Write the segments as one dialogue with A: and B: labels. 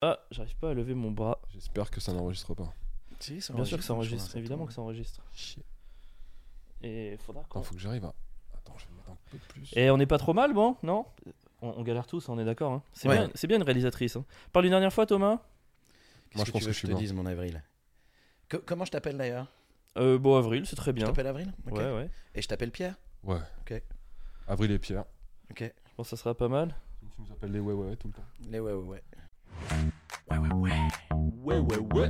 A: Ah, j'arrive pas à lever mon bras.
B: J'espère que ça n'enregistre pas.
C: Si, ça
A: Bien sûr que ça
C: je crois,
A: enregistre,
C: c'est
A: évidemment
C: tout.
A: que ça enregistre.
B: Chier.
A: Et faudra qu'on-
B: Attends, faut que j'arrive à. Attends, je vais mettre un peu plus.
A: Et on n'est pas trop mal, bon Non on, on galère tous, on est d'accord. hein. C'est
C: Ouais.
A: bien, c'est bien une réalisatrice. hein. Parle une dernière fois, Thomas
B: Moi,
C: Qu'est-ce
B: je
C: que
B: pense
C: tu
B: que
C: veux
B: je suis
C: te
B: bon.
C: dise, mon Avril Co- Comment je t'appelle d'ailleurs
A: euh, Bon, Avril, c'est très
C: Je
A: bien.
C: t'appelle Avril Ok.
A: Ouais, ouais.
C: Et je t'appelle Pierre
B: Ouais.
C: Ok.
B: Avril et Pierre.
C: Ok.
A: Je pense que ça sera pas mal.
B: Tu nous appelles les ouais ouais ouais tout le temps.
C: Les ouais, ouais, ouais.
B: Ouais ouais Ah, ouais.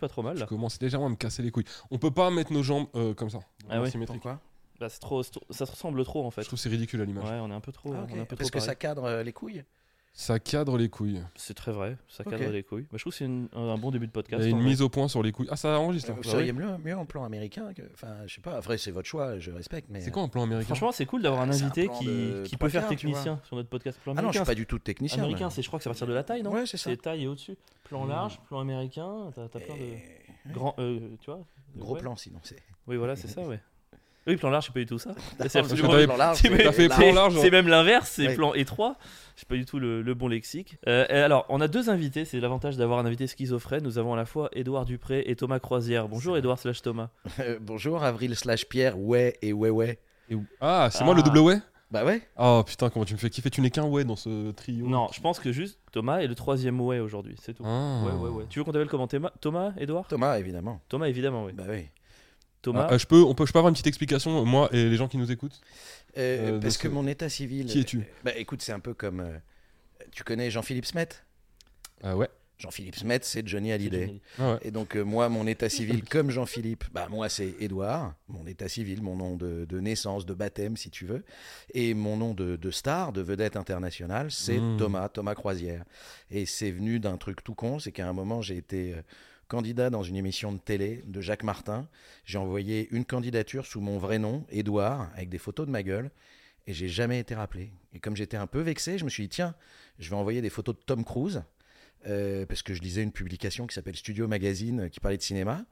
A: Pas trop mal,
B: Je
A: là.
B: commence légèrement à me casser les couilles. On peut pas mettre nos jambes euh, comme ça.
A: Ah ouais.
B: Symétrique.
C: Pourquoi
A: Bah, c'est trop, c'est trop- ça se ressemble trop, en
B: Je
A: fait.
B: trouve que c'est ridicule à l'image.
A: Ouais, on est un peu trop,
C: Ah, ok.
A: Oh, on est un peu
C: Parce
A: trop
C: que ça
A: pareil.
C: cadre euh, les couilles
B: Ça cadre les couilles.
A: C'est très vrai, ça cadre
C: Ok.
A: les couilles. Bah, je trouve que c'est une- un bon début de
B: Il
A: podcast.
B: y a
A: en
B: une
A: vrai.
B: mise au point sur les couilles. Ah ça enregistre.
C: Euh,
B: là.
C: Vous
B: Bah
C: seriez
B: ouais.
C: mieux, mieux en plan américain que... Enfin, je sais pas. Après, c'est votre choix, je respecte, mais... euh,
B: C'est quoi un plan américain
A: Franchement, c'est cool d'avoir un
C: C'est un
A: invité
C: plan
A: qui,
C: de
A: qui
C: trois
A: peut faire
C: quarts, tu vois.
A: technicien sur notre podcast. Plan
C: Ah non, je
A: américain,
C: suis pas du tout technicien.
A: Américain,
C: mais-
A: c'est je crois que c'est à partir de la taille, non Hmm.
C: Ouais, c'est ça.
A: C'est taille et au-dessus. Plan large, plan américain, t'as t'as plein de.
C: Et-
A: Grand, euh, tu vois
C: Gros
A: ouais.
C: plan, sinon. c'est-
A: Oui, voilà, c'est ça, ouais. Oui, plan large, c'est pas du tout ça. C'est
C: Parce que
A: absolument-
B: t'avais-
C: plan large,
A: C'est-
C: c'est-
B: t'as fait
C: large.
B: plan large,
A: c'est-
B: hein.
A: c'est même l'inverse, c'est
C: Oui.
A: plan étroit. C'est pas du tout le, le bon lexique. Euh, et alors, on a deux invités, c'est l'avantage d'avoir un invité schizophrène. Nous avons à la fois Édouard Dupré et Thomas Croisière. Bonjour
C: C'est
A: Édouard slash Thomas.
C: Euh, Bonjour, Avril slash Pierre, ouais et ouais, ouais.
B: Et- Ah c'est moi le
A: Ah.
B: double ouais.
C: Bah ouais.
B: Oh putain comment tu me fais kiffer. Tu n'es qu'un ouais dans ce trio.
A: Non, je pense que juste Thomas est le troisième ouais aujourd'hui, c'est tout.
B: Ah.
A: Ouais, ouais, ouais. Tu veux qu'on t'appelle comment Théma- Thomas, Édouard
C: Thomas, évidemment.
A: Thomas, évidemment, oui.
C: Bah oui.
A: Thomas,
B: Ah, euh, je peux, on peut, je peux avoir une petite explication, moi et les gens qui nous écoutent.
C: Euh,
B: Euh,
C: parce
B: de
C: que
B: ce-
C: mon état civil.
B: Qui es-tu
C: euh, Bah écoute, c'est un peu comme. euh, tu connais Jean-Philippe Smet
B: Euh, ouais.
C: Jean-Philippe Smet, c'est Johnny Hallyday.
B: Ah, ouais.
C: Et donc, euh, moi, mon état civil, comme Jean-Philippe, bah moi, c'est Édouard, mon état civil, mon nom de, de naissance, de baptême, si tu veux. Et mon nom de, de star, de vedette internationale, c'est
B: Mm.
C: Thomas, Thomas Croisière. Et c'est venu d'un truc tout con, c'est qu'à un moment, j'ai été. euh, Candidat dans une émission de télé de Jacques Martin. J'ai envoyé une candidature sous mon vrai nom, Édouard, avec des photos de ma gueule, et j'ai jamais été rappelé. Et comme j'étais un peu vexé, je me suis dit tiens, je vais envoyer des photos de Tom Cruise, euh, parce que je lisais une publication qui s'appelle Studio Magazine euh, qui parlait de cinéma.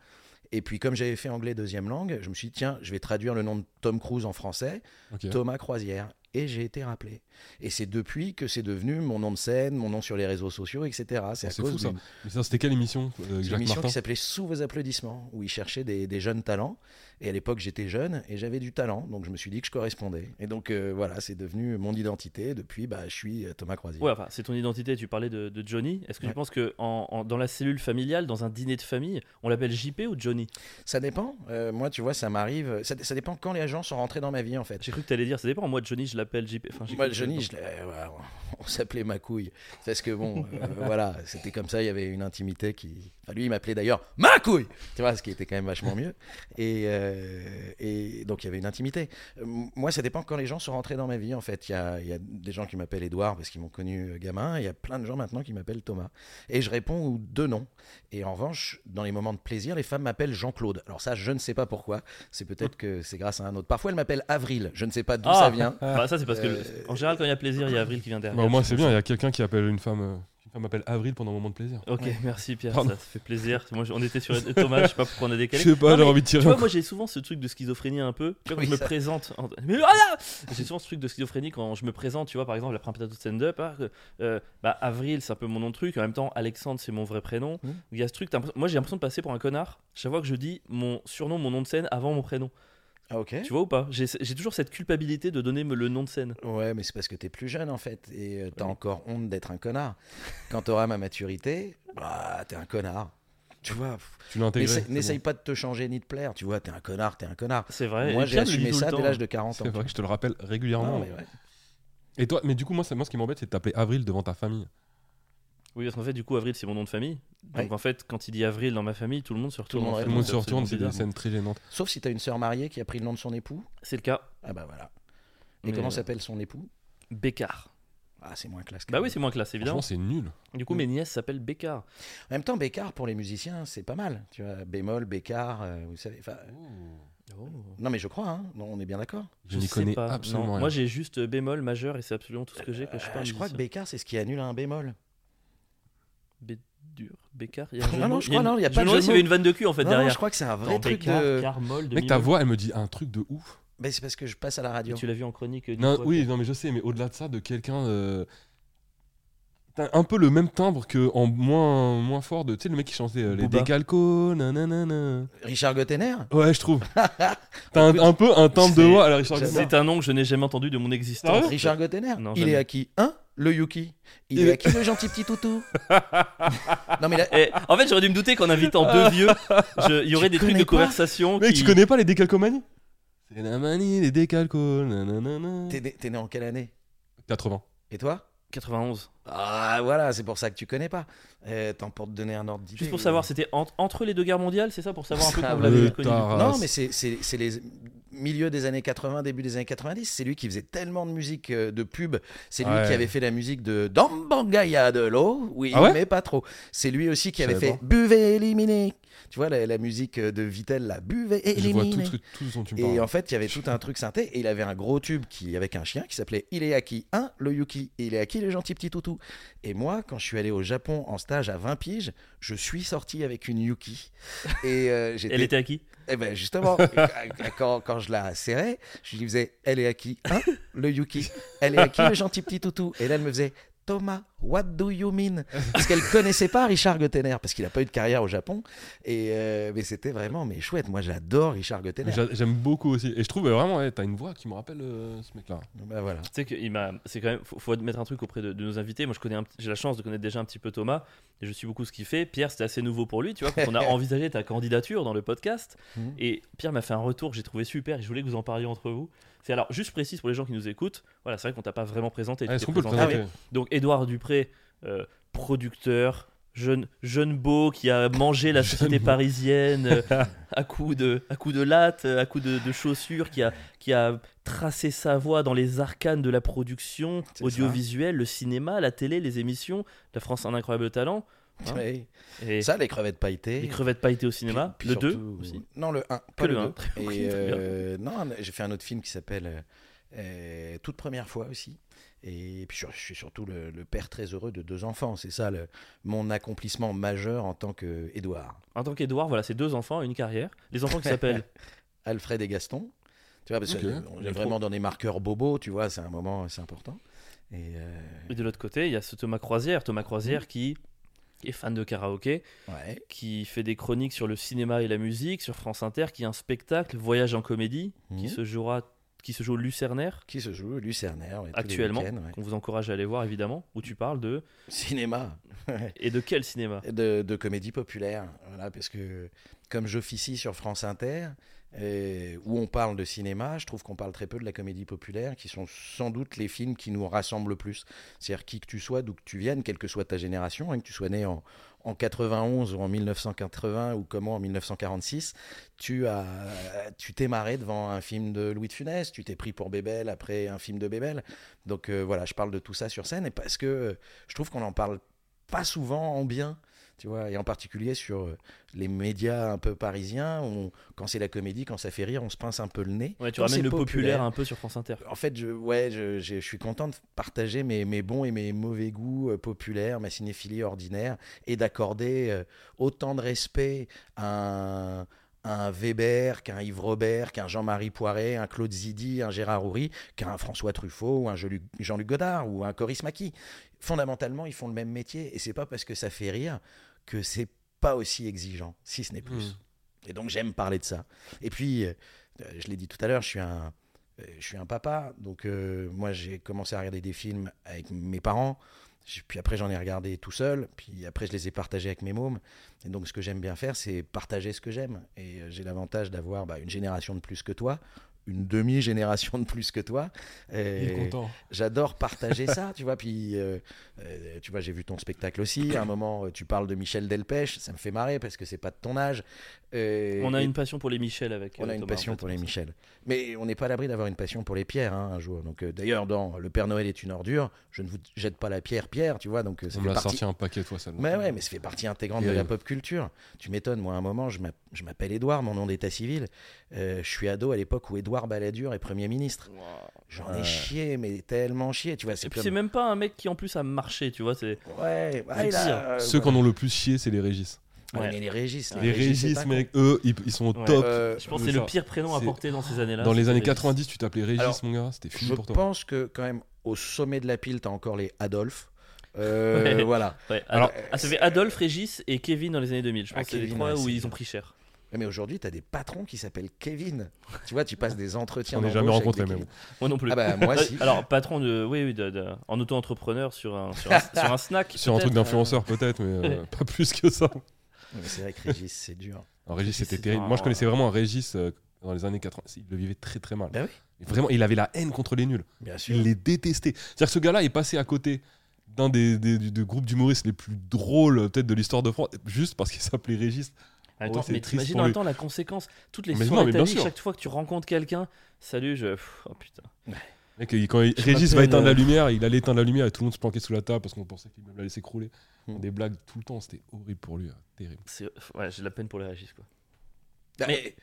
C: Et puis, comme j'avais fait anglais deuxième langue, je me suis dit, tiens, je vais traduire le nom de Tom Cruise en français,
B: Ok.
C: Thomas Croisière. Et j'ai été rappelé. Et c'est depuis que c'est devenu mon nom de scène, mon nom sur les réseaux sociaux, etc. C'est à
B: Ah, c'est
C: cause
B: fou, ça.
C: d'une-
B: Mais ça, c'était quelle émission euh, avec
C: d'une
B: Jacques
C: émission
B: Martin
C: qui s'appelait Sous vos applaudissements, où ils cherchaient des, des jeunes talents. Et à l'époque, j'étais jeune et j'avais du talent, donc je me suis dit que je correspondais. Et donc, euh, voilà, c'est devenu mon identité. Depuis, bah, je suis euh, Thomas Croisière.
A: Ouais, enfin, c'est ton identité. Tu parlais de, de Johnny. Est-ce que tu
C: Ouais.
A: penses que en- en- dans la cellule familiale, dans un dîner de famille, on l'appelle JP ou Johnny
C: Ça dépend. Euh, moi, tu vois, ça m'arrive. Ça, ça dépend quand les gens sont rentrés dans ma vie, en fait.
A: J'ai cru que t'allais dire. Ça dépend. Moi, Johnny, je l'appelle JP. Enfin, j'ai
C: Moi,
A: cru que-
C: Johnny, je l'ai- euh, voilà, on s'appelait ma couille. Parce que bon, euh, voilà, c'était comme ça, il y avait une intimité qui. Enfin, lui, il m'appelait d'ailleurs ma couille Tu vois, ce qui était quand même vachement mieux. Et, euh, et donc, il y avait une intimité. Euh, Moi, ça dépend quand les gens sont rentrés dans ma vie, en fait. Il y a, il y a des gens qui m'appellent Edouard parce qu'ils m'ont connu euh, gamin. Il y a plein de gens maintenant qui m'appellent Thomas. Et je réponds aux deux noms. Et en revanche, dans les moments de plaisir, les femmes m'appellent Jean-Claude. Alors, ça, je ne sais pas pourquoi. C'est peut-être que c'est grâce à un autre. Parfois, elle m'appelle Avril. Je ne sais pas d'où
A: Ah.
C: ça vient.
A: Bah, ça, c'est parce que le-
C: Euh,
A: en général, quand il y a plaisir, il y a Avril qui vient derrière.
B: Bah, au moins, c'est bien, il y a quelqu'un qui appelle une femme. euh, Une femme appelle Avril pendant un moment de plaisir.
A: Ok,
C: Ouais.
A: merci Pierre.
B: Pardon.
A: Ça, ça fait plaisir. Moi, je- on était sur Thomas. Je sais pas pourquoi on a
B: Je
A: décalé.
B: sais pas,
A: Non,
B: j'ai
A: mais-
B: envie de
A: Tu
B: tirer.
A: vois,
B: un
A: moi j'ai souvent ce truc de schizophrénie un peu. Tu vois, quand
C: Oui,
A: je me
C: ça.
A: présente. en- Mais voilà J'ai souvent ce truc de schizophrénie quand je me présente, tu vois, par exemple, la première de stand-up. ah, que, euh, bah, Avril, c'est un peu mon nom de truc. En même temps, Alexandre, c'est mon vrai prénom.
C: Mhm.
A: Il y a ce truc. t'as l'impression- Moi, j'ai l'impression de passer pour un connard chaque fois que je dis mon surnom, mon nom de scène avant mon prénom.
C: Ah, ok.
A: Tu vois ou pas J'ai j'ai toujours cette culpabilité de donner me- le nom de scène.
C: Ouais, mais c'est parce que t'es plus jeune en fait, et euh, t'as
A: Oui.
C: encore honte d'être un connard. Quand t'auras ma maturité, bah t'es un connard. Tu vois, pff,
B: Tu l'as intégré.
C: n'essaye-
B: c'est bon.
C: n'essaye pas de te changer ni de plaire, tu vois, t'es un connard, t'es un connard.
A: C'est vrai.
C: Moi
A: Et
C: j'ai
A: Pierre me le dit
C: assumé
A: tout le
C: ça dès
A: temps. hein.
C: l'âge de 40 ans.
B: C'est vrai que je te le rappelle
C: Non,
B: régulièrement.
C: mais ouais.
B: Et toi, mais du coup, moi, c'est- moi ce qui m'embête, c'est de t'appeler Avril devant ta famille.
A: Oui, parce qu'en fait, du coup, Avril, c'est mon nom de famille. Donc
C: Ouais.
A: en fait, quand il dit Avril dans ma famille, tout le monde se retourne.
C: monde
A: en fait.
B: Tout le monde se
A: C'est absolument
B: retourne, c'est des
A: bizarre.
B: scènes très gênantes.
C: Sauf si t'as une sœur mariée qui a pris le nom de son époux.
A: C'est le cas.
C: Ah bah voilà. Et
A: Mais,
C: comment
A: euh,
C: s'appelle son époux
A: Bécard.
C: Ah, c'est moins classe. que-
A: Bah oui, c'est moins classe, évidemment.
B: Franchement, c'est nul.
A: Du coup, mes nièces s'appellent Bécard.
C: En même temps, Bécard pour les musiciens, c'est pas mal. Tu vois, bémol, Bécard, euh, vous savez. enfin, Non, mais je crois, hein. Non, on est bien d'accord.
B: Oh. Je n'y connais absolument rien.
A: Moi, j'ai juste euh, bémol majeur et c'est absolument tout ce que j'ai quand je suis pas
C: Euh,
A: un
C: je crois que
A: musicien.
C: Bécard, c'est ce qui annule un bémol.
A: Bé- dur, Bécard. il y a un jeu
C: Non,
A: de
C: non,
A: mots.
C: je crois,
A: une-
C: non, il y a
A: je
C: pas
A: me
C: de
A: demandais
C: jeu de
A: s'il y avait
C: mots.
A: une vanne de cul en fait
C: non, non,
A: derrière.
C: je crois que c'est un vrai
A: Dans
C: truc
A: Bécard,
C: de.
A: car, molle, de
B: Mec, ta
A: mi-molle.
B: voix, elle me dit un truc de ouf.
C: Mais c'est parce que je passe à la
A: Et
C: radio.
A: Tu l'as vu en chronique. euh, du
B: Non,
A: coup,
B: oui,
A: après.
B: non, mais je sais, mais au-delà de ça, de quelqu'un euh, T'as un peu le même timbre que en moins, moins fort de. Tu sais, le mec qui chantait euh, les
A: Booba.
B: décalcos, nanana.
C: Richard Gottener
B: Ouais, je trouve. T'as un, un peu un timbre de
C: C'est-
B: voix. Alors, Richard
C: j'adore.
B: Gottener.
A: C'est un nom que je n'ai jamais entendu de mon existence.
B: Sérieux
C: Richard Gottener
A: Non,
C: Il
A: jamais.
C: est à qui Un Le Yuki. Il,
B: Il
C: est
B: est-
C: à qui le gentil petit toutou Non mais là,
A: Et, Eh, en fait, j'aurais dû me douter qu'en invitant deux
B: Ah.
A: vieux, je- il y aurait
C: Tu
A: des trucs
C: connais
A: de
C: pas
A: conversation.
B: Mec,
A: qui-
B: tu connais pas les décalcomanies C'est la manie, les décalcos, nanana.
C: t'es né- t'es né en quelle année
B: 80.
C: Et toi
A: 91.
C: Ah voilà, c'est pour ça que tu connais pas. Euh, T'en pour te donner un ordre d'idée.
A: Juste pour savoir, c'était en- entre les deux guerres mondiales, c'est ça Pour savoir un peu
C: Ah,
A: comment vous
C: ouais.
A: l'avez
B: Le
A: connu.
B: tard.
C: Non, mais c'est c'est- c'est les milieux des années 80, début des années 90. C'est lui qui faisait tellement de musique euh, de pub. C'est lui
B: Ouais.
C: qui avait fait la musique de Dambangaya de l'eau. Oui,
B: Ah ouais
C: mais pas trop. C'est lui aussi qui
B: Je
C: avait
B: savais
C: fait Buvez éliminé. Tu vois la, la musique euh, de Vitel, là, Buvez
B: Je vois tout,
C: éliminé.
B: tout, tout ce dont tu me
C: Et
B: parles.
C: en fait, il y avait tout un truc synthé. Et il avait un gros tube qui, avec un chien qui s'appelait Ileaki 1, le Yuki. Et Ileaki, le gentil petit toutou. Et moi, quand je suis allé au Japon en stage à 20 piges, je suis sorti avec une Yuki. Et euh, j'étais
A: Elle était à qui
C: eh ben justement, quand, quand je la serrais, je lui faisais Elle est à qui Hein Le Yuki. Elle est à qui le gentil petit toutou Et là, elle me faisait Thomas, what do you mean Parce qu'elle connaissait pas Richard Gottener, parce qu'il a pas eu de carrière au Japon. Et euh, mais c'était vraiment mais chouette. Moi, j'adore Richard Gottener.
B: Mais j'a- J'aime beaucoup aussi. Et je trouve euh, vraiment, ouais, t'as une voix qui me rappelle euh, ce mec-là.
C: Ben voilà.
A: Tu sais qu'il m'a. C'est quand même. Faut, faut admettre un truc auprès de, de nos invités. Moi, je connais. un petit- J'ai la chance de connaître déjà un petit peu Thomas. Et je suis beaucoup ce qu'il fait. Pierre, c'était assez nouveau pour lui. Tu vois, quand on a envisagé ta candidature dans le podcast.
C: Mhm.
A: Et Pierre m'a fait un retour que j'ai trouvé super. Et je voulais que vous en parliez entre vous. C'est alors juste précise pour les gens qui nous écoutent. Voilà, c'est vrai qu'on t'a pas vraiment présenté. tu
B: Ah, Est-ce
A: t'es
B: qu'on peut le
A: présenté.
B: présenter
A: Donc Édouard Dupré, euh, producteur, jeune, jeune beau qui a mangé la
B: Jeune
A: société
B: beau.
A: parisienne euh, à coups de, à coups de lattes, euh, à coups de, de chaussures, qui a, qui a tracé sa voie dans les arcanes de la production
C: C'est ça.
A: audiovisuelle, le cinéma, la télé, les émissions, la France a un incroyable talent, Hein
C: Ouais.
A: et
C: Ça, les crevettes pailletées.
A: les crevettes pailletées au cinéma,
C: Puis
A: le
C: surtout-
A: 2 aussi.
C: Non, le 1.
A: Que le un. Très bien,
C: Et
A: très bien.
C: euh, non, un- j'ai fait un autre film qui s'appelle euh, euh, Toute première fois aussi. Et puis je, je suis surtout le, le père très heureux de deux enfants. C'est ça le- mon accomplissement majeur en tant qu'Édouard.
A: En tant qu'Édouard, voilà, c'est deux enfants, une carrière. Les enfants qui s'appellent
C: Alfred et Gaston. Tu vois, parce
B: Ok.
C: qu'on est vraiment dans des marqueurs bobos, tu vois, c'est un moment, c'est important. Et euh,
A: Et de l'autre côté, il y a ce Thomas Croisière, Thomas Croisière qui est fan de karaoké,
C: ouais,
A: qui fait des chroniques sur le cinéma et la musique sur France Inter, qui a un spectacle Voyage en comédie
C: Mhm.
A: qui se jouera, qui se joue au Lucernaire,
C: qui se joue Lucernaire. ouais, tous les
A: Actuellement.
C: week-ends, ouais.
A: qu'on vous encourage à aller voir évidemment, où tu parles de
C: Cinéma.
A: et de quel cinéma
C: de, de comédie populaire. Voilà, parce que comme j'officie sur France Inter, euh, où on parle de cinéma, je trouve qu'on parle très peu de la comédie populaire, qui sont sans doute les films qui nous rassemblent le plus. C'est-à-dire qui que tu sois, d'où que tu viennes, quelle que soit ta génération, hein, que tu sois né en, en 91 ou en 1980 ou comme moi en 1946, tu as, tu t'es marré devant un film de Louis de Funès, tu t'es pris pour Bébel après un film de Bébel. Donc euh, voilà, je parle de tout ça sur scène et parce que euh, je trouve qu'on en parle pas souvent en bien tu vois, et en particulier sur euh, les médias un peu parisiens, on- quand c'est la comédie, quand ça fait rire, on se pince un peu le nez.
A: Ouais, tu
C: Quand
A: ramènes
C: c'est
A: le populaire un peu sur France Inter.
C: En fait, je, ouais, je, je- je suis content de partager mes, mes bons et mes mauvais goûts euh, populaires, ma cinéphilie ordinaire, et d'accorder euh, autant de respect à un, à un Weber, qu'à un Yves Robert, qu'à un Jean-Marie Poiret, un Claude Zidi, un Gérard Houry, qu'à un François Truffaut, ou un Jelu- Jean-Luc Godard, ou un Coris Maki. Fondamentalement, ils font le même métier, et c'est pas parce que ça fait rire que c'est pas aussi exigeant, si ce n'est plus.
B: Hmm.
C: Et donc j'aime parler de ça. Et puis, euh, je l'ai dit tout à l'heure, je suis un, euh, je suis un papa. Donc euh, moi, j'ai commencé à regarder des films avec mes parents. Je- Puis après, j'en ai regardé tout seul. Puis après, je les ai partagés avec mes mômes. Et donc, ce que j'aime bien faire, c'est partager ce que j'aime. Et euh, j'ai l'avantage d'avoir bah, une génération de plus que toi, une demi-génération de plus que toi.
B: Il est
C: Et-
B: content.
C: J'adore partager ça, tu vois. Puis, euh, euh, tu vois, j'ai vu ton spectacle aussi. À un moment, euh, tu parles de Michel Delpech. Ça me fait marrer parce que c'est pas de ton âge. Euh,
A: On a
C: et
A: une passion pour les Michel avec.
C: on
A: euh,
C: a une
A: Thomas,
C: passion
A: en fait.
C: pour les Michel. Mais on n'est pas à l'abri d'avoir une passion pour les pierres hein, un jour. Donc, euh, d'ailleurs, dans Le Père Noël est une ordure, je ne vous jette pas la pierre, Pierre, tu vois. Donc, euh, ça
B: On me l'a
C: fait partie.
B: sorti un paquet de fois, celle-là. Hmm.
C: Mais ouais, mais ça fait partie intégrante de la
B: Terrible.
C: pop culture. Tu m'étonnes, moi, à un moment, je m'app- je m'appelle Édouard, mon nom d'état civil. Euh, je suis ado à l'époque où Édouard Balladur est Premier ministre. J'en ai
B: Ah.
A: Ouais.
C: chié, mais tellement chié, tu vois.
A: Et
C: C'est
A: puis
C: comme...
A: c'est même pas un mec qui en plus a marché, tu vois. C'est
C: Ouais, bah,
A: Je
C: il a-
A: tire.
C: euh,
B: Ceux qui
C: voilà.
B: en ont le plus chié, c'est les Régis.
C: Ouais,
A: Ouais.
C: mais les Régis.
B: les
C: c'est
B: Régis,
C: pas
B: mec, eux, ils, ils sont au
A: Ouais.
B: top.
C: Euh,
A: je pense que
B: mais
A: c'est le
B: ça,
A: pire prénom à
B: c'est-
A: porter dans ces années-là.
B: Dans les
A: c'est
B: années
A: Régis.
B: 90, tu t'appelais Régis,
C: Alors,
B: mon gars, c'était fini
C: je
B: pour toi.
C: pense que quand même au sommet de la pile, t'as encore les Adolphe. Euh,
A: Ouais.
C: Voilà.
A: Ouais,
C: Alors,
A: Alors, ah, ça fait Adolphe, Régis et Kevin dans les années 2000. Je
C: Ah,
A: pense que c'est les
C: Kevin,
A: trois
C: ouais,
A: où
C: c'est
A: ils
C: bien.
A: ont pris cher.
C: Mais aujourd'hui, tu as des patrons qui s'appellent Kevin. Tu vois, tu passes des entretiens.
B: On n'est
C: d'embauche
B: jamais
C: avec
B: rencontrés,
C: des
B: mais
C: Kevin.
A: Moi non plus.
C: Ah bah, moi,
A: Euh,
C: si.
A: Alors, patron de. Oui, oui, de- de- en auto-entrepreneur sur un, sur un, sur un snack.
B: Sur un truc
A: peut-être.
C: euh,
B: d'influenceur peut-être, mais euh, pas plus que ça.
C: Mais C'est vrai que Régis, c'est dur.
B: Un Régis, c'était
A: c'est
B: terrible.
A: un-
B: Moi, je connaissais vraiment un Régis euh, dans les années 80. Il le vivait très très mal.
C: Bah oui.
B: Et Vraiment, il avait la haine contre les nuls.
C: Bien sûr.
B: Il les détestait. C'est-à-dire que ce gars-là est passé à côté d'un des, des- du- du groupe d'humoristes les plus drôles euh, peut-être de l'histoire de France, juste parce qu'il s'appelait Régis.
A: Attends,
C: Oh,
B: Ouais, c'est
A: mais
B: triste
A: t'imagines
B: pour
A: en même
B: lui.
A: temps la conséquence. Toutes les
B: Mais non,
A: soirées
B: mais
A: de ta
B: bien
A: vie,
B: sûr.
A: chaque fois que tu rencontres quelqu'un, salut, je. Pff, Oh putain.
B: Mec, il- quand il-
A: Je
B: Régis va
A: m'appelle,
B: éteindre la
A: euh,
B: lumière, il allait éteindre la lumière et tout le monde se planquait sous la table parce qu'on pensait qu'il allait s'écrouler.
C: Hmm.
B: Des blagues tout le temps, c'était horrible pour lui. euh, Terrible.
A: C'est- Ouais, j'ai de la peine pour les Régis, quoi.
C: Ah, Mais,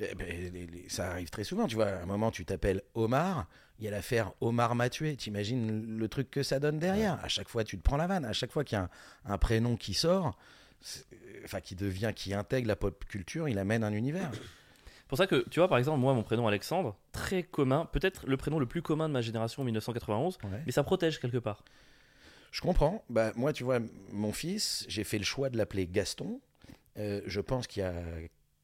C: eh ben, les- les- ça arrive très souvent, tu vois. À un moment, tu t'appelles Omar, il y a l'affaire Omar m'a tué. T'imagines le truc que ça donne derrière. À chaque fois, tu te prends la vanne. À chaque fois qu'il y a un, un prénom qui sort, c'est- euh, enfin, qui devient, qui intègre la pop culture, il amène un univers.
A: pour ça que, tu vois, par exemple, moi, mon prénom Alexandre, très commun, peut-être le prénom le plus commun de ma génération 1991,
C: Ouais.
A: mais ça protège quelque part.
C: Je comprends. Bah, moi, tu vois, m- mon fils, j'ai fait le choix de l'appeler Gaston. Euh, je pense qu'il y a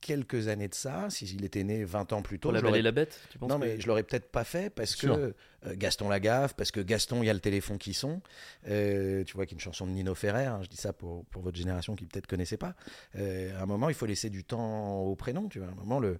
C: quelques années de ça, s'il était né 20 ans plus tôt,
A: Pour la
C: j'aurais
A: belle et la bête, tu penses
C: Non,
A: que-
C: mais je l'aurais peut-être pas fait parce que
B: Sûr.
C: euh, Gaston Lagaffe, parce que Gaston, il y a le téléphone qui sonne. Euh, tu vois, qu'une chanson de Nino Ferrer, hein, je dis ça pour, pour votre génération qui peut-être connaissait pas. Euh, à un moment, il faut laisser du temps au prénom, tu vois. À un moment, le.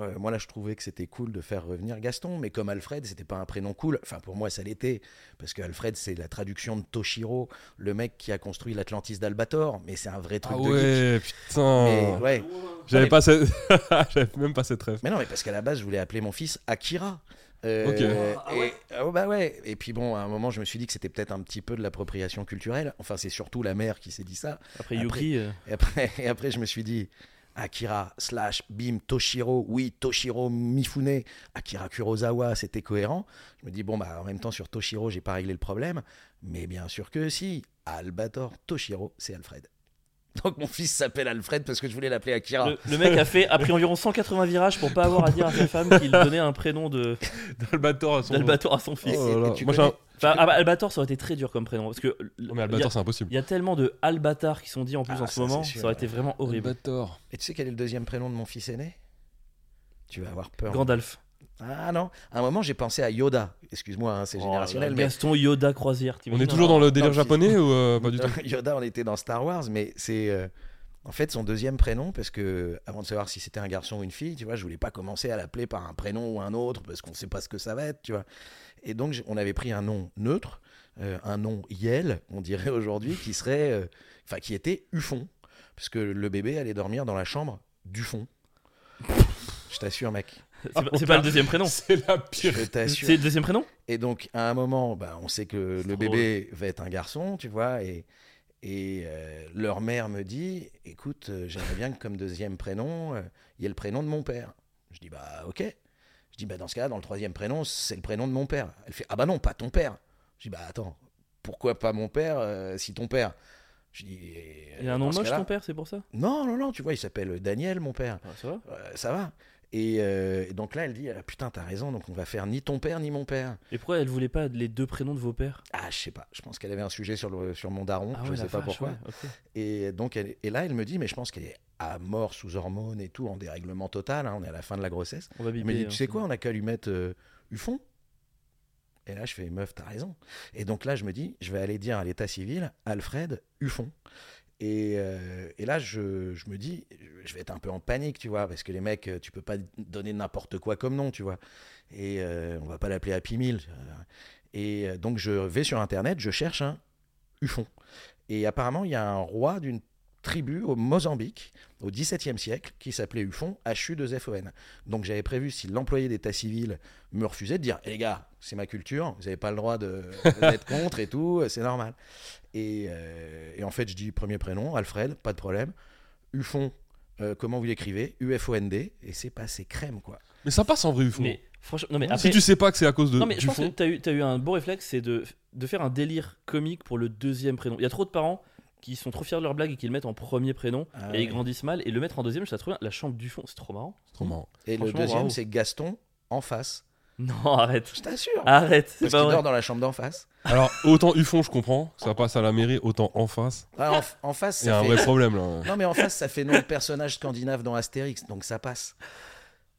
C: euh, Moi là, je trouvais que c'était cool de faire revenir Gaston, mais comme Alfred, c'était pas un prénom cool. Enfin, pour moi, ça l'était, parce que Alfred, c'est la traduction de Toshiro, le mec qui a construit l'Atlantis d'Albator, mais c'est un vrai truc
B: Ah
C: de geek.
B: ouais,
C: Mais,
B: putain.
C: ouais.
B: J'avais
C: mais-
B: pas cette... J'avais même pas cette rêve.
C: Mais non, mais parce qu'à la base, je voulais appeler mon fils Akira. Euh,
B: Ok.
C: et, ah ouais, bah ouais. Et puis bon, à un moment, je me suis dit que c'était peut-être un petit peu de l'appropriation culturelle. Enfin, c'est surtout la mère qui s'est dit ça.
A: Après,
C: Après-
A: Yuki, euh,
C: Et après, et après je me suis dit Akira slash Bim Toshiro, oui, Toshiro Mifune, Akira Kurosawa, c'était cohérent. Je me dis, bon, bah en même temps, sur Toshiro, j'ai pas réglé le problème. Mais bien sûr que si, Albator, Toshiro, c'est Alfred. Donc mon fils s'appelle Alfred parce que je voulais l'appeler Akira.
A: le, le mec a, fait, a pris environ 180 virages pour pas avoir à dire à sa femme qu'il donnait un prénom de-
B: D'Albator à son
A: d'Albator à son fils.
B: Oh là
C: Et- et
B: là.
C: tu
B: Moi, j'ai un-
C: connais-
A: Enfin, ah bah, Albator, ça aurait été très dur comme prénom. Parce que
B: Non, mais Albator, c'est
A: il
B: impossible.
A: y a tellement de Albatar qui sont dits en plus
C: Ah,
A: en
C: ça, c'est
A: ce moment,
C: sûr,
A: ça aurait été
C: ouais.
A: vraiment horrible.
B: Albator.
C: Et tu sais quel est le deuxième prénom de mon fils aîné Tu vas avoir peur.
A: Gandalf.
C: Ah non, à un moment j'ai pensé à Yoda. Excuse-moi, hein, c'est générationnel,
A: Oh,
C: mais
A: Gaston Yoda Croisière.
B: On est
A: t'imagines
B: toujours dans le délire
C: non, si-
B: japonais ou euh, pas du tout
C: Yoda, on était dans Star Wars, mais c'est euh, en fait son deuxième prénom parce que avant de savoir si c'était un garçon ou une fille, tu vois, je voulais pas commencer à l'appeler par un prénom ou un autre parce qu'on sait pas ce que ça va être, tu vois. Et donc j'ai- on avait pris un nom neutre, euh, un nom Yel, on dirait aujourd'hui, qui serait, euh, enfin qui était Ufon, parce que le bébé allait dormir dans la chambre du fond. Je t'assure, mec.
A: C'est pas- C'est pas le deuxième prénom.
B: C'est la pire.
C: Je t'assure.
A: C'est le deuxième prénom
C: Et donc, à un moment, bah, on sait que
A: C'est
C: le
A: trop
C: bébé va être un garçon, tu vois, et, et euh, leur mère me dit Écoute, euh, j'aimerais bien que comme deuxième prénom, euh, il y ait le prénom de mon père. Je dis Bah, ok. Je dis Bah, dans ce cas-là, dans le troisième prénom, c'est le prénom de mon père. Elle fait Ah, bah non, pas ton père. Je dis Bah, attends, pourquoi pas mon père euh, si ton père Je dis Eh,
A: Il a un
C: dans
A: nom
C: ce
A: moche,
C: cas-là-
A: ton père, c'est pour ça
C: Non, non, non, tu vois, il s'appelle Daniel, mon père.
A: Ah, Ça va.
C: Euh, ça va. Et, euh, et donc là, elle dit Ah, Putain, t'as raison, donc on va faire ni ton père ni mon père.
A: Et pourquoi elle voulait pas les deux prénoms de vos pères
C: Ah, je sais pas. Je pense qu'elle avait un sujet sur, le, sur mon daron.
A: Ah
C: je
A: ouais,
C: sais
A: la
C: pas
A: vache,
C: pourquoi.
A: ouais, ok.
C: Et donc, elle- et là, elle me dit, mais je pense qu'elle est à mort sous hormones et tout, en dérèglement total. hein, on est à la fin de la grossesse.
A: On va
C: Elle
A: biper.
C: me dit,
A: hein.
C: tu sais quoi, on a qu'à lui mettre euh, Ufon. Et là, je fais, meuf, t'as raison. Et donc là, je me dis, je vais aller dire à l'état civil, Alfred, Ufon. Et, euh, et là, je, je me dis, je vais être un peu en panique, tu vois, parce que les mecs, tu peux pas donner n'importe quoi comme nom, tu vois. Et euh, on va pas l'appeler Happy Meal. Et euh, donc, je vais sur Internet, je cherche un Ufon. Et apparemment, il y a un roi d'une tribu au Mozambique, au XVIIe siècle, qui s'appelait Ufon, H-U-2-F-O-N. Donc j'avais prévu, si l'employé d'état civil me refusait, de dire Eh les gars, c'est ma culture, vous n'avez pas le droit de- d'être contre et tout, euh, c'est normal. Et, euh, et en fait, je dis premier prénom, Alfred, pas de problème. Ufon, euh, comment vous l'écrivez UFOND, et c'est passé crème, quoi.
B: Mais ça passe en vrai, UFO.
A: Mais franchement, non mais
B: Si
A: après.
B: tu sais pas que c'est à cause de
A: Non mais je
B: du
A: pense que
B: fond,
A: t'as eu, t'as eu un beau réflexe, c'est de, de faire un délire comique pour le deuxième prénom. Il y a trop de parents qui sont trop fiers de leur blague et qui le mettent en premier prénom
C: Ah
A: et
C: ouais.
A: ils grandissent mal et le mettre en deuxième, je trouve la chambre du fond, c'est trop marrant.
B: c'est trop marrant.
C: Et le
A: Franchement,
C: deuxième,
A: bravo.
C: c'est Gaston en face.
A: Non, arrête.
C: Je t'assure.
A: Arrête, Ah, c'est
C: parce
A: pas
C: qu'il dort
A: vrai.
C: dans la chambre d'en face.
B: Alors, autant Ufon, je comprends, ça passe à la mairie, autant en face,
C: Ah, en, en face,
B: il y a
C: ça
B: un
C: fait.
B: vrai problème là.
C: Non, mais en face, ça fait nom de personnage scandinave dans Astérix, donc ça passe.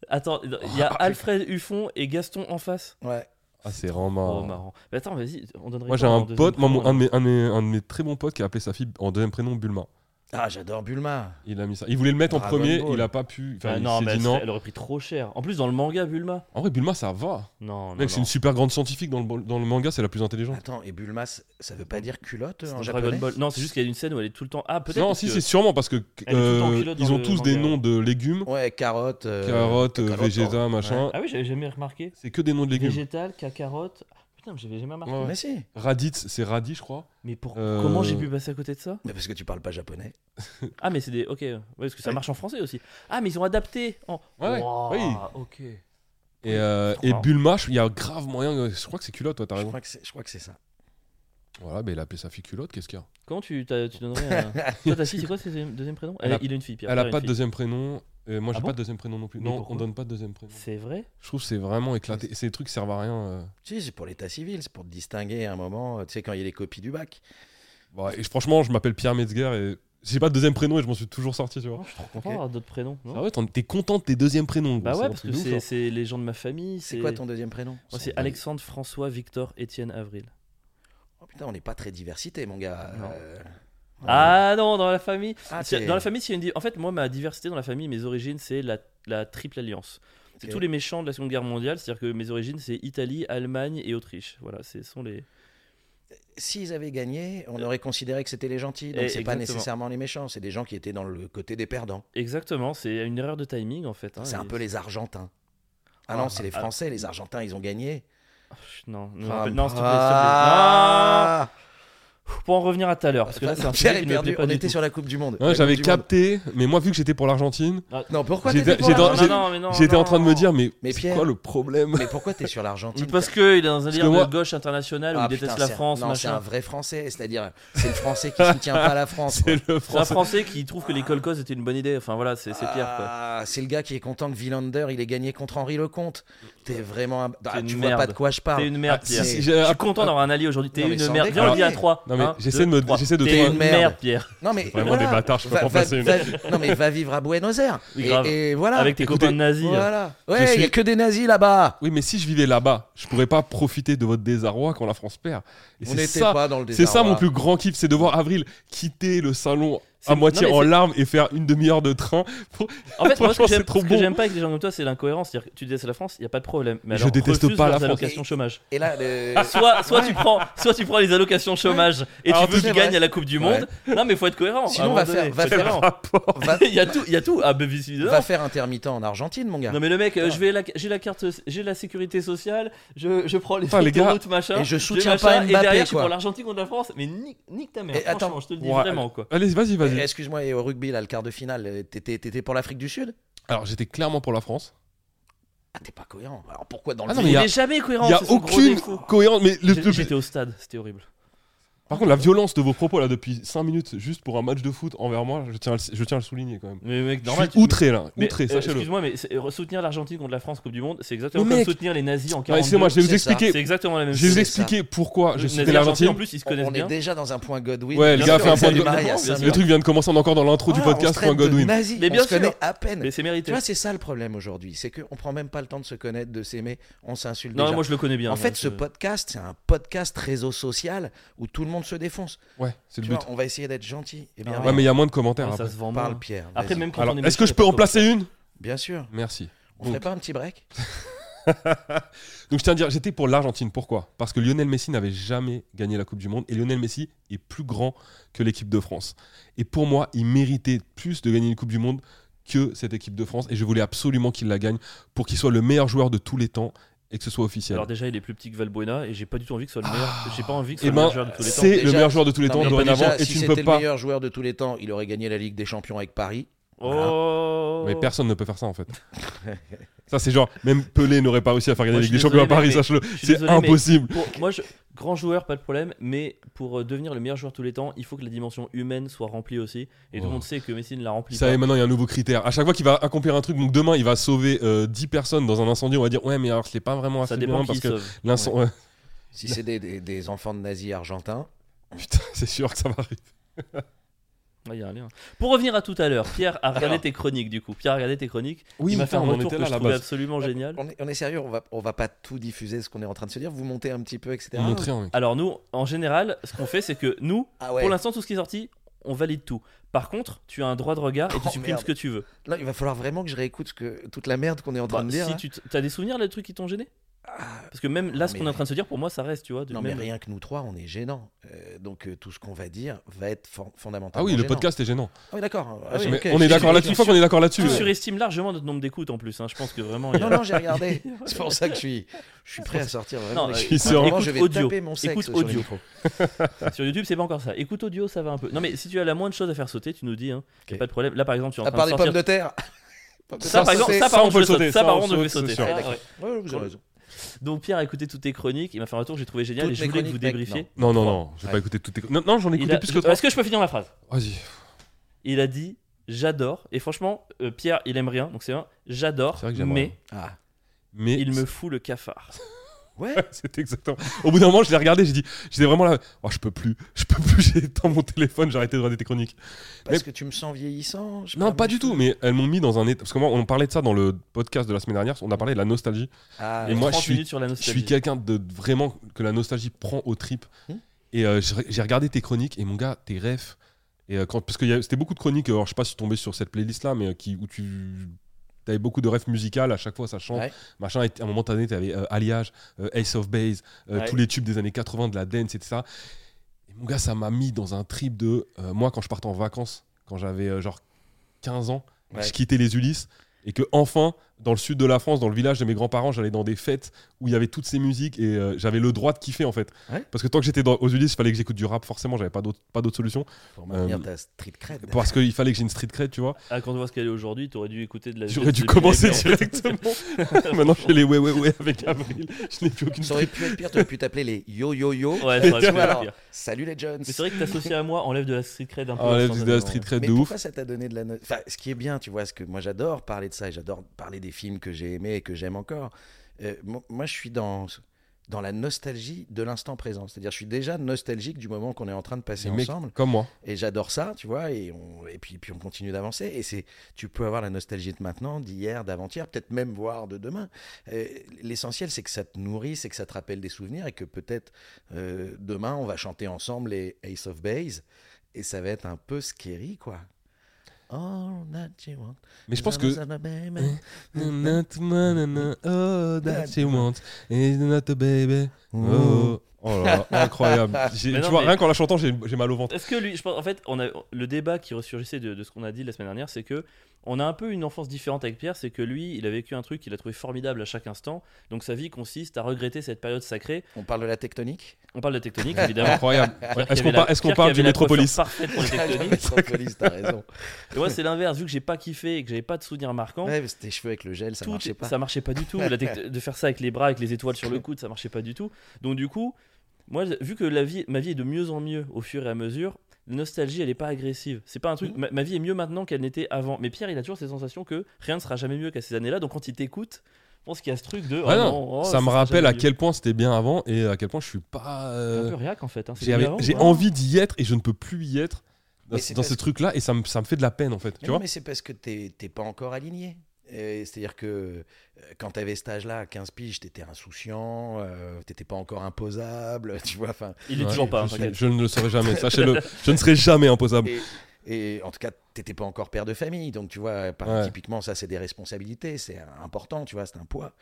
A: Attends,
B: Oh,
A: il y a Alfred Hufon et Gaston en face.
C: Ouais.
B: Ah, c'est
A: Oh,
B: vraiment marrant.
A: marrant. Mais attends, vas-y, on donnerait.
B: Moi,
A: quoi
B: j'ai
A: en
B: un
A: deuxième euh,
B: pote, moi, mon-
A: prénom,
B: un, de mes, un de mes- un de mes très bons potes qui a appelé sa fille en deuxième prénom Bulma.
C: Ah, j'adore Bulma.
B: Il a mis ça. Il voulait le mettre en
C: Dragon
B: premier,
C: Ball.
B: il a pas pu.
A: là
B: Enfin,
A: Ah
B: il
A: non,
B: s'est
A: mais
B: dit
A: elle,
B: non.
A: serait- elle aurait pris trop cher. En plus, dans le manga, Bulma.
B: En vrai, Bulma, ça va.
A: Non, non.
B: Mec, c'est
A: non.
B: une super grande scientifique dans le, bol- dans le manga, c'est la plus intelligente.
C: Attends, et Bulma, c- ça veut pas dire culotte
A: C'est
C: en
A: dans
C: japonais
A: Dragon Ball. Non, c'est juste qu'il y a une scène où elle est tout le temps. Ah, peut-être.
B: Non,
A: parce
B: si,
A: que-
B: c'est sûrement parce que
A: Elle est tout le temps en
B: euh,
A: culotte dans
B: ils ont
A: le
B: tous des
A: manga.
B: noms de légumes
C: Ouais, carotte. euh,
B: carotte, euh,
C: carotte,
B: Vegeta, machin.
A: Ah oui, j'avais jamais remarqué.
B: C'est que des noms de légumes.
A: Végétal, cacarotte. Putain, mais j'avais jamais remarqué.
B: Ouais.
C: Mais si.
B: Raditz, c'est radis, je crois.
A: Mais pour...
B: Euh,
A: comment j'ai pu passer à côté de ça
C: Mais parce que tu parles pas japonais.
A: Ah, mais c'est des. Ok, ouais, parce que ça
B: Ouais.
A: marche en français aussi. Ah, mais ils ont adapté en.
B: Ouais,
A: Ouah,
B: oui.
A: Ok.
B: Et, euh, et
A: Fort.
B: Bulma, je- il y a grave moyen. euh, Je crois que c'est culotte,
A: Ah
B: toi, t'as
C: Je
B: raison.
C: crois que c'est- je crois que c'est ça.
B: Voilà, mais il a appelé sa fille culotte, qu'est-ce qu'il y a
A: Comment tu, t'as- tu donnerais. un- Toi, ta fille, c'est quoi ses deuxième deuxième prénom
B: Elle
A: Elle-
B: a-
A: Il a une fille, Pierre.
B: Elle a
A: Pierre
B: pas
A: une fille.
B: de deuxième prénom. Euh, moi,
A: Ah
B: j'ai
A: bon
B: pas de deuxième prénom non plus.
A: Mais
B: Non,
A: pourquoi
B: on donne pas de deuxième prénom.
A: C'est vrai
B: Je trouve que c'est vraiment éclaté. Et Ces trucs servent à rien. euh.
C: Si, c'est pour l'état civil, c'est pour te distinguer à un moment, euh, tu sais, quand il y a les copies du bac.
B: Bon, et je- franchement, je m'appelle Pierre Metzger et j'ai pas de deuxième prénom et je m'en suis toujours sorti, tu vois.
A: Non, Je te comprends avoir d'autres prénoms. non
B: Ah ouais, t'en- t'es content de tes deuxièmes prénoms. gros,
A: Bah
B: c'est
A: ouais,
B: un
A: parce que
B: truc de ouf,
A: c'est
B: hein.
A: c'est les gens de ma famille.
C: C'est quoi ton deuxième prénom
A: Moi, Oh, c'est Alexandre, François, Victor, Étienne, Avril.
C: Oh putain, on n'est pas très diversité, mon gars.
A: Non.
C: Euh,
A: Ah non, dans la famille.
C: ah,
A: Si-
C: t'es-
A: Dans la famille, s'il y a une di- En fait, moi, ma diversité dans la famille, mes origines, c'est la, la triple alliance. C'est
C: Ok.
A: tous les méchants de la Seconde Guerre mondiale. C'est-à-dire que mes origines, c'est Italie, Allemagne et Autriche. Voilà, ce sont les.
C: S'ils avaient gagné, on aurait considéré que c'était les gentils. Donc
A: Eh,
C: c'est pas
A: exactement.
C: nécessairement les méchants, c'est des gens qui étaient dans le côté des perdants.
A: Exactement, c'est une erreur de timing en fait. hein,
C: c'est un
A: et-
C: peu les Argentins. Ah
A: Ah,
C: non, c'est les
A: ah.
C: Français, les Argentins, ils ont gagné.
A: Ah, pff, Non, non,
C: Ah,
A: non, s'il te plaît, s'il te plaît.
C: ah.
A: Non Pour en revenir à tout à l'heure, parce que là, Ah, c'est un
C: Pierre
A: sujet
C: est
A: qui me
C: perdu.
A: plaît pas
C: On
A: du
C: était
A: tout.
C: sur la Coupe du Monde.
B: hein. Ouais,
C: La
B: j'avais
C: Coupe du Monde.
B: capté, mais moi, vu que j'étais pour l'Argentine,
C: Non, pourquoi
B: J'étais-
C: t'étais pour
B: j'étais dans-
A: Non,
C: l'Argentine
B: j'ai-
A: non, mais non,
B: j'étais en
A: non.
B: train de me dire, mais,
C: Mais
B: c'est
C: Pierre-
B: quoi le problème
C: Mais pourquoi t'es sur
A: Mais
C: l'Argentine
A: parce qu'il est dans un
B: Parce
A: délire
B: que moi-
A: de gauche internationale où
C: Ah,
A: il déteste
C: putain,
A: la
C: c'est un-
A: France,
C: non, c'est un
A: machin.
C: vrai Français, c'est-à-dire c'est le Français qui soutient pas la France. quoi.
B: C'est le
A: C'est un
B: français.
A: Français qui trouve que les colcos étaient une bonne idée. Enfin voilà, c'est c'est Pierre quoi.
C: Ah, c'est le gars qui est content que Villander il ait gagné contre Henri Lecomte. T'es vraiment. un- Ah,
A: une
C: tu vois
A: merde.
C: pas de quoi je
A: T'es
C: parle.
A: une merde,
B: Ah, si,
A: Pierre.
B: si,
A: Je
B: j'ai-
A: suis content d'avoir un allié aujourd'hui. T'es
C: Non, mais
A: une
C: sans
A: merde. Viens, on le dit à
C: déconner.
A: 3.
B: Non, mais j'essaie de me- j'essaie de
A: T'es
B: trouver
A: une
B: un-
A: merde, Pierre.
C: Non mais
B: Vraiment
C: voilà.
B: des bâtards, je peux
C: Va-
B: pas
C: va-
B: passer une-
C: va- Non mais va vivre à Buenos Aires.
A: Oui,
C: et,
A: grave.
C: et voilà.
A: Avec tes
B: Écoutez,
A: copains de nazis. hein.
C: voilà.
B: Je
C: Ouais, il y a
B: suis-
C: que des nazis là-bas.
B: Oui, mais si je vivais là-bas, je pourrais pas profiter de votre désarroi quand la France perd. Et
C: On
B: c'est
C: n'était
B: ça,
C: pas dans le
B: c'est
C: désert.
B: ça mon
C: voilà.
B: plus grand kiff, c'est de voir Avril quitter le salon
A: C'est-
B: à
A: non,
B: moitié
A: mais
B: en
A: c'est-
B: larmes et faire une demi-heure de train.
A: En fait, moi, ce
B: Franchement,
A: que j'aime
B: c'est trop
A: ce que
B: bon.
A: j'aime pas avec les gens comme toi, c'est l'incohérence. C'est-à-dire que tu détestes la France, il y a pas de problème. Mais
B: Je
A: alors,
B: déteste
A: refuse
B: pas la
A: leurs
B: France.
A: allocations chômage.
C: Et là, le-
A: Ah, soit soit tu
C: Ouais.
A: prends soit tu prends les allocations chômage et
B: Alors,
A: tu veux
C: c'est
A: qu'ils
C: vrai.
A: gagnent à la Coupe du monde. Non mais faut être cohérent. à
C: Sinon,
A: un moment
C: va faire-
A: donné,
C: va
A: faut être
C: faire-
A: cohérent.
C: va,
A: Il y a tout, il y a tout. Ah bah, bien évidemment.
C: va faire Ah. intermittent en Argentine, mon gars.
A: Non mais le mec, euh, je vais la- j'ai la carte, j'ai la sécurité sociale, je, je prends les
B: Putain, les gars.
A: autoroutes machin,
C: Et je
A: j'ai
C: soutiens
A: machin,
C: pas
A: et
C: Mbappé,
A: derrière je suis
C: quoi.
A: pour l'Argentine contre la France, mais nique, nique ta mère.
C: Et attends.
A: franchement, je te le dis
B: Ouais.
A: vraiment quoi.
B: Allez, vas-y,
C: Et
B: vas-y.
C: Eh, Excuse-moi, et au rugby, là, le quart de finale, euh, t'étais t'étais pour l'Afrique du Sud
B: Alors, j'étais clairement pour la France.
C: Ah, t'es pas cohérent. Alors pourquoi dans le
B: Ah non,
C: jeu
B: mais
A: il
B: y a-
A: est jamais cohérent.
B: Il y a
A: c'est son gros
B: aucune
A: défaut.
B: cohérence. Mais le,
A: J'ai-
B: le-
A: J'étais au stade, c'était horrible.
B: par contre, la violence de vos propos là depuis 5 minutes, juste pour un match de foot envers moi, je tiens à le, je tiens à le souligner quand même.
A: Mais mec,
B: Je
A: normal.
B: suis outré là,
A: mais-
B: outré,
A: euh,
B: sachez-le.
A: Excuse-moi, mais c'est- euh, soutenir l'Argentine contre la France Coupe du Monde, c'est exactement
B: Mais
A: comme
B: mec.
A: soutenir les nazis en
B: Ouais,
A: 42.
B: Excusez-moi, je vais vous
C: c'est ça.
B: expliquer.
A: c'est exactement la même
B: Je vais
A: chose.
B: vous
C: ça.
B: expliquer pourquoi je
A: Les
B: suis
A: nazis
B: l'Argentine.
A: en plus, ils se
C: on,
A: connaissent
C: on est
A: bien.
C: déjà dans un point Godwin.
B: Ouais, les
A: Bien sûr,
B: gars, fait un point
A: exactement,
B: de
A: bien
C: il y a cinq
A: sûr.
B: Le truc vient de commencer on est encore dans l'intro du
C: Voilà, Ah, on se
B: podcast.
C: traite
B: Point Godwin.
C: de nazis,
A: Mais
C: on
A: bien
C: se connaît
A: sûr.
C: à peine.
A: Mais c'est
C: Tu
A: mérité.
C: vois, c'est ça le problème aujourd'hui. C'est qu'on prend même pas le temps de se connaître, de s'aimer. On s'insulte
A: Non,
C: déjà.
A: moi je le connais bien.
C: en
A: moi,
C: fait,
A: je-
C: ce podcast, c'est un podcast réseau social où tout le monde se défonce.
B: Ouais, c'est le
C: Tu
B: but.
C: vois, on va essayer d'être gentil. Eh bien,
A: Ah
B: Ouais, mais il y a moins de commentaires.
A: Ouais,
B: après.
A: ça se vend
C: parle
A: moins.
C: Pierre.
A: Après
C: vas-y.
A: même quand
B: Alors,
A: on est
B: est-ce que je peux en placer une
C: Bien sûr.
B: Merci.
C: On
B: Donc-
C: ferait pas un petit break
B: Donc je tiens à dire, j'étais pour l'Argentine. Pourquoi Parce que Lionel Messi n'avait jamais gagné la Coupe du Monde et Lionel Messi est plus grand que l'équipe de France. Et pour moi, il méritait plus de gagner une Coupe du Monde que cette équipe de France et je voulais absolument qu'il la gagne pour qu'il soit le meilleur joueur de tous les temps et que ce soit officiel.
A: Alors déjà, il est plus petit que Valbuena et j'ai pas du tout envie que ce soit le meilleur.
C: Ah.
A: J'ai pas envie que ce soit
B: Eh
A: le
B: ben,
A: meilleur joueur de tous les temps.
B: c'est le
C: Déjà-
B: meilleur joueur de tous les
C: Non,
B: temps
C: mais
B: dorénavant
C: déjà,
B: et
C: si
B: tu ne
C: c'était
B: peux
C: le
B: pas.
C: meilleur joueur de tous les temps, il aurait gagné la Ligue des Champions avec Paris.
A: Oh
B: Mais personne ne peut faire ça en fait. ça c'est genre, même Pelé n'aurait pas réussi à faire gagner la Ligue des Champions à Paris, sache-le. C'est
A: désolé, mais-
B: impossible.
A: Pour- moi, je- grand joueur, pas de problème, mais pour euh, devenir le meilleur joueur de tous les temps, il faut que la dimension humaine soit remplie aussi. Et tout
B: Oh.
A: le monde sait que Messi ne la remplit
B: Ça y
A: pas.
B: est, maintenant il y a un nouveau critère. À chaque fois qu'il va accomplir un truc, donc demain il va sauver euh, 10 personnes dans un incendie, on va dire ouais, mais alors je l'ai pas vraiment assez
A: Ça
B: bien
A: dépend qui
B: parce que
A: sauve.
B: l'incendie.
C: Si c'est des, des- des enfants de nazis argentins,
B: Putain, c'est sûr que ça va arriver.
A: Ouais, y a un lien. Pour revenir à tout à l'heure, Pierre a regardé
C: Alors.
A: tes chroniques du coup. Pierre a regardé tes chroniques.
B: Oui,
A: il m'a fait un
B: putain, on en
A: retour
B: était
A: que
B: là,
A: je
B: la
A: trouvais
B: base.
A: absolument génial.
C: on est, on est sérieux, on va, on va pas tout diffuser ce qu'on est en train de se dire. Vous montez un petit peu, etc.
B: Montrer un mec.
A: Alors nous, en général, ce qu'on fait, c'est que nous,
C: Ah ouais.
A: pour l'instant, tout ce qui est sorti, on valide tout. Par contre, tu as un droit de regard et tu
C: Oh,
A: supprimes
C: merde.
A: ce que tu veux.
C: Là, il va falloir vraiment que je réécoute ce que, toute la merde qu'on est en train
A: Bah,
C: de dire. hein.
A: si tu
C: là.
A: t- as des souvenirs là, des trucs qui t'ont gêné Parce que même là, ce
C: mais-
A: qu'on est en train de se dire, pour moi, ça reste, tu vois. de
C: Non,
A: même- euh.
C: mais rien que nous trois, on est gênant. donc euh, tout ce qu'on va dire va être fon- fondamentalement.
B: Ah oui, le
C: gênant.
B: podcast est gênant.
C: Ah oui, d'accord.
A: Ah oui,
B: Mais
C: ok,
B: on
C: je-
B: est d'accord
C: je-
B: là-dessus. Une fois qu'on est d'accord là-dessus.
A: Tu
C: Ouais.
A: surestimes largement notre nombre d'écoutes en plus. hein. Je pense que vraiment. il y a-
C: Non, non, j'ai regardé. C'est pour ça que je suis, je suis prêt à sortir.
A: Non,
C: Vraiment. les-
A: euh,
B: Je suis sûr.
C: Vraiment,
A: écoute
C: je vais
A: audio.
C: taper mon sexe
A: Écoute
C: sur le
A: audio.
C: micro.
A: Sur YouTube, c'est pas encore ça. Écoute audio, ça va un peu. Non, mais si tu as la moindre chose à faire sauter, tu nous dis. Hein. Y a
C: Ok.
A: Pas de problème. Là, par exemple, tu es en
C: À
A: train
C: part
A: de
C: les
A: sortir.
C: pommes de terre. Pommes de
A: Ça,
C: terre,
A: par exemple,
C: c'est-
A: ça, par
B: ça, on
A: contre, je
B: peut
A: le saute.
B: sauter,
A: Ça,
B: ça,
A: par
B: on
A: contre, je
B: saute,
A: vais sauter.
B: c'est sûr.
A: Ah,
C: D'accord.
A: ouais.
C: Ouais, vous avez raison.
A: Donc Pierre a écouté toutes tes chroniques, il m'a fait un retour, j'ai trouvé génial
C: Toutes
A: et je
C: mes
A: voulais que vous
C: chroniques, mec,
A: débriefiez.
B: Non, non, non, j'ai
C: Ouais.
B: pas écouté tout. Non, non, j'en ai
A: Il
B: écouté
A: a-
B: plus
A: je-
B: que trois.
A: Est-ce que je peux finir ma phrase
B: Vas-y.
A: Il a dit j'adore et franchement euh, Pierre il aime rien donc c'est un j'adore
B: C'est vrai que j'aime rien.
A: mais
C: Ah.
B: Mais
A: il me fout le cafard.
C: Ouais.
B: C'est exactement. Au bout d'un moment, je l'ai regardé, j'ai dit, j'étais vraiment là. Oh, je peux plus, je peux plus. J'ai éteint mon téléphone, j'ai arrêté de regarder tes chroniques.
C: Parce
B: Mais-
C: que tu me sens vieillissant. je sais
B: Non, pas
C: mais
B: du
C: je-
B: tout. Mais elles m'ont mis dans un état. Parce que moi, on parlait de ça dans le podcast de la semaine dernière. On a parlé de la nostalgie.
C: Ah,
B: Et moi, je
A: 30
B: suis-
A: minutes sur la
B: Je suis
A: nostalgie.
B: quelqu'un de vraiment que la nostalgie prend aux tripes.
C: Hmm.
B: Et euh, je- j'ai regardé tes chroniques et mon gars, tes refs. Et euh, quand, parce que y a- c'était beaucoup de chroniques. euh, Alors, je sais pas si tu tombais sur cette playlist là, mais euh, qui où tu avais beaucoup de refs musicales à chaque fois, ça change.
C: Ouais.
B: Machin. Et à un moment donné, tu avais Alliage, euh, Ace of Base, euh,
A: Ouais.
B: tous les tubes des années 80 de la dance et tout ça. Et mon gars, ça m'a mis dans un trip de euh, moi quand je partais en vacances, quand j'avais euh, genre 15 ans,
C: Ouais.
B: je quittais les Ulysses et que enfin dans le sud de la France, dans le village de mes grands-parents, j'allais dans des fêtes où il y avait toutes ces musiques et euh, j'avais le droit de kiffer en fait.
C: Ouais.
B: Parce que tant que j'étais dans- aux Ulysses, il fallait que j'écoute du rap, forcément, j'avais pas d'autre pas d'autre solution
C: Pour maintenir
B: Euh,
C: ta street cred.
B: parce qu'il fallait que j'ai une street cred, tu vois.
A: Ah, quand on voit ce qu'elle est aujourd'hui, t'aurais dû écouter de la.
B: J'aurais dû
A: de-
B: commencer
A: de-
B: directement. Maintenant, je fais les ouais ouais ouais avec Avril, je n'ai plus aucune
C: Ça aurait
B: street
C: pu être pire, t'aurais pu t'appeler les
A: Ouais,
C: yo-yo-yo.
A: ça aurait pu être
C: Voilà.
A: pire.
C: Salut les Jones.
A: Mais c'est vrai que t'associer à moi enlève de la street cred un peu.
B: Ah, ouais,
A: instantanément.
B: de la street cred
C: Mais
B: de ouf.
C: pourquoi ça t'a donné de la no- enfin, ce qui est bien, tu vois, ce que moi j'adore parler de ça et j'adore parler des films que j'ai aimés et que j'aime encore. Euh, mo- moi, je suis dans dans la nostalgie de l'instant présent. C'est-à-dire, je suis déjà nostalgique du moment qu'on est en train de passer
B: Les mecs
C: ensemble.
B: comme moi.
C: Et j'adore ça, tu vois. Et, on, et puis, puis on continue d'avancer. Et c'est, tu peux avoir la nostalgie de maintenant, d'hier, d'avant-hier, peut-être même voir de demain. Euh, l'essentiel, c'est que ça te nourrit, c'est que ça te rappelle des souvenirs et que peut-être euh, demain, on va chanter ensemble les Ace of Base. Et ça va être un peu scary, quoi. All that you want.
B: Mais je pense que Mm,
C: Baby. Mm,
B: Not money, no- oh, that you want is not a baby. Oh, Oh là là, incroyable. J'ai-
A: Mais
B: tu
A: non,
B: vois,
A: mais-
B: rien qu'en la chantant, j'ai j'ai mal au ventre.
A: Est-ce que lui, je pense, en fait, on a le débat qui ressurgissait de, de ce qu'on a dit la semaine dernière, c'est que on a un peu une enfance différente avec Pierre, c'est que lui, il a vécu un truc qu'il a trouvé formidable à chaque instant, donc sa vie consiste à regretter cette période sacrée.
C: On parle de la tectonique
A: On parle de tectonique, évidemment.
B: Incroyable.
A: Pierre qui
B: Est-ce qu'on
A: avait la-
B: par- est-ce qu'on
A: Pierre qui
B: parle
A: avait
B: du
A: la
B: Métropolis
A: coiffure parfaite pour les tectoniques.
C: Métropolis, t'as raison.
A: Et moi, c'est l'inverse. Vu que j'ai pas kiffé et que j'avais pas de souvenirs marquants,
C: Ouais, mais c'était cheveux avec le gel, ça
A: tout-
C: marchait pas.
A: ça marchait pas du tout. La tec- de faire ça avec les bras, avec les étoiles sur le coude, ça marchait pas du tout. Donc du coup, moi, vu que la vie, ma vie est de mieux en mieux au fur et à mesure, la nostalgie, elle est pas agressive. C'est pas un
C: Mm.
A: truc. Ma, ma vie est mieux maintenant qu'elle n'était avant. Mais Pierre, il a toujours cette sensation que rien ne sera jamais mieux qu'à ces années-là. Donc quand il t'écoute, je pense qu'il y a ce truc de.
B: Ah
A: oh
B: non,
A: non, oh,
B: ça me
A: sera
B: rappelle
A: jamais
B: à
A: mieux.
B: quel point c'était bien avant et à quel point je suis pas.
A: C'est
B: euh,
A: Un peu réac en fait. hein. C'est
B: j'ai
A: plus
B: avec-
A: avant,
B: j'ai
A: hein.
B: envie d'y être et je ne peux plus y être dans,
C: Mais c'est
B: dans
C: parce
B: ce
C: que-
B: truc-là et ça me, ça me fait de la peine en fait.
C: Mais
B: tu
C: non,
B: vois
C: mais c'est parce que t'es t'es pas encore aligné. Euh, C'est-à-dire que euh, quand t'avais cet âge-là, à 15 piges, t'étais insouciant, euh, t'étais pas encore imposable, tu vois. Enfin,
A: Il est
B: Ouais,
A: toujours pas. hein,
B: je,
A: t'inquiète.
B: je ne le serai jamais, sachez-le. je ne serai jamais imposable.
C: et, et en tout cas, t'étais pas encore père de famille, donc tu vois, par-
B: Ouais.
C: typiquement, ça c'est des responsabilités, c'est important, tu vois, c'est un poids.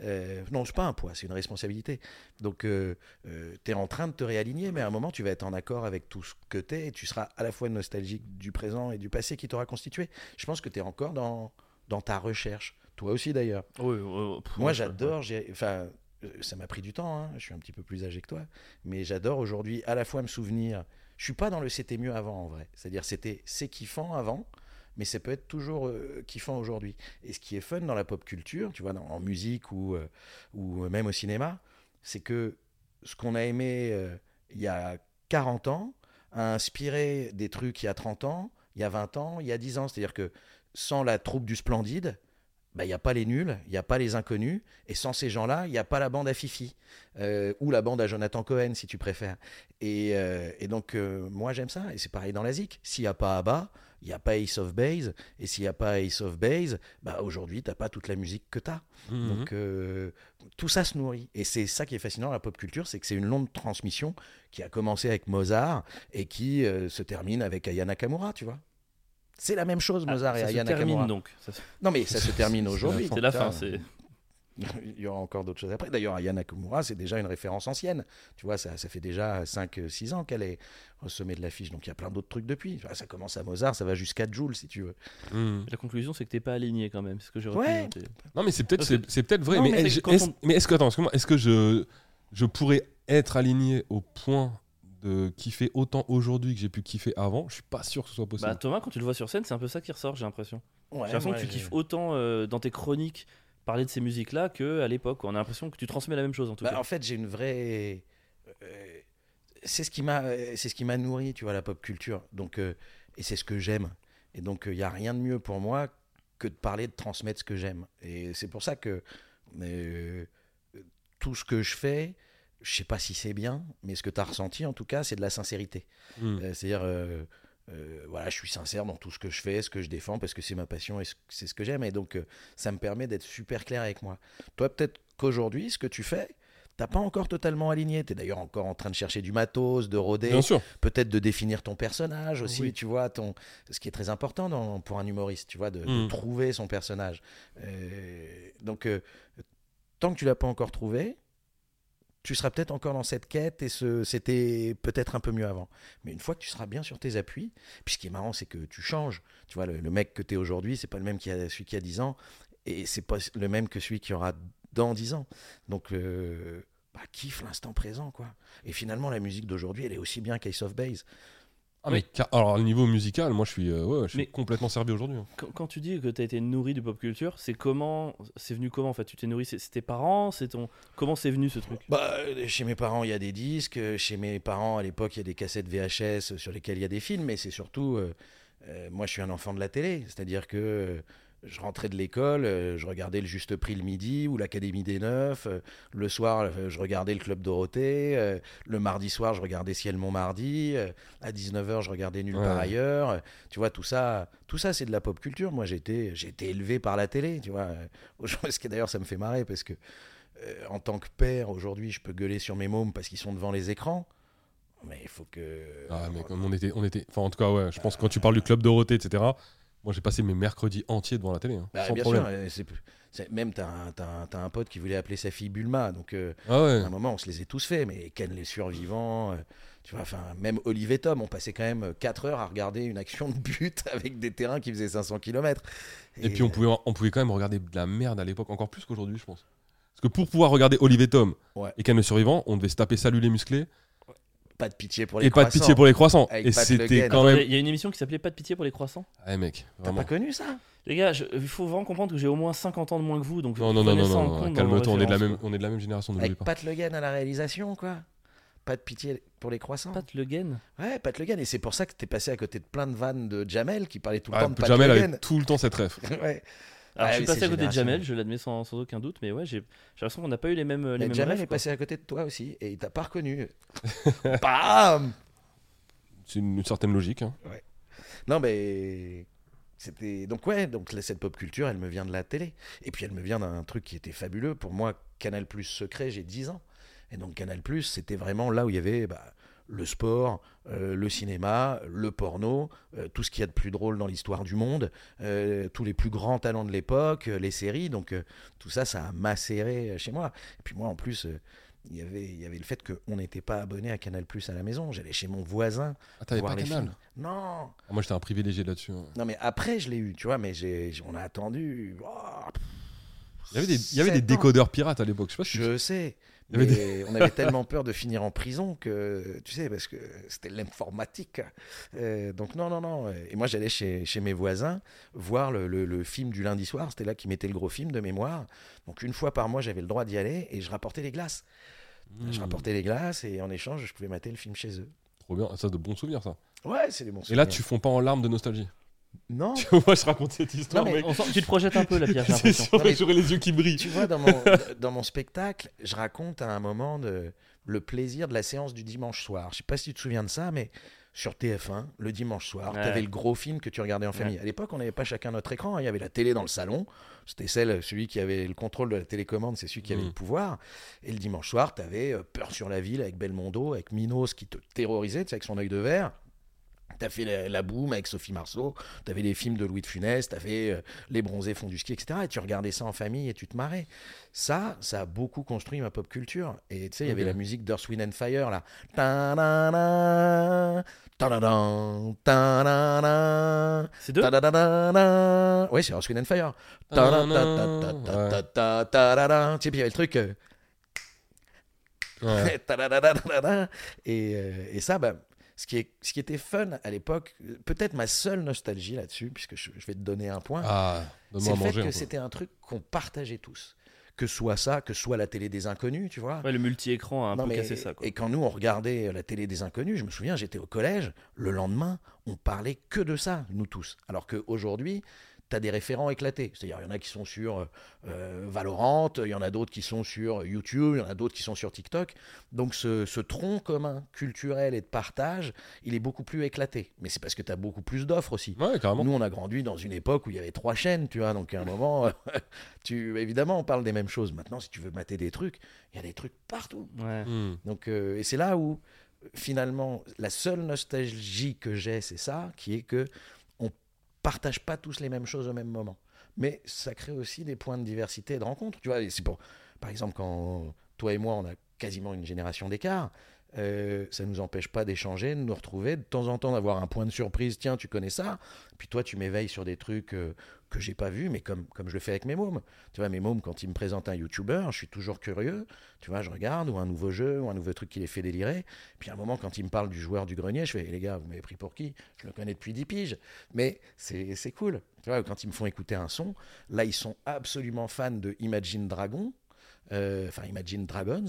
C: Euh, non, c'est pas un poids, c'est une responsabilité. Donc, euh, euh, t'es en train de te réaligner, mais à un moment, tu vas être en accord avec tout ce que t'es, et tu seras à la fois nostalgique du présent et du passé qui t'aura constitué. Je pense que t'es encore dans, dans ta recherche, toi aussi d'ailleurs.
A: Ouais, ouais, ouais, pff,
C: Moi,
A: ouais,
C: j'adore. j'ai- Enfin, euh, ça m'a pris du temps. hein, Je suis un petit peu plus âgé que toi, mais j'adore aujourd'hui à la fois me souvenir. Je suis pas dans le c'était mieux avant en vrai. C'est-à-dire c'était c'est kiffant avant. mais ça peut être toujours euh, kiffant aujourd'hui. Et ce qui est fun dans la pop culture, tu vois, dans- en musique ou, euh, ou même au cinéma, c'est que ce qu'on a aimé euh, il y a 40 ans a inspiré des trucs il y a 30 ans, il y a 20 ans, il y a 10 ans. C'est-à-dire que sans la troupe du Splendide, bah, il n'y a pas les nuls, il n'y a pas les inconnus, et sans ces gens-là, il n'y a pas la bande à Fifi, euh, ou la bande à Jonathan Cohen, si tu préfères. Et, euh, et donc, euh, moi, j'aime ça, et c'est pareil dans la ZIC. S'il n'y a pas ABBA, il n'y a pas Ace of Base, et s'il n'y a pas Ace of Base, bah, aujourd'hui, tu n'as pas toute la musique que tu as.
B: Hum,
A: Mhm.
C: Donc euh, tout ça se nourrit. Et c'est ça qui est fascinant dans la pop culture, c'est que c'est une longue transmission qui a commencé avec Mozart et qui euh, se termine avec Aya Nakamura, tu vois. C'est la même chose, Mozart et
A: Ah, ça se
C: Aya
A: termine
C: Nakamura.
A: donc. Ça se-
C: Non mais ça se termine aujourd'hui.
A: C'est la fin.
C: Putain.
A: c'est-
C: Il y aura encore d'autres choses après. D'ailleurs, Aya Nakamura, c'est déjà une référence ancienne. Tu vois, ça, ça fait déjà 5-6 ans qu'elle est au sommet de l'affiche. Donc il y a plein d'autres trucs depuis. Enfin, Ça commence à Mozart, ça va jusqu'à Jules, si tu veux.
B: Mhm.
A: La conclusion, c'est que t'es pas aligné quand même. C'est ce que j'ai
C: Ouais.
A: représenté.
B: Non, mais c'est peut-être
A: Parce que-
B: c'est, c'est peut-être vrai.
A: Non,
B: mais
A: mais
B: est-ce,
A: c'est quand
B: est-ce-
A: on-
B: mais est-ce que attends, excuse-moi, est-ce que je je pourrais être aligné au point de kiffer autant aujourd'hui que j'ai pu kiffer avant Je suis pas sûr que ce soit possible.
A: Bah, Thomas, quand tu le vois sur scène, c'est un peu ça qui ressort, j'ai l'impression.
C: Ouais,
A: J'ai l'impression
C: ouais,
A: que tu
C: je-
A: kiffes autant euh, dans tes chroniques parler de ces musiques-là qu'à l'époque. quoi. On a l'impression que tu transmets la même chose en tout
C: Bah,
A: cas.
C: en fait, j'ai une vraie. euh, c'est ce qui m'a, euh, c'est ce qui m'a nourri, tu vois, la pop culture. Donc, euh, et c'est ce que j'aime. Et donc, il n'y a rien de mieux pour moi que de parler, de transmettre ce que j'aime. Et c'est pour ça que euh, tout ce que je fais, je sais pas si c'est bien, mais ce que tu as ressenti, en tout cas, c'est de la sincérité.
B: Mhm.
C: Euh, C'est-à-dire, euh, euh, voilà, je suis sincère dans tout ce que je fais, ce que je défends, parce que c'est ma passion et ce- c'est ce que j'aime. Et donc, euh, ça me permet d'être super clair avec moi. Toi, peut-être qu'aujourd'hui, ce que tu fais, t'as pas encore totalement aligné. T'es d'ailleurs encore en train de chercher du matos, de rôder
B: Bien sûr.
C: peut-être de définir ton personnage aussi,
A: Oui.
C: tu vois, ton, ce qui est très important dans- pour un humoriste, tu vois, de, de
B: Mm.
C: trouver son personnage. Euh, donc, euh, tant que tu l'as pas encore trouvé, tu seras peut-être encore dans cette quête et ce, c'était peut-être un peu mieux avant. Mais une fois que tu seras bien sur tes appuis, puis ce qui est marrant, c'est que tu changes. Tu vois, le, le mec que tu es aujourd'hui, c'est pas le même qui a celui qui a 10 ans, et c'est pas le même que celui qui aura dans 10 ans. Donc, euh, bah, kiffe l'instant présent, quoi. Et finalement, la musique d'aujourd'hui, elle est aussi bien qu'Ace of Base.
B: Ah, mais ca- alors au niveau musical, moi je suis euh, ouais, je suis
A: Mais-
B: complètement servi aujourd'hui. hein.
A: Quand, quand tu dis que tu as été nourri de pop culture, c'est comment C'est venu comment en fait Tu t'es nourri C'est c'est tes parents C'est ton Comment c'est venu ce truc
C: Bah, euh, chez mes parents, il y a des disques. euh, Chez mes parents, à l'époque, il y a des cassettes VHS euh, sur lesquelles il y a des films. Mais c'est surtout, euh, euh, moi, je suis un enfant de la télé. C'est-à-dire que euh, je rentrais de l'école, euh, je regardais le Juste Prix le midi ou l'Académie des Neufs. euh, le soir, euh, je regardais le Club Dorothée. euh, le mardi soir, je regardais Ciel Montmardi. euh, à 19h, je regardais Nulle part
B: Ouais.
C: ailleurs. euh, tu vois, tout ça, tout ça, c'est de la pop culture. Moi, j'ai été, j'ai été élevé par la télé. Tu vois, Euh, aujourd'hui, ce qui d'ailleurs, ça me fait marrer parce que euh, en tant que père, aujourd'hui, je peux gueuler sur mes mômes parce qu'ils sont devant les écrans. Mais il faut que. euh,
B: Ah, mais comme on était, on était. Enfin, en tout cas, ouais. Je pense que quand tu parles du club Dorothée, etc. Moi, j'ai passé mes mercredis entiers devant la télé, hein,
C: Bah,
B: sans
C: bien
B: problème.
C: sûr, euh, c'est- c'est- même t'as un, t'as un- t'as un pote qui voulait appeler sa fille Bulma, donc euh,
B: Ah ouais.
C: à un moment on se les est tous faits, mais Ken les survivants, euh, tu vois, enfin même Olive et Tom, on passait quand même 4 heures à regarder une action de but avec des terrains qui faisaient 500 km. Ah,
B: Et puis on pouvait, on pouvait quand même regarder de la merde à l'époque, encore plus qu'aujourd'hui, je pense. Parce que pour pouvoir regarder Olivier Tom
C: Ouais.
B: et Ken le Survivant, on devait se taper Salut les musclés
C: euh, Pas de pitié pour les
B: et pas de
C: croissants.
B: pitié pour les croissants.
C: Avec
B: et
C: Pat
B: c'était
C: Le Guen.
B: quand
A: Il y a-
B: même.
A: il y a une émission qui s'appelait Pas de pitié pour les croissants.
B: Eh mec,
C: T'as
B: vraiment.
C: pas connu ça
A: Les gars, je- il faut vraiment comprendre que j'ai au moins 50 ans de moins que vous, donc
B: Non, non, non,
A: prenez
B: non,
A: ça en
B: non,
A: compte
B: non,
A: dans vos
B: calme-toi, on, est de la
A: références,
B: même- on est de la même génération, n'oublie
C: Avec
B: pas.
C: Pat Le Guen à la réalisation, quoi. Pas de pitié pour les croissants.
A: quoi. Pat Le Guen.
C: Ouais, Pat Le Guen, et c'est pour ça que t'es passé à côté de plein de vannes de Jamel qui parlait tout le
B: Ah,
C: temps de Pat
B: Jamel
C: Le
B: avait tout le temps cette ref.
C: Guen. ouais.
A: Alors,
C: Ah
A: je suis
C: oui,
A: passé
C: c'est
A: à côté de Jamel,
C: générationnel.
A: je l'admets sans, sans aucun doute, mais ouais, j'ai j'ai l'impression qu'on n'a pas eu les mêmes. Les
C: Mais
A: mêmes
C: Jamel
A: rêves,
C: est
A: quoi.
C: passé à côté de toi aussi, et il t'a pas reconnu. Bam
B: C'est une, une certaine logique. hein.
C: Non, mais. C'était. Donc, ouais, donc là, cette pop culture, elle me vient de la télé. Et puis, elle me vient d'un truc qui était fabuleux. Pour moi, Canal Plus secret, j'ai 10 ans. Et donc, Canal Plus, c'était vraiment là où il y avait bah, le sport, euh, le cinéma, le porno, euh, tout ce qu'il y a de plus drôle dans l'histoire du monde, euh, tous les plus grands talents de l'époque, euh, les séries. Donc, euh, tout ça, ça a macéré euh, chez moi. Et puis, moi, en plus. euh, il y, avait, il y avait le fait qu'on n'était pas abonné à Canal Plus à la maison. J'allais chez mon voisin
B: Ah, t'avais
C: voir
B: pas
C: les
B: Canal
C: films. Non,
B: Ah, Moi, j'étais un privilégié là-dessus. hein.
C: non, mais après, je l'ai eu, tu vois, mais j'ai, j- on a attendu. oh,
B: Il y avait des, il y avait des
C: sept ans.
B: décodeurs pirates à l'époque, je sais pas si tu-
C: Je sais,
B: Il y avait
C: Mais on avait tellement peur de finir en prison que, tu sais, parce que c'était l'informatique. Euh, donc non, non, non. Et moi, j'allais chez, chez mes voisins voir le, le- le film du lundi soir. C'était là qu'ils mettaient le gros film de mémoire. Donc une fois par mois, j'avais le droit d'y aller et je rapportais les glaces. Je
B: Mmh,
C: rapportais les glaces et en échange, je pouvais mater le film chez eux.
B: Trop bien, ça de bons souvenirs ça.
C: Ouais, c'est des bons
B: Et là,
C: souvenirs.
B: tu fonds pas en larmes de nostalgie.
C: Non,
B: Tu vois, je raconte cette histoire,
C: Non, mais
B: mec.
A: On sent- tu te projettes un peu la pierre, j'ai
B: C'est
A: l'impression.
B: sûr,
C: Non, mais-
B: j'aurais les yeux qui brillent.
C: tu vois, dans mon, dans mon spectacle, je raconte à un moment de, le plaisir de la séance du dimanche soir. Je sais pas si tu te souviens de ça, mais sur TF1, le dimanche soir,
A: Ouais.
C: tu avais le gros film que tu regardais en famille. À l'époque, on n'avait pas chacun notre écran. hein. Il y avait la télé dans le salon. C'était celle, celui qui avait le contrôle de la télécommande, c'est celui qui avait
B: Mm.
C: le pouvoir. Et le dimanche soir, tu avais Peur sur la ville avec Belmondo, avec Minos qui te terrorisait, tu sais, avec son œil de verre. T'as fait la, la boum avec Sophie Marceau, t'avais les films de Louis de Funès, t'avais euh, Les Bronzés font du ski, etc. Et tu regardais ça en famille et tu te marrais. Ça, ça a beaucoup construit ma pop culture. Et tu sais, il y avait
B: Ok.
C: la musique d'Earth, Wind and Fire, là. Ta-da-da, ta-da-dan, ta-da-da,
A: C'est deux
C: ta-da-da-da-da. Ouais, c'est Earth, Wind and Fire. Ta-da-da-da-da-da-da-da-da. Tu sais, puis il y avait le truc. euh,
B: Ouais.
C: Ta-da-da-da-da-da-da. Et, euh, et ça, bah, ce, qui est, ce qui était fun à l'époque, euh, peut-être ma seule nostalgie là-dessus, puisque je, je vais te donner un point,
B: Ah,
C: c'est
B: donne-moi à
C: le fait
B: manger.
C: que
B: un peu.
C: c'était un truc qu'on partageait tous. Que soit ça, que soit la télé des inconnus, tu vois.
A: Ouais, le multi-écran a un
C: Non,
A: peu
C: mais-
A: cassé ça. Quoi.
C: Et quand nous, on regardait la télé des inconnus, je me souviens, j'étais au collège, le lendemain, on parlait que de ça, nous tous. Alors qu'aujourd'hui, tu as des référents éclatés. C'est-à-dire, il y en a qui sont sur euh, Valorant, il y en a d'autres qui sont sur YouTube, il y en a d'autres qui sont sur TikTok. Donc ce, ce tronc commun culturel et de partage, il est beaucoup plus éclaté. Mais c'est parce que tu as beaucoup plus d'offres aussi.
B: Ouais, carrément.
C: Nous, on a grandi dans une époque où il y avait trois chaînes, tu vois. Donc, à un moment, tu, évidemment, on parle des mêmes choses. Maintenant, si tu veux mater des trucs, il y a des trucs partout.
A: Ouais.
B: Hmm.
C: Donc, euh, et c'est là où, finalement, la seule nostalgie que j'ai, c'est ça, qui est que on partage pas tous les mêmes choses au même moment. Mais ça crée aussi des points de diversité et de rencontre. Tu vois, et c'est pour, par exemple, quand toi et moi, on a quasiment une génération d'écart. euh, ça nous empêche pas d'échanger, de nous retrouver, de temps en temps d'avoir un point de surprise. Tiens, tu connais ça Puis toi, tu m'éveilles sur des trucs euh, que j'ai pas vus, mais comme, comme je le fais avec mes mômes. Tu vois, mes mômes, quand ils me présentent un YouTuber, je suis toujours curieux. Tu vois, je regarde, ou un nouveau jeu, ou un nouveau truc qui les fait délirer. Puis à un moment, quand il me parle du joueur du grenier, je fais, Eh les gars, vous m'avez pris pour qui Je le connais depuis 10 piges. Mais c'est c'est cool. Tu vois, quand ils me font écouter un son, là, ils sont absolument fans de Imagine Dragon. euh, Enfin, Imagine Dragons,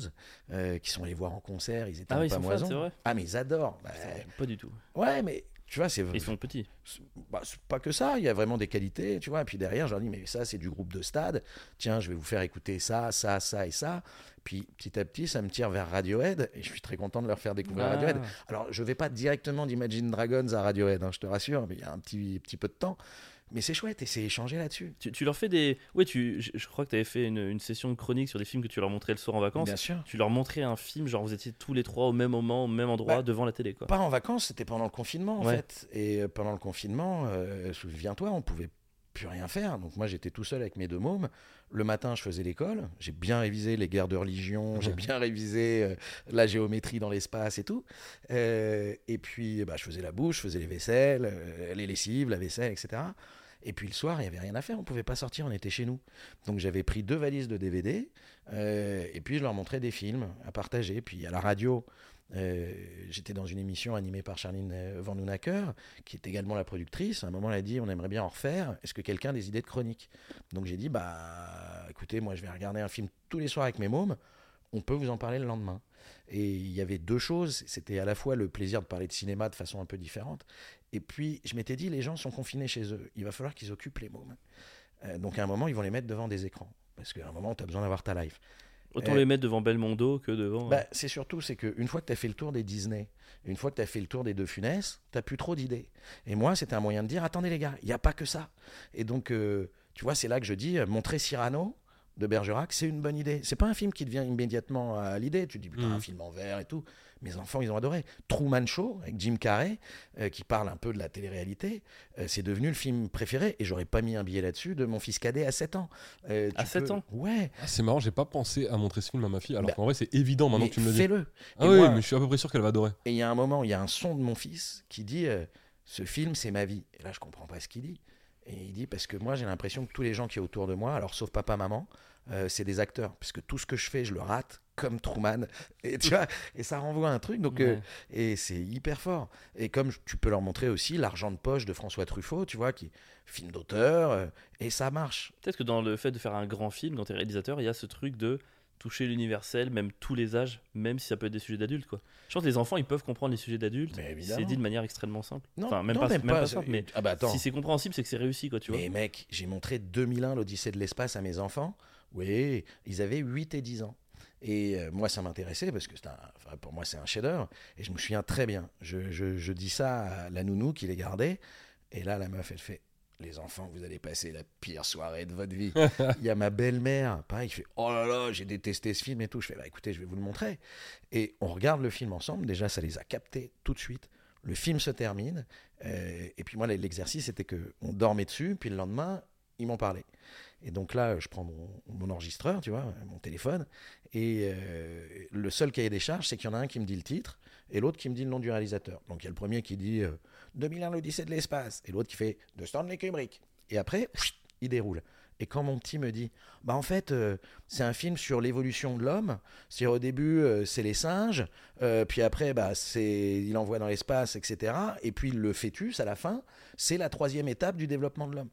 C: euh, qui sont allés voir en concert, ils étaient
A: Ah
C: en
A: oui, ils sont fans,
C: pamoison.
A: c'est vrai.
C: ah, mais ils adorent. Bah,
A: Pas du tout.
C: ouais, mais tu vois, c'est
A: Ils sont petits.
C: c'est- bah, c'est pas que ça, il y a vraiment des qualités, tu vois. Et puis derrière, je leur dis, mais ça, c'est du groupe de stade. Tiens, je vais vous faire écouter ça, ça, ça et ça. Puis petit à petit, ça me tire vers Radiohead et je suis très content de leur faire découvrir Radiohead.
A: Ah.
C: Alors, je vais pas directement d'Imagine Dragons à Radiohead, hein, je te rassure, mais il y a un petit, petit peu de temps. Mais c'est chouette et c'est échangé là-dessus.
A: Tu, tu leur fais des. Ouais, tu, je, je crois que tu avais fait une, une session de chronique sur des films que tu leur montrais le soir en vacances.
C: Bien sûr.
A: Tu leur montrais un film, genre vous étiez tous les trois au même moment, au même endroit,
C: Bah,
A: devant la télé, quoi.
C: Pas en vacances, c'était pendant le confinement en
A: Ouais.
C: fait. Et euh, pendant le confinement, euh, souviens-toi, on pouvait plus rien faire. Donc moi j'étais tout seul avec mes deux mômes. Le matin je faisais l'école, j'ai bien révisé les guerres de religion, j'ai bien révisé euh, la géométrie dans l'espace et tout. Euh, et puis bah, je faisais la bouche, je faisais les vaisselles, euh, les lessives, la vaisselle, etc. Et puis le soir, il n'y avait rien à faire, on pouvait pas sortir, on était chez nous. Donc j'avais pris deux valises de DVD, euh, et puis je leur montrais des films à partager. Puis à la radio, euh, j'étais dans une émission animée par Charline euh, Van Noonacker, qui est également la productrice. À un moment, elle a dit on aimerait bien en refaire. Est-ce que quelqu'un a des idées de chronique Donc j'ai dit bah écoutez, moi je vais regarder un film tous les soirs avec mes mômes. On peut vous en parler le lendemain. Et il y avait deux choses. C'était à la fois le plaisir de parler de cinéma de façon un peu différente. Et puis, je m'étais dit, les gens sont confinés chez eux. Il va falloir qu'ils occupent les mômes. Euh, donc, à un moment, ils vont les mettre devant des écrans. Parce qu'à un moment, tu as besoin d'avoir ta life.
A: Autant
C: euh,
A: les mettre devant Belmondo que devant.
C: Bah, c'est surtout, c'est qu'une fois que tu as fait le tour des Disney, une fois que tu as fait le tour des deux Funès, tu plus trop d'idées. Et moi, c'était un moyen de dire, attendez les gars, il n'y a pas que ça. Et donc, euh, tu vois, c'est là que je dis, euh, montrer Cyrano de Bergerac, c'est une bonne idée. C'est pas un film qui te vient immédiatement euh, à l'idée. Tu te dis, putain, un
B: Mhm.
C: film en verre et tout. Mes enfants, ils ont adoré. Truman Show, avec Jim Carrey, euh, qui parle un peu de la télé-réalité, euh, c'est devenu le film préféré. Et j'aurais pas mis un billet là-dessus de mon fils cadet à 7 ans. Euh,
A: À
C: tu
A: 7
C: peux-
A: ans
C: Ouais.
B: Ah, c'est marrant, j'ai pas pensé à montrer ce film à ma fille, alors
C: Bah,
B: qu'en vrai, c'est évident maintenant
C: mais
B: que tu me le dis.
C: Fais-le.
B: Ah
C: et
B: oui,
C: moi-
B: mais je suis à peu près sûr qu'elle va adorer.
C: Et il y a un moment, il y a un son de mon fils qui dit euh, Ce film, c'est ma vie. Et là, je comprends pas ce qu'il dit. Et il dit Parce que moi, j'ai l'impression que tous les gens qui sont autour de moi, alors sauf papa, maman, euh, c'est des acteurs. Parce que tout ce que je fais, je le rate comme Truman. Et tu vois, et ça renvoie à un truc. Donc, euh, et c'est hyper fort. Et comme je- tu peux leur montrer aussi l'argent de poche de François Truffaut, tu vois, qui est film d'auteur, euh, et ça marche.
A: Peut-être que dans le fait de faire un grand film, quand t'es réalisateur, il y a ce truc de toucher l'universel, même tous les âges, même si ça peut être des sujets d'adultes. quoi. Je pense que les enfants, ils peuvent comprendre les sujets d'adultes.
C: Mais
A: si
C: évidemment.
A: C'est dit de manière extrêmement simple.
C: Non,
A: enfin, même
C: non,
A: pas,
C: même
A: même
C: pas,
A: pas
C: c'est-
A: simple, mais
C: ah bah attends.
A: si c'est compréhensible, c'est que c'est réussi, quoi, tu vois.
C: Mais mec, j'ai montré 2001, l'Odyssée de l'espace, à mes enfants. Oui, ils avaient 8 et 10 ans. Et euh, moi, ça m'intéressait parce que c'est un- enfin, pour moi, c'est un chef-d'œuvre. Et je me souviens très bien. Je, je- je dis ça à la nounou qui les gardait. Et là, la meuf, elle fait Les enfants, vous allez passer la pire soirée de votre vie. Il y a ma belle-mère, pareil, qui fait Oh là là, j'ai détesté ce film et tout. Je fais Bah écoutez, je vais vous le montrer. Et on regarde le film ensemble. Déjà, ça les a captés tout de suite. Le film se termine. Euh, et puis moi, l'exercice, c'était que on dormait dessus, puis le lendemain, ils m'en parlaient. Et donc là, je prends mon, mon enregistreur, tu vois, mon téléphone, et euh, le seul cahier des charges, c'est qu'il y en a un qui me dit le titre, et l'autre qui me dit le nom du réalisateur. Donc il y a le premier qui dit euh, 2001, l'Odyssée de l'espace, et l'autre qui fait de Stanley Kubrick. Et après, pfft, il déroule. Et quand mon petit me dit, bah en fait, euh, c'est un film sur l'évolution de l'homme. C'est au début, euh, c'est les singes, euh, puis après, bah, c'est il envoie dans l'espace, etc. Et puis le fœtus, à la fin, c'est la troisième étape du développement de l'homme.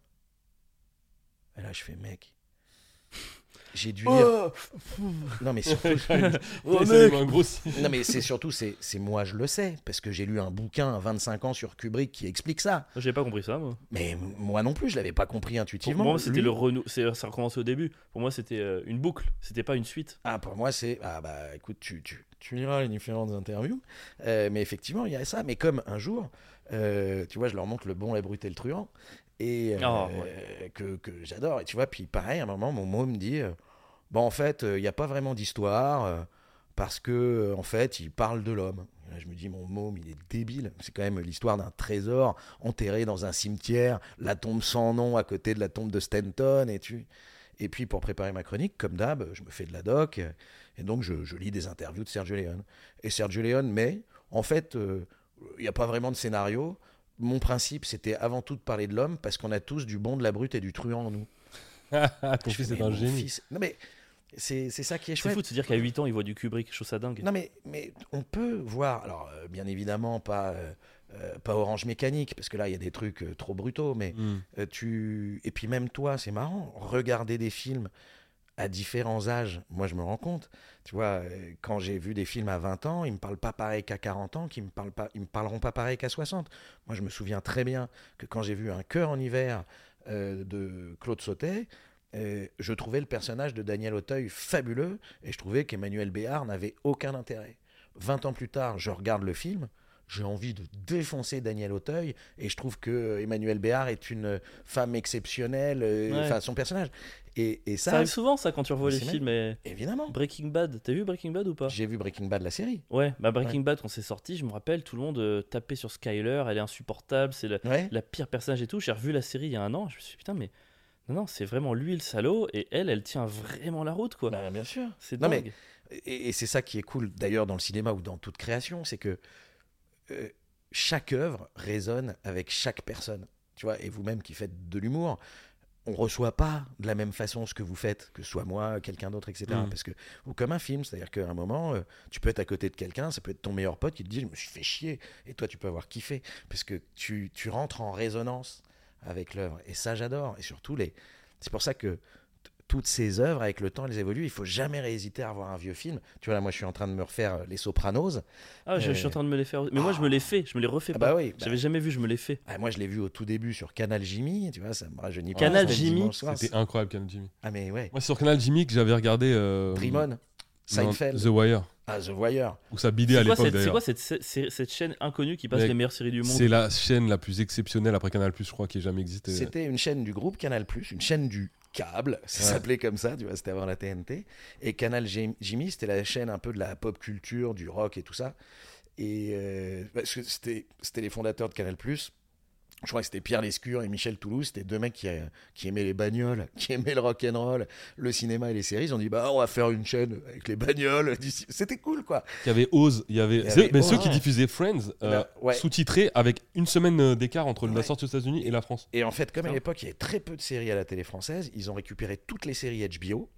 C: Et là, je fais, mec, j'ai dû lire. Non, mais surtout,
B: Oh
C: Oh,
B: Ouais, c'est vraiment un gros
C: non, mais c'est surtout, c'est c'est moi, je le sais, parce que j'ai lu un bouquin à 25 ans sur Kubrick qui explique ça.
A: Moi, J'avais pas compris ça, moi.
C: Mais moi non plus, je l'avais pas compris
A: Pour
C: intuitivement.
A: moi, c'était
C: Lui-
A: le renou... c'est- euh, Ça recommençait au début. Pour moi, c'était euh, une boucle. C'était pas une suite.
C: Ah, pour moi, c'est. Ah, bah écoute, tu, tu, tu liras les différentes interviews. Euh, mais effectivement, il y a ça. Mais comme un jour, euh, tu vois, je leur montre le bon, la brute et le truand. Et euh,
A: Ah,
C: que, que j'adore. Et tu vois, puis pareil, à un moment, mon mot me dit euh, Bon, en fait, euh, il n'y a pas vraiment d'histoire. euh, parce que, euh, en fait, il parle de l'homme. Et Là, je me dis, mon môme, il est débile. C'est quand même l'histoire d'un trésor enterré dans un cimetière, la tombe sans nom à côté de la tombe de Stanton. Et, tu... et puis, pour préparer ma chronique, comme d'hab, je me fais de la doc. euh, Et donc, je, je lis des interviews de Sergio Leone. Et Sergio Leone, mais en fait, euh, il n'y a pas vraiment de scénario. Mon principe, c'était avant tout de parler de l'homme parce qu'on a tous du bon, de la brute et du truand en nous.
B: Ah, Ton
C: Je
B: fils
C: fais,
B: est
C: mais
B: un
C: mon
B: génie.
C: fils- Non, mais c'est c'est ça qui est
A: C'est
C: chouette.
A: fou de se dire qu'à 8 ans, il voit du Kubrick, je trouve ça dingue.
C: Non, mais, mais on peut voir, alors euh, bien évidemment, pas, euh, euh, pas Orange Mécanique, parce que là, il y a des trucs euh, trop brutaux, mais
B: Mm.
C: euh, tu. Et puis même toi, c'est marrant, regarder des films à différents âges, moi je me rends compte, tu vois, euh, quand j'ai vu des films à 20 ans, ils me parlent pas pareil qu'à 40 ans, qu'ils me parlent pas, ils me parleront pas pareil qu'à 60. Moi je me souviens très bien que quand j'ai vu Un cœur en hiver euh, de Claude Sautet, euh, je trouvais le personnage de Daniel Auteuil fabuleux et je trouvais qu'Emmanuel Béard n'avait aucun intérêt. 20 ans plus tard, je regarde le film, j'ai envie de défoncer Daniel Auteuil et je trouve que Emmanuel Béard est une femme exceptionnelle, euh,
A: Ouais.
C: enfin son personnage. Et, et
A: Ça,
C: ça,
A: arrive souvent, ça, quand tu revois
C: Mais
A: les
C: c'est
A: films. Et...
C: évidemment,
A: Breaking Bad, t'as vu Breaking Bad ou pas
C: j'ai vu Breaking Bad, la série.
A: Ouais, bah Breaking Bad, quand c'est sorti, je me rappelle, tout le monde euh, tapait sur Skyler, elle est insupportable, c'est la,
C: Ouais.
A: la pire personnage et tout. J'ai revu la série il y a un an, je me suis dit, putain, mais non, non, c'est vraiment lui le salaud, et elle, elle tient vraiment la route, quoi.
C: Bah, bien sûr.
A: c'est
C: non,
A: dingue.
C: Et, et c'est ça qui est cool, d'ailleurs, dans le cinéma ou dans toute création, c'est que euh, chaque œuvre résonne avec chaque personne. Tu vois, et vous-même qui faites de l'humour, on reçoit pas de la même façon ce que vous faites, que ce soit moi, quelqu'un d'autre, etc.
B: Mm.
C: Parce que, ou comme un film, c'est-à-dire qu'à un moment, euh, tu peux être à côté de quelqu'un, ça peut être ton meilleur pote qui te dit, je me suis fait chier, et toi, tu peux avoir kiffé, parce que tu, tu rentres en résonance avec l'œuvre. Et ça, j'adore. Et surtout, les... c'est pour ça que t- toutes ces œuvres, avec le temps, elles évoluent. Il faut jamais hésiter à voir un vieux film. Tu vois, là, moi, je suis en train de me refaire euh, Les Sopranos.
A: Ah, je, je suis en train de me les faire. Mais moi, je me les fais, je me les refais
C: euh, Ah
A: pas.
C: bah oui. bah,
A: J'avais jamais vu, je me les fais.
C: ah, moi, je l'ai vu au tout début sur Canal Jimmy. Tu vois, ça me rajeunit pas.
A: Canal
C: c'était le
A: Jimmy,
C: dimanche soir.
B: C'était incroyable, Canal Jimmy.
C: Ah, mais ouais.
B: Moi, c'est sur Canal Jimmy que j'avais regardé. euh,
C: Dreamon,
B: non,
C: Seinfeld,
B: The Wire,
C: ah, The Voyeur.
B: où ça bidait à
A: C'est quoi,
B: l'époque
A: cette, c'est
B: d'ailleurs.
A: quoi cette, c'est- cette chaîne inconnue qui passe
B: Mec,
A: les meilleures séries du monde
B: C'est la chaîne la plus exceptionnelle après Canal Plus, je crois, qui ait jamais existé.
C: C'était une chaîne du groupe Canal, une chaîne du câble, ça
B: Ouais.
C: s'appelait comme ça, tu vois, c'était avant la TNT. Et Canal Jim- Jimmy, c'était la chaîne un peu de la pop culture, du rock et tout ça. Et euh, parce que c'était c'était les fondateurs de Canal Je crois que c'était Pierre Lescure et Michel Toulouse, c'était deux mecs qui, euh, qui aimaient les bagnoles, qui aimaient le rock and roll, le cinéma et les séries. Ils ont dit bah on va faire une chaîne avec les bagnoles. du ci- C'était cool quoi.
B: Il y avait Oz, il y avait.
C: Il y
B: ceux-
C: avait
B: mais
C: Oz.
B: ceux qui
A: Ouais.
B: diffusaient Friends, euh,
C: Là, ouais.
B: sous-titrés avec une semaine euh, d'écart entre
C: Ouais.
B: la sortie aux États-Unis et la France.
C: Et en fait, comme à
A: Putain.
C: l'époque, il y avait très peu de séries à la télé française, ils ont récupéré toutes les séries HBO.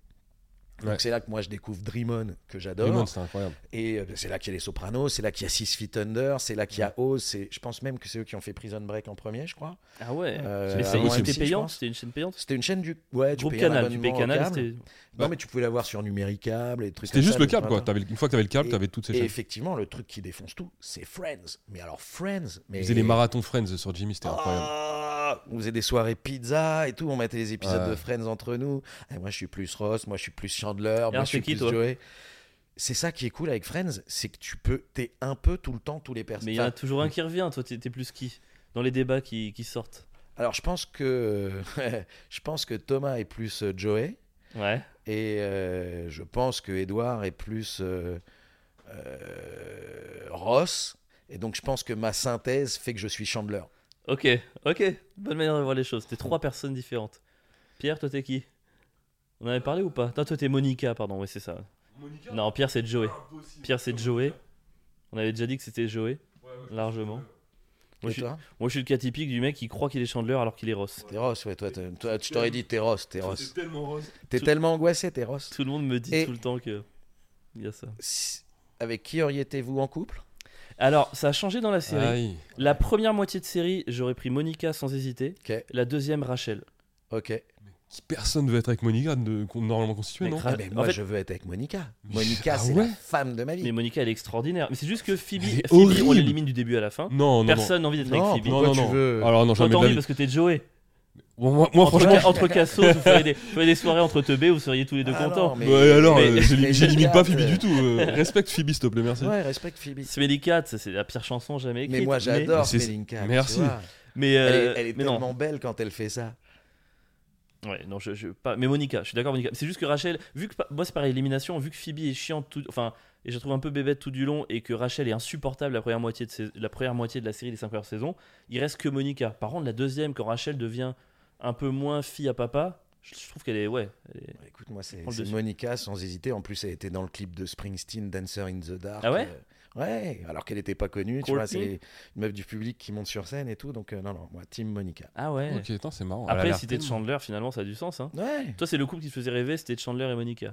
C: Donc
B: Ouais.
C: c'est là que moi je découvre Dreamon, que
B: Le
C: j'adore.
B: monde, c'est incroyable.
C: Et euh, c'est là qu'il y a les Sopranos, c'est là qu'il y a Six Feet Under, c'est là qu'il y a Oz. c'est- Je pense même que c'est eux qui ont fait Prison Break en premier, je crois.
A: Ah ouais.
C: Euh,
A: Mais
B: c'est
A: ça-
B: possible.
A: c'était
C: Si, je
A: payant,
C: pense.
A: c'était une chaîne payante.
C: C'était une chaîne du ouais, tu
A: Groupe
C: payais un
A: Canal, tu payes
C: abonnement au
A: Canal,
C: câble.
A: c'était.
C: Non,
B: Ouais.
C: mais tu pouvais l'avoir sur numéricable et des trucs
B: C'était
C: comme
B: juste
C: ça,
B: le
C: donc
B: câble, quoi.
C: maintenant.
B: T'avais- Une fois que t'avais le câble, t'avais toutes ces
C: Et
B: chaînes.
C: effectivement, le truc qui défonce tout, c'est Friends. Mais alors, Friends. Mais... Oh.
B: Ils faisaient les marathons Friends sur Jimmy, c'était incroyable.
C: Ah on faisait des soirées pizza et tout, on mettait les épisodes
B: Ouais.
C: de Friends entre nous. Et moi je suis plus Ross, moi je suis plus Chandler, moi
A: alors,
C: je suis
A: c'est qui,
C: plus
A: toi
C: Joey. C'est ça qui est cool avec Friends, c'est que tu peux, t'es un peu tout le temps tous les
A: Mais il y en a
C: personnages.
A: toujours un qui revient, toi, t'es t'es plus qui Dans les débats qui, qui sortent.
C: Alors je pense que je pense que Thomas est plus euh, Joey
A: Ouais.
C: et euh, je pense que Edouard est plus euh, euh, Ross. Et donc je pense que ma synthèse fait que je suis Chandler.
A: Ok, ok. Bonne manière de voir les choses. T'es trois personnes différentes. Pierre, toi, t'es qui On en avait parlé ou pas Non, toi, t'es Monica, pardon, ouais, c'est ça. non, Pierre, c'est Joey. Pierre, c'est Joey. On avait déjà dit que c'était Joey, largement. Moi
C: Et
A: je, suis,
C: toi
A: moi, je suis le cas typique du mec qui croit qu'il est Chandler alors qu'il est Ross.
C: T'es Ross, ouais, toi, t'es- toi, je t'aurais dit t'es Ross, t'es Ross.
B: tellement rose.
C: T'es
A: Tout-
C: tellement angoissé, t'es Ross.
A: Tout le monde me dit
C: Et-
A: tout le temps que. Il y a ça.
C: Si- Avec qui auriez-vous en couple
A: Alors, ça a changé dans la série.
B: Aïe.
A: La première moitié de série, j'aurais pris Monica sans hésiter.
C: Ok.
A: La deuxième, Rachel.
C: Ok.
B: Personne veut être avec Monica, de, qu'on- normalement constituée,
A: Mais
B: non
A: grave. Ah,
C: mais
A: en
C: moi,
A: fait-
C: je veux être avec Monica.
B: Mais-
C: Monica,
B: Ah
C: c'est
B: ouais
C: la femme de ma vie.
A: Mais Monica, elle est extraordinaire. Mais c'est juste que Phoebe,
B: Elle est
A: Phoebe, on
B: horrible.
A: l'élimine du début à la fin.
B: Non, non, non.
A: Personne n'a envie d'être
C: Non,
A: avec Phoebe.
B: Non,
C: Pourquoi
B: non,
C: tu
B: non.
C: veux-
B: Alors, non,
A: Toi,
B: jamais
A: t'as
B: de la
A: envie
B: vie.
A: parce que t'es Joey.
B: Bon, Moi, moi,
A: entre,
B: franchement.
A: entre cassos, vous feriez des, vous feriez des soirées entre teubés, vous seriez tous les deux
C: Ah non,
A: contents.
C: mais-
B: Ouais, alors,
A: mais-
B: euh, je
C: mais
B: l'ai- j'élimine
C: Jessica,
B: pas Phoebe
C: euh,
B: du tout. euh, respecte Phoebe, s'il te plaît, merci.
C: Ouais, respecte Phoebe.
A: Smellycat, ça, c'est la pire chanson jamais écrite.
C: Mais moi,
B: Mais
C: j'adore
B: c'est-
C: Melinka. tu
B: Merci.
C: vois.
A: Mais, euh,
C: elle est, elle est
A: mais
C: tellement
A: non.
C: belle quand elle fait ça.
A: Ouais, non, je, je- pas. Mais Monica, je suis d'accord, Monica. C'est juste que Rachel, vu que pa- moi c'est pareil, élimination, vu que Phoebe est chiante, tout, enfin, et je la trouve un peu bébête tout du long, et que Rachel est insupportable la première moitié de sais- la première moitié de la série des 5 premières saisons, il reste que Monica. Par contre, la deuxième, quand Rachel devient un peu moins fille à papa, je, je trouve qu'elle est, ouais, elle est-
C: Bah, Écoute, moi, c'est
A: Prends le
C: c'est
A: dessus.
C: Monica sans hésiter. En plus, elle était dans le clip de Springsteen, Dancer in the Dark.
A: Ah ouais
C: Euh, Ouais, alors qu'elle n'était pas connue. Tu vois,
A: Courtney
C: c'est une meuf du public qui monte sur scène et tout. Donc, euh, non, non, moi, Team Monica.
A: Ah ouais.
B: Ok, attends, c'est marrant. Elle a
A: Après,
B: l'air
A: si t'es de
B: tellement-
A: Chandler, finalement, ça a du sens. Hein.
C: Ouais,
A: Toi, c'est le couple qui te faisait rêver, c'était Chandler et Monica.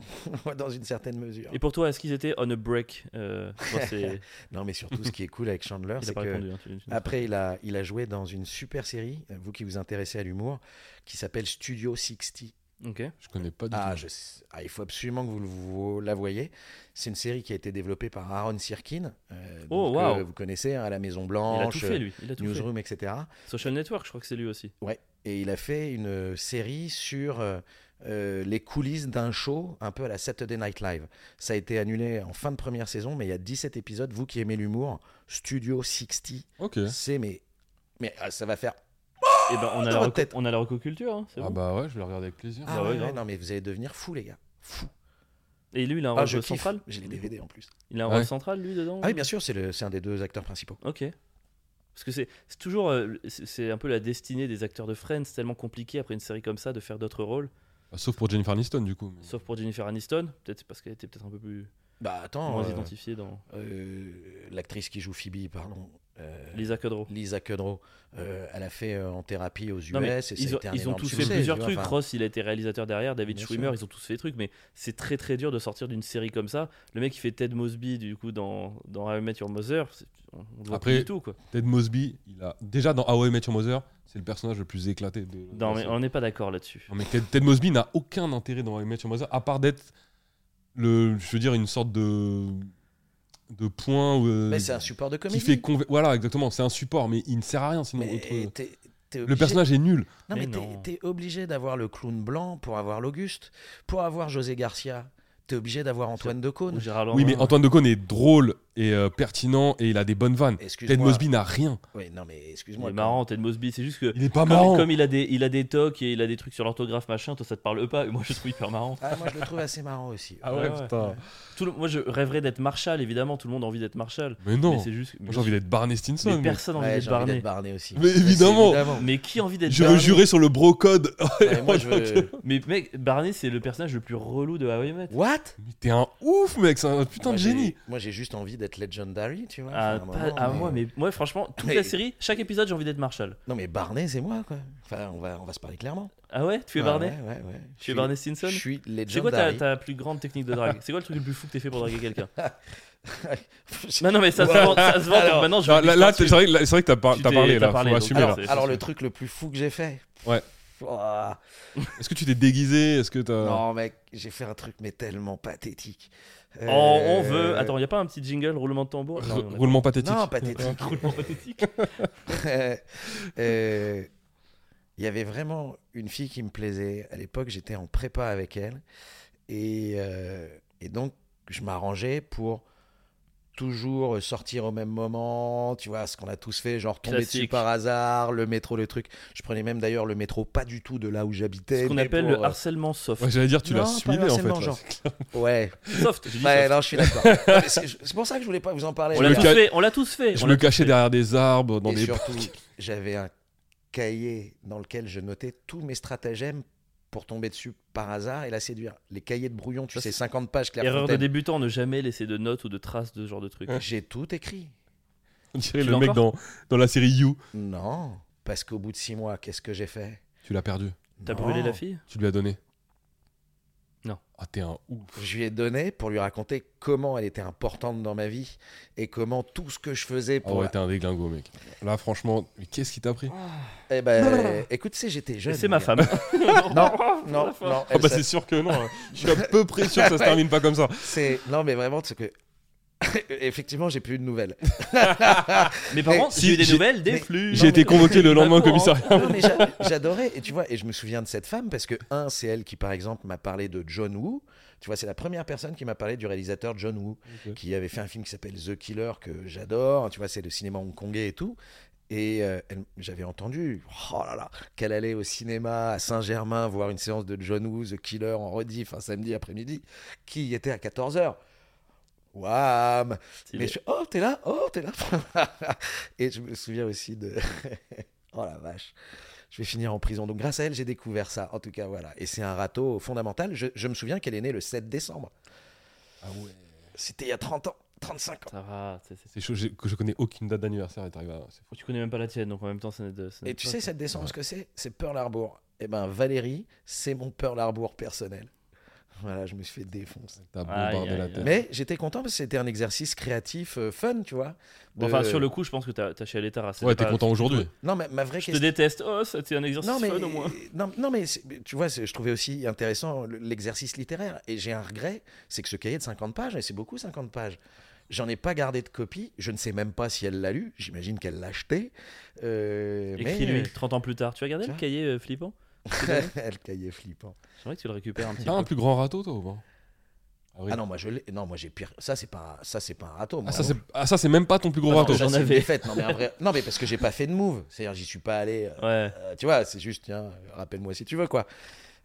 C: dans une certaine mesure.
A: Et pour toi, est-ce qu'ils étaient on a break euh, je crois que c'est-
C: Non, mais surtout, ce qui est cool avec
A: Il
C: Chandler,
A: a
C: c'est
A: pas
C: que. Ah,
A: répondu. hein, tu- tu-
C: Après, il a, il a joué dans une super série, euh, vous qui vous intéressez à l'humour, qui s'appelle Studio 60.
A: Ok.
B: Je connais pas du
C: Ah,
B: tout.
C: je sais- ah, il faut absolument que vous, le- vous la voyez. C'est une série qui a été développée par Aaron Sirkin, euh,
A: Oh,
C: donc,
A: waouh.
C: euh, vous connaissez, hein, à la Maison
A: Il a tout
C: Blanche,
A: fait, lui. Il a tout
C: Newsroom, etc.
A: fait. Social Network, je crois que c'est lui aussi.
C: Et il a fait une série sur euh, euh, les coulisses d'un show, un peu à la Saturday Night Live. Ça a été annulé en fin de première saison, mais il y a 17 épisodes. Vous qui aimez l'humour, Studio 60,
B: Ok.
C: c'est mais, mais ah, ça va faire
A: Et ben, on a
C: dans
A: la
C: ma
A: reco-
C: tête.
A: on a la recoculture. hein, c'est
B: Ah
A: bon.
B: bah ouais, je vais le regarder avec plaisir.
C: Ah
A: Bah ouais,
C: ouais,
A: grave.
C: ouais, non, mais vous allez devenir fou, les gars. Fou.
A: Et lui, il a un
C: Ah,
A: rôle
C: je kiffe.
A: central. Ah
C: J'ai les DVD en plus.
A: Il a un
B: Ouais.
A: rôle central, lui, dedans.
C: Ah oui, bien sûr, c'est le- c'est un des deux acteurs principaux.
A: Ok. Parce que c'est c'est toujours. euh, c'est c'est un peu la destinée des acteurs de Friends. C'est tellement compliqué après une série comme ça de faire d'autres rôles.
B: Bah, Sauf pour Jennifer Aniston, du coup. mais-
A: Sauf pour Jennifer Aniston. Peut-être parce qu'elle était peut-être un peu plus.
C: Bah attends,
A: moins
C: euh,
A: identifiée dans
C: euh, l'actrice qui joue Phoebe, pardon, euh,
A: Lisa Kudrow.
C: Lisa Kudrow, euh, elle a fait euh, en thérapie aux US.
A: Non, mais
C: et ça a
A: ils ont,
C: été un
A: ils ont
C: énorme
A: tous fait
C: succès,
A: plusieurs
C: tu vois,
A: trucs.
C: enfin,
A: Ross, il a été réalisateur derrière. David
C: Bien
A: Schwimmer,
C: sûr.
A: ils ont tous fait des trucs. Mais c'est très très dur de sortir d'une série comme ça. Le mec, il fait Ted Mosby du coup dans, dans How I Met Your Mother. c'est- On, on le voit
B: Après,
A: plus du tout quoi.
B: Ted Mosby, il a déjà dans How I Met Your Mother, c'est le personnage le plus éclaté de.
A: Non,
B: de la
A: mais
B: série.
A: on n'est pas d'accord là-dessus.
B: Non, mais Ted, Ted Mosby n'a aucun intérêt dans How I Met Your Mother à part d'être le, je veux dire, une sorte de de point où, euh,
C: Mais c'est un support de
B: qui
C: comédie.
B: fait conver- voilà exactement, c'est un support, mais il ne sert à rien sinon.
C: Mais
B: autre-
C: t'es- t'es
B: Le
C: obligé-
B: personnage est nul.
C: Non,
A: Mais
C: mais, t'es-
A: non.
C: t'es obligé d'avoir le clown blanc pour avoir l'Auguste, pour avoir José Garcia. T'es obligé d'avoir Antoine
A: Ou
C: Decaune.
A: Gérard
B: oui,
A: Lanvin,
B: mais Antoine Decaune est drôle et euh, pertinent et il a des bonnes vannes.
C: Excuse-moi.
B: Ted Mosby n'a rien.
C: Ouais, non, mais
A: il
C: excuse-moi.
A: est marrant, Ted Mosby. C'est juste que.
B: Il est pas marrant.
A: Comme, comme il a des il a des tocs et il a des trucs sur l'orthographe machin, toi ça te parle pas. Et moi je le trouve hyper marrant.
C: Ah, moi, je le trouve assez marrant aussi.
B: Ah ouais,
A: Ah ouais.
B: putain.
A: Tout le- moi je rêverais d'être Marshall. Évidemment, tout le monde a envie d'être Marshall.
B: Mais
A: Mais
B: non.
A: c'est juste.
B: Moi, J'ai envie d'être Barney Stinson.
A: Mais
B: moi.
A: personne a envie
C: Ouais,
A: d'être
C: j'ai envie
A: Barney.
C: d'être Barney aussi.
B: Mais
C: c'est
B: évidemment.
A: Mais qui a envie d'être
B: Je veux
A: Barney
B: jurer sur le bro code. Oh,
C: Ouais, moi, je veux.
A: Mais mec, Barney c'est le personnage le plus relou de How I Met.
C: What
B: Mais t'es un ouf, mec, c'est un putain
C: Moi,
B: de
C: j'ai-
B: génie.
C: Moi, j'ai juste envie d'être legendary, tu vois.
A: Ah,
C: Enfin, à
A: pas-
C: un moment,
A: ah,
C: mais-
A: moi, mais moi, franchement, toute
C: Mais-
A: la série, chaque épisode, j'ai envie d'être Marshall.
C: Non, mais Barney, c'est moi, quoi. Enfin, on va, on va se parler clairement.
A: Ah ouais Tu es
C: Ouais,
A: Barney
C: ouais, ouais, ouais. Je
A: Tu es
C: suis-
A: Barney Stinson
C: Je suis
A: C'est quoi ta,
C: legendary.
A: ta plus grande technique de drague C'est quoi le truc le plus fou que t'aies fait pour draguer quelqu'un
C: Je-
A: Non, non, mais ça se
C: Ouais.
A: vend. Ça se vend donc
C: Alors,
A: maintenant, je
B: Là,
A: veux
B: là,
A: une
B: là,
A: extension.
B: c'est vrai, que- là, c'est vrai que t'as par-
A: Tu
B: t'as
A: t'es-
B: parlé,
A: t'as
B: là,
A: parlé,
B: faut
A: donc.
B: assumer.
C: Alors,
B: là.
A: c'est-
C: alors,
A: c'est- Euh.
C: le truc le plus fou que j'ai fait.
B: Ouais.
C: Ouah.
B: Est-ce que tu t'es déguisé Est-ce que t'as...
C: Non, mec, j'ai fait un truc, mais tellement pathétique. Euh,
A: Oh, on veut. Attends, y a pas un petit jingle, roulement de tambour Non,
B: R-
A: on a-
B: Roulement pathétique.
C: Non, pathétique.
A: Roulement pathétique.
C: Euh, euh, Il y avait vraiment une fille qui me plaisait. À l'époque, j'étais en prépa avec elle. Et, euh, et donc, je m'arrangeais pour toujours sortir au même moment. Tu vois, ce qu'on a tous fait, genre tomber dessus
A: Classique.
C: par hasard, le métro, le truc. Je prenais même d'ailleurs le métro pas du tout de là où j'habitais.
A: Ce qu'on
C: mais
A: appelle
C: pour,
A: le
C: euh,
A: harcèlement soft.
B: Ouais, J'allais dire, tu
C: Non,
B: l'as
C: pas
B: suivi en fait.
C: forcément,
B: là.
C: genre. Ouais,
A: Soft, j'ai dit
C: Ouais,
A: soft.
C: non, je suis d'accord. Non, mais c'est c'est pour ça que je voulais pas vous en parler.
A: On
B: Je
A: l'a
B: me
A: tous
B: ca-
A: fait, on l'a tous fait.
B: Je
A: on
B: me
A: l'a tous
B: cachais
A: fait.
B: derrière des arbres, dans
C: Et
B: des...
C: surtout, j'avais un cahier dans lequel je notais tous mes stratagèmes pour tomber dessus par hasard et la séduire. Les cahiers de brouillon, tu
A: Ça,
C: sais, 50 pages, Claire
A: Erreur de
C: Fontaine.
A: débutant, ne jamais laisser de notes ou de traces de ce genre de truc.
C: J'ai tout écrit.
B: On dirait
A: Tu
B: le
A: l'as
B: mec dans,
A: encore
B: dans la série You.
C: Non, parce qu'au bout de six mois, qu'est-ce que j'ai fait
B: Tu l'as perdu.
A: T'as
C: Non.
A: brûlé la fille
B: Tu lui as donné.
A: Non.
B: Ah, t'es un ouf.
C: Je lui ai donné pour lui raconter comment elle était importante dans ma vie et comment tout ce que je faisais
B: Ah
C: pour...
A: Oh,
B: ouais, t'es un déglingo, mec. Là, franchement, mais qu'est-ce qui t'a pris
C: Eh ben, écoute, tu sais, j'étais jeune.
A: Et C'est ma
C: mais-
A: femme.
C: Non, non, non.
B: Ah
C: elle
B: bah
C: s'a-
B: c'est sûr que non. hein. Je suis à peu près sûr que ça se termine pas comme ça.
C: c'est... Non, mais vraiment, c'est que... Effectivement, j'ai plus eu de nouvelles.
A: Mais par
C: Mais-
A: contre,
B: Si,
A: j'ai eu des
B: j'ai-
A: nouvelles, des
C: mais-
A: flux.
B: J'ai été convoqué le lendemain au commissariat.
C: Non, mais j'a- j'adorais. Et tu vois, et je me souviens de cette femme parce que, un, c'est elle qui, par exemple, m'a parlé de John Woo. Tu vois, c'est la première personne qui m'a parlé du réalisateur John Woo,
B: Ok.
C: qui avait fait un film qui s'appelle The Killer, que j'adore. Tu vois, c'est le cinéma hongkongais et tout. Et euh, elle- j'avais entendu oh là là, qu'elle allait au cinéma à Saint-Germain voir une séance de John Woo, The Killer, en rediff, un samedi après-midi, qui y était à 14h. Wham mais je fais, oh, t'es là, oh, t'es là. et je me souviens aussi de. oh la vache. Je vais finir en prison. Donc, grâce à elle, j'ai découvert ça. En tout cas, voilà. Et c'est un râteau fondamental. Je, je me souviens qu'elle est née le 7 décembre.
B: Ah ouais.
C: C'était il y a 30 ans, 35 ans.
A: Ça va, c'est- c'est-
B: C'est chaud j'ai- que je connais aucune date d'anniversaire et t'arrives à. c'est fou.
A: Tu connais même pas la tienne, donc en même temps, ça n'est de. ça n'est
C: Et tu
A: pas-
C: sais, 7 décembre, ce que c'est C'est Pearl Harbor. Eh ben, Valérie, c'est mon Pearl Harbor personnel. Voilà, je me suis fait défoncer.
B: T'as
A: Aïe,
B: bombardé
A: aïe,
B: la
A: aïe.
B: tête.
C: Mais j'étais content parce que c'était un exercice créatif euh, fun, tu vois.
A: Bon,
C: De-
A: Enfin, sur le coup, je pense que t'as t'as chialé ta race.
B: Ouais, t'es content aujourd'hui.
C: Non, mais ma vraie
A: Je
C: question.
A: Bah, te déteste. Oh, c'était un exercice
C: Non mais,
A: fun au moins.
C: non, non, mais c'est- tu vois, c'est- je trouvais aussi intéressant le- l'exercice littéraire. Et j'ai un regret, c'est que ce cahier de 50 pages, et c'est beaucoup 50 pages, j'en ai pas gardé de copie. Je ne sais même pas si elle l'a lu. J'imagine qu'elle l'a acheté. Euh, mais-
A: Écris-lui 30 ans plus tard. Tu as regardé
C: tu
A: le
C: vois.
A: cahier euh, flippant
C: le cahier flippant.
A: J'aimerais que tu le récupères un petit
B: T'as un
A: peu.
B: plus grand râteau, toi, ou pas Ah oui.
C: Ah non, moi je l'ai. Non, moi j'ai pire. Ça c'est pas. un- Ça c'est pas un râteau.
B: Ah,
C: moi,
B: ça,
C: non.
B: c'est- ah, ça, c'est même pas ton plus gros
A: Ah non,
B: râteau.
A: j'en
C: Ça, c'est une
A: avais.
C: défaite. Non mais, un vrai- non mais parce que j'ai pas fait de move. C'est-à-dire j'y suis pas allé. euh,
A: Ouais.
C: euh, tu vois, c'est juste tiens, rappelle-moi si tu veux quoi.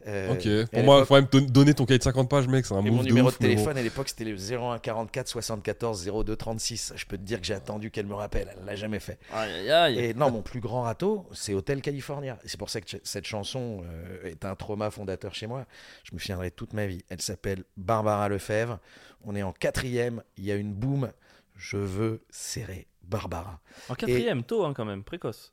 C: Euh,
B: Ok.
C: et à
B: Pour moi,
C: l'époque-
B: faut même te donner ton cahier de 50 pages, mec. C'est un
C: Et
B: move
C: mon
B: de
C: numéro
B: ouf,
C: de
B: mais bon.
C: téléphone à l'époque c'était le 01 44 74 02 36. Je peux te dire que j'ai attendu qu'elle me rappelle, elle l'a jamais fait.
A: Aïe, aïe, aïe.
C: Et non, mon plus grand râteau, c'est Hotel California. Et C'est pour ça que ch- cette chanson euh, est un trauma fondateur chez moi. Je me souviendrai toute ma vie. Elle s'appelle Barbara Lefebvre. On est en quatrième, il y a une boum. Je veux serrer Barbara.
A: En quatrième, tôt hein, quand même, précoce.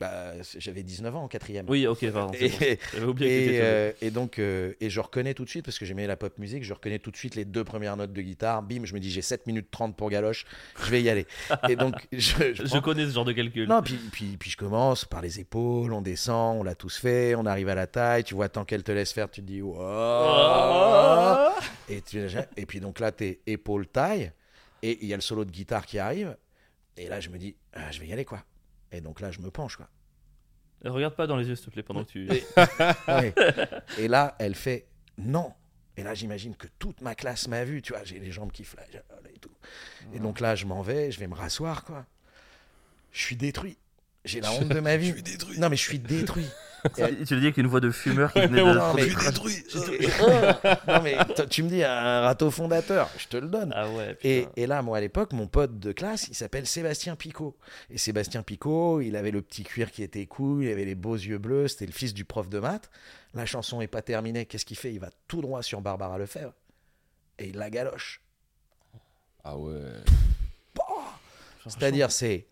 C: Bah, c'est- j'avais 19 ans en quatrième.
A: Oui, ok, pardon. c'est
C: Et-
A: bon. J'avais oublié que
C: Et,
A: t'étais
C: euh, et donc, euh, et je reconnais tout de suite, parce que j'aimais la pop musique, je reconnais tout de suite les deux premières notes de guitare. Bim, je me dis, j'ai 7 minutes 30 pour galoche, je vais y aller. et donc, je, je
A: Je
C: prends-
A: connais ce genre de calcul.
C: Non, puis, puis, puis je commence par les épaules, on descend, on l'a tous fait, on arrive à la taille, tu vois, tant qu'elle te laisse faire, tu te dis, Wouah
A: Oh.
C: et, tu- et puis donc là, t'es épaule-taille, et il y a le solo de guitare qui arrive, et là, je me dis, Ah, je vais y aller, quoi. Et donc là, je me penche, quoi.
A: Regarde pas dans les yeux, s'il te plaît, pendant que tu.
C: Ouais. Et là, elle fait non. Et là, j'imagine que toute ma classe m'a vu, tu vois, j'ai les jambes qui flagellent et tout. Et donc là, je m'en vais, je vais me rasseoir, quoi. Je suis détruit. J'ai la honte de ma vie. Non, mais je suis détruit.
A: Tu le dis avec une voix de fumeur qui venait de.
C: non, mais, non, mais toi, tu me dis un râteau fondateur, je te le donne.
A: Ah ouais, putain.
C: Et, et là, moi, à l'époque, mon pote de classe, il s'appelle Sébastien Picot. Et Sébastien Picot, il avait le petit cuir qui était cool, il avait les beaux yeux bleus, c'était le fils du prof de maths. La chanson n'est pas terminée, qu'est-ce qu'il fait Il va tout droit sur Barbara Lefebvre et il la galoche.
B: Ah ouais.
C: C'est-à-dire, c'est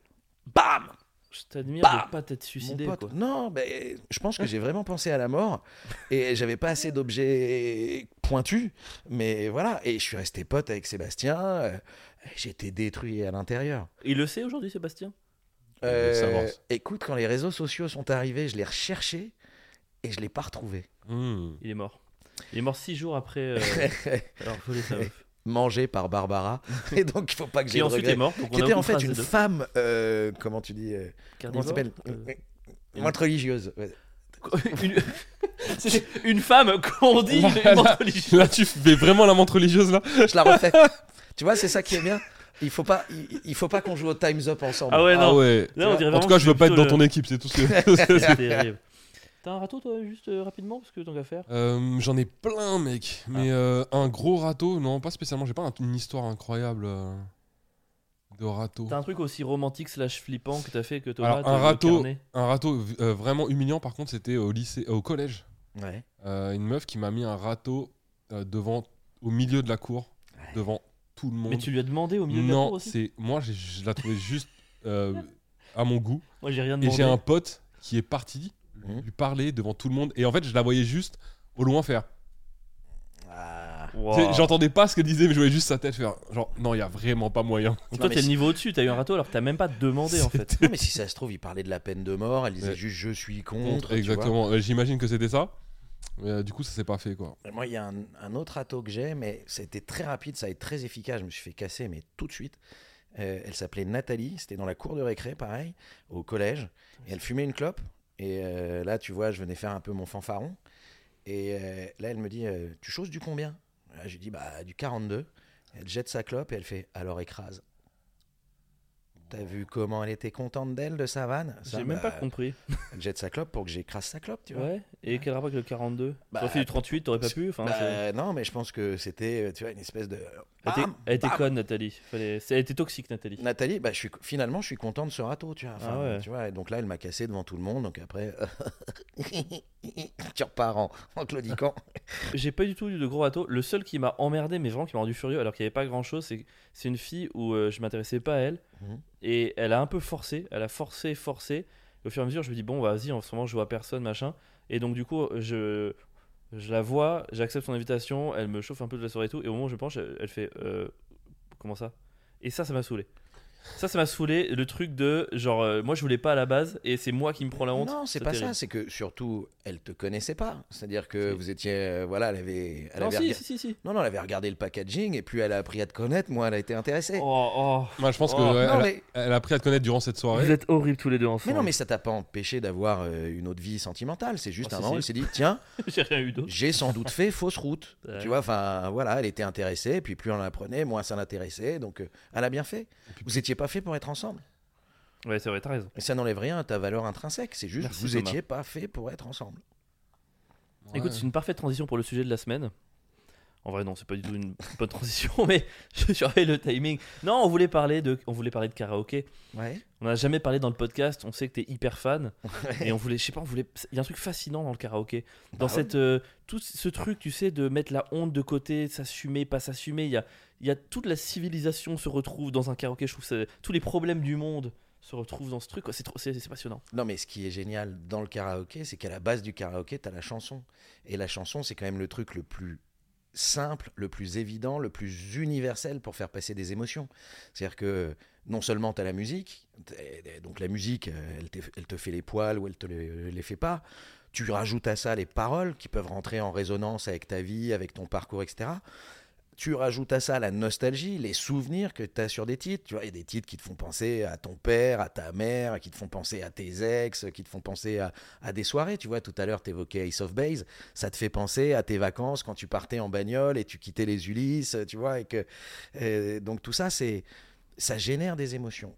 C: bam
A: Je t'admire
C: Bah,
A: de pas t'être suicidé.
C: Mon
A: quoi.
C: pote, Non, mais je pense que j'ai vraiment pensé à la mort et j'avais pas assez d'objets pointus, mais voilà. Et je suis resté pote avec Sébastien. euh, J'étais détruit à l'intérieur.
A: Il le sait aujourd'hui, Sébastien
B: Euh, ça
C: Euh,
B: avance.
C: écoute, quand les réseaux sociaux sont arrivés, je l'ai recherché et je l'ai pas retrouvé.
B: Hmm.
A: Il est mort. Il est mort six jours après. euh, alors, voler sa meuf.
C: Mangé par Barbara. Et donc, il faut pas que
A: Qui
C: j'ai de
A: ensuite
C: regrets.
A: est mort. donc on
C: Qui
A: a
C: était en
A: aucune
C: fait
A: trace
C: une
A: des deux.
C: femme, euh, comment tu dis, euh, comment ça s'appelle
A: Carnivore, euh,
C: Une moine religieuse. ouais.
A: une... C'est une femme qu'on dit
B: Là,
A: une
B: là.
A: menthe religieuse.
B: Là, tu fais vraiment la montre religieuse, là
C: Je la refais. tu vois, c'est ça qui est bien. Il faut pas, il, il faut pas qu'on joue au Times Up ensemble.
A: Ah ouais,
B: Ah
A: non.
B: ouais.
A: Là, on dirait
B: En
A: vraiment
B: tout cas,
A: que
B: je veux
A: c'est
B: pas être dans
A: plutôt
B: ton
A: le-
B: équipe, c'est tout ce que.
A: C'est terrible. T'as un râteau, toi, juste euh, rapidement, parce que tant qu'à faire.
B: Euh, J'en ai plein, mec. Mais euh, un gros râteau, non, pas spécialement. J'ai pas un- une histoire incroyable euh, de râteau.
A: T'as un truc aussi romantique slash flippant que t'as fait que
B: Alors,
A: Thomas.
B: un
A: t'as le
B: râteau-
A: carnet.
B: Un râteau v- euh, vraiment humiliant, par contre, c'était au lycée, euh, au collège.
C: Ouais.
B: Euh, une meuf qui m'a mis un râteau euh, devant, au milieu de la cour,
C: Ouais.
B: devant tout le monde.
A: Mais tu lui as demandé au milieu de la cour
B: non,
A: aussi
B: c'est moi, j'ai- je la trouvais juste euh, à mon goût.
A: Moi, j'ai rien
B: Et
A: demandé.
B: j'ai un pote qui est parti
C: Mhm.
B: lui parler devant tout le monde. Et en fait, je la voyais juste au loin faire.
C: Ah.
A: Wow.
B: Tu sais, J'entendais pas ce qu'elle disait, mais je voyais juste sa tête faire. Genre, non, il y a vraiment pas moyen.
A: Donc
C: Non,
A: toi, t'es
C: mais
A: le
C: si-
A: niveau au-dessus, t'as eu un râteau alors que t'as même pas demandé en fait.
C: Non, mais si ça se trouve, il parlait de la peine de mort, elle disait
B: Ouais.
C: juste je suis contre. tu vois.
B: Exactement. Euh, J'imagine que c'était ça. Mais euh, du coup, ça s'est pas fait quoi.
C: Et Moi, il y a un, un autre râteau que j'ai, mais c'était très rapide, ça a été très efficace. Je me suis fait casser, mais tout de suite. Euh, elle s'appelait Nathalie, c'était dans la cour de récré, pareil, au collège. Et elle fumait une clope. Et euh, là, tu vois, je venais faire un peu mon fanfaron. Et euh, là, elle me dit euh, Tu choses du combien Là, Je lui dis Bah, du 42. Elle jette sa clope et elle fait Alors écrase. T'as vu comment elle était contente d'elle, de sa vanne Ça,
A: J'ai même
C: bah,
A: pas compris.
C: Elle jette sa clope pour que j'écrase sa clope, tu vois.
A: Ouais. Et quel rapport avec le 42
C: Bah,
A: T'aurais fait du 38, t'aurais pas
C: parce-
A: pu Enfin,
C: Bah,
A: c'est- bah,
C: non, mais je pense que c'était, euh, tu vois, une espèce de.
A: Elle était-
C: Bam,
A: Elle était
C: bam.
A: conne, Nathalie. Fallait... c'est- Elle était toxique, Nathalie.
C: Nathalie, bah, je suis, finalement, je suis content de ce râteau, tu vois. Enfin,
A: Ah ouais.
C: tu vois et donc là, elle m'a cassé devant tout le monde. Donc après, tu repars en, en claudiquant.
A: J'ai pas du tout eu de gros râteau. Le seul qui m'a emmerdé, mais vraiment qui m'a rendu furieux, alors qu'il n'y avait pas grand chose, c'est c'est une fille où euh, je m'intéressais pas à elle.
C: Mhm.
A: Et elle a un peu forcé. Elle a forcé, forcé. Et au fur et à mesure, je me dis, bon, bah, vas-y, en ce moment, je vois personne, machin. Et donc, du coup, je, je la vois, j'accepte son invitation, elle me chauffe un peu de la soirée et tout. Et au moment où je penche, elle, elle fait, euh, comment ça Et ça, ça m'a saoulé. Ça, ça m'a saoulé. Le truc de, genre, euh, moi, je voulais pas à la base, et c'est moi qui me prends la honte.
C: non, c'est
A: C'est
C: pas
A: terrible.
C: ça. C'est que surtout, elle te connaissait pas. C'est-à-dire que
A: Si.
C: vous étiez, euh, voilà, elle avait, elle
A: Non,
C: avait
A: si,
C: rega-
A: si, si, si.
C: non, non, elle avait regardé le packaging et puis elle a appris à te connaître. Moi, elle a été intéressée.
A: Oh, oh.
B: Moi, je pense que
A: Oh,
B: ouais, elle,
C: non,
B: a-
C: mais,
B: elle a appris à te connaître durant cette soirée.
A: Vous êtes horribles tous les deux ensemble.
C: mais non, mais ça t'a pas empêché d'avoir euh, une autre vie sentimentale. C'est juste
A: Oh,
C: un
A: si,
C: moment,
A: si.
C: elle s'est dit, tiens.
A: J'ai rien eu d'autre.
C: J'ai sans doute fait fausse route.
A: Ouais.
C: Tu vois, enfin voilà, elle était intéressée, puis plus on l'apprenait, moins ça l'intéressait, donc euh, elle a bien fait.
B: puis-
C: Vous étiez pas fait pour être ensemble.
A: Ouais, c'est vrai, t'as raison.
C: Et ça n'enlève rien à ta valeur intrinsèque, c'est juste
A: Merci,
C: vous
A: Thomas.
C: étiez pas fait pour être ensemble.
B: Ouais.
A: Écoute, c'est une parfaite transition pour le sujet de la semaine. En vrai, non, c'est pas du tout une bonne transition, mais je surveille le timing. Non, on voulait parler de, on voulait parler de karaoké.
C: Ouais.
A: On n'a jamais parlé dans le podcast. On sait que t'es hyper fan, et on voulait, je sais pas, on voulait. Il y a un truc fascinant dans le karaoké, dans
C: Bah ouais.
A: cette, euh, tout ce truc, tu sais, de mettre la honte de côté, de s'assumer, pas s'assumer. Il y a, il y a toute la civilisation se retrouve dans un karaoké. Je trouve que c'est- tous les problèmes du monde se retrouvent dans ce truc. quoi. C'est trop, c'est c'est passionnant.
C: Non mais ce qui est génial dans le karaoké, c'est qu'à la base du karaoké, t'as la chanson. Et la chanson, c'est quand même le truc le plus simple, le plus évident, le plus universel pour faire passer des émotions. C'est-à-dire que non seulement tu as la musique, t'es- donc la musique, euh, elle, te- elle te fait les poils ou elle te les, les fait pas. Tu rajoutes à ça les paroles qui peuvent rentrer en résonance avec ta vie, avec ton parcours, etc. Tu rajoutes à ça la nostalgie, les souvenirs que tu as sur des titres. Tu vois, il y a des titres qui te font penser à ton père, à ta mère, qui te font penser à tes ex, qui te font penser à, à des soirées. Tu vois, tout à l'heure, tu évoquais Ace of Base. Ça te fait penser à tes vacances quand tu partais en bagnole et tu quittais les Ulysses, tu vois. Et que, euh, donc, tout ça, c'est ça génère des émotions.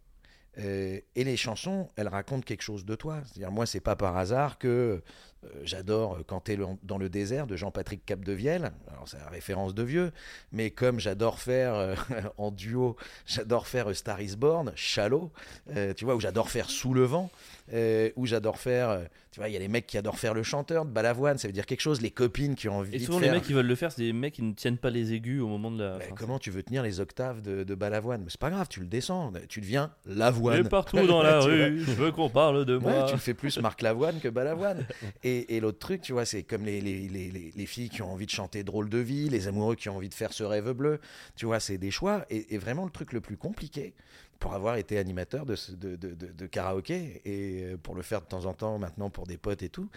C: Euh, et les chansons, elles racontent quelque chose de toi. C'est-à-dire, moi, c'est pas par hasard que Euh, J'adore euh, Quand t'es le- dans le désert de Jean-Patrick Capdevielle. Alors, c'est la référence de vieux. Mais comme j'adore faire euh, en duo, j'adore faire euh, Star is Born, Shallow, euh, tu vois, ou j'adore faire Sous le vent, euh, ou j'adore faire. euh, tu vois, il y a les mecs qui adorent faire le chanteur de Balavoine, ça veut dire quelque chose. Les copines qui ont envie
A: Et
C: de
A: souvent, les
C: faire.
A: mecs qui veulent le faire, c'est des mecs qui ne tiennent pas les aigus au moment de la.
C: Mais
A: Euh, enfin,
C: comment tu veux tenir les octaves de, de Balavoine Mais c'est pas grave, tu le descends, tu deviens
A: Je vais
C: l'avoine.
A: partout dans la
C: Tu vois.
A: rue, je veux qu'on parle de
C: Ouais,
A: moi.
C: tu le fais plus Marc Lavoine que Balavoine. Et, et l'autre truc, tu vois, c'est comme les, les, les, les- les filles qui ont envie de chanter Drôle de vie, les amoureux qui ont envie de faire ce rêve bleu. Tu vois, c'est des choix. Et, et vraiment, le truc le plus compliqué, pour avoir été animateur de, ce- de, de- de- de karaoké, et euh, pour le faire de temps en temps maintenant pour des potes et tout,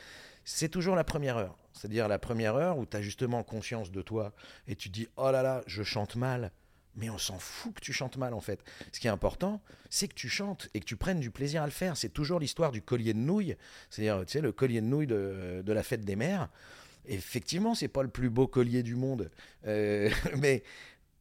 C: c'est toujours la première heure. C'est-à-dire la première heure où tu as justement conscience de toi et tu dis Oh là là, je chante mal. Mais on s'en fout que tu chantes mal en fait. Ce qui est important, c'est que tu chantes et que tu prennes du plaisir à le faire. C'est toujours l'histoire du collier de nouilles, c'est-à-dire tu sais, le collier de nouilles de, de la fête des mères. Effectivement, c'est pas le plus beau collier du monde, euh, mais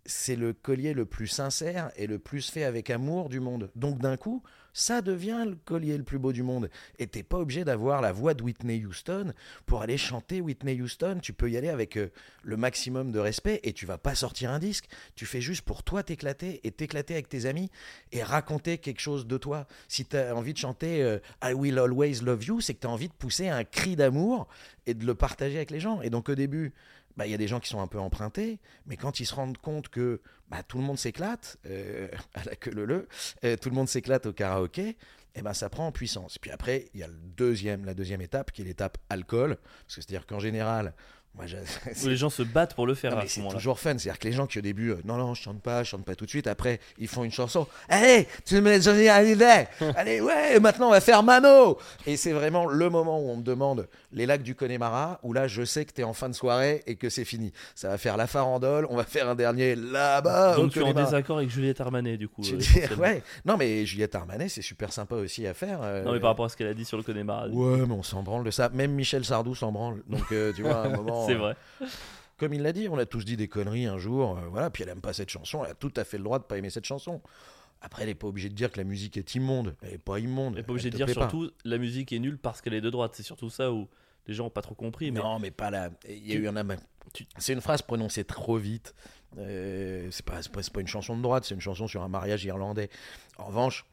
C: c'est le collier le plus sincère et le plus fait avec amour du monde. Donc d'un coup, ça devient le collier le plus beau du monde. Et t'es pas obligé d'avoir la voix de Whitney Houston pour aller chanter Whitney Houston. Tu peux y aller avec euh, le maximum de respect et tu vas pas sortir un disque. Tu fais juste pour toi t'éclater et t'éclater avec tes amis et raconter quelque chose de toi. Si tu as envie de chanter euh, I Will Always Love You, c'est que tu as envie de pousser un cri d'amour et de le partager avec les gens. Et donc au début, bah, il y a des gens qui sont un peu empruntés, mais quand ils se rendent compte que bah, tout le monde s'éclate, euh, à la queue le le, euh, tout le monde s'éclate au karaoké, et ben ça prend en puissance. Puis après, il y a le deuxième, la deuxième étape qui est l'étape alcool, parce que c'est-à-dire qu'en général, moi, j'ai-
A: Où les gens se battent pour le faire
C: non,
A: à
C: mais
A: ce
C: c'est
A: moment-là.
C: toujours fun. C'est-à-dire que les gens qui au début, euh, non, non, je chante pas, je chante pas tout de suite. Après, ils font une chanson. Allez, tu mets Johnny Hallyday. Allez, ouais, maintenant on va faire Mano. Et c'est vraiment le moment où on me demande les lacs du Connemara, où là, je sais que t'es en fin de soirée et que c'est fini. Ça va faire la farandole. On va faire un dernier là-bas. au
A: Donc tu es en
C: Connemara.
A: désaccord avec Juliette Armanet, du coup.
C: Tu
A: euh,
C: dis,
A: essentiellement.
C: ouais. Non, mais Juliette Armanet, c'est super sympa aussi à faire. euh,
A: Non, mais par rapport à ce qu'elle a dit sur le Connemara,
C: Ouais, mais on s'en branle de ça. Même Michel Sardou s'en branle. Donc, euh, tu vois, à un moment.
A: c'est
C: euh,
A: vrai.
C: comme il l'a dit, on a tous dit des conneries un jour, euh, voilà, puis elle aime pas cette chanson, elle a tout à fait le droit de pas aimer cette chanson. Après, elle n'est pas obligée de dire que la musique est immonde, elle est pas immonde.
A: On n'est pas obligé
C: elle
A: de
C: te
A: dire
C: plaît pas.
A: surtout la musique est nulle parce qu'elle est de droite. C'est surtout ça où les gens n'ont pas trop compris. Mais
C: Non, mais pas là. Il y a
A: Tu-
C: eu un amas-
A: tu-
C: C'est une phrase prononcée trop vite. Euh, c'est pas, c'est pas, c'est pas une chanson de droite, c'est une chanson sur un mariage irlandais. En revanche,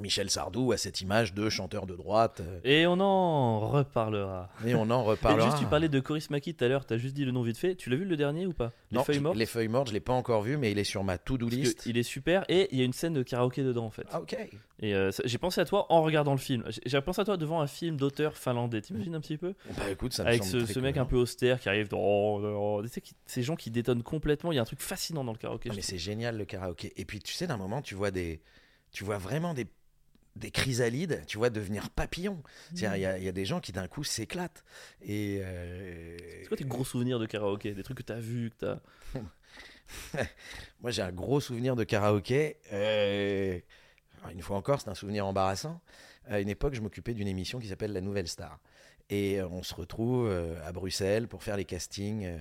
C: Michel Sardou a cette image de chanteur de droite, euh,
A: Et on en reparlera.
C: et on en
A: Et
C: reparlera.
A: juste, tu parlais de Coris Maki tout à l'heure, t'as juste dit le nom vite fait. Tu l'as vu le dernier ou pas Les
C: Non,
A: feuilles
C: je-
A: mortes
C: Les feuilles mortes, je l'ai pas encore vu, mais il est sur ma to-do
A: Parce que
C: list.
A: Il est super et il y a une scène de karaoké dedans en fait.
C: Ah, ok.
A: Et euh, ça- j'ai pensé à toi en regardant le film. J'ai- J'ai pensé à toi devant un film d'auteur finlandais, t'imagines un petit peu
C: Bah écoute, ça me
A: Avec
C: semble
A: ce,
C: très
A: ce mec
C: cohérent.
A: un peu austère qui arrive. dans- Oh, oh, oh. Tu sais, qui- ces gens qui détonnent complètement, il y a un truc fascinant dans le karaoké.
C: Ah, mais
A: je
C: c'est génial le karaoké. Et puis tu sais, d'un moment, tu vois des, tu vois vraiment des, des chrysalides, tu vois devenir papillons. C'est-à-dire, Il y a- il y, a des gens qui d'un coup s'éclatent. Et euh,
A: C'est quoi tes gros souvenirs de karaoké Des trucs que t'as vu, que t'as.
C: moi, j'ai un gros souvenir de karaoké. euh, alors, Une fois encore, c'est un souvenir embarrassant. À une époque, je m'occupais d'une émission qui s'appelle La Nouvelle Star. Et euh, on se retrouve euh, à Bruxelles pour faire les castings euh,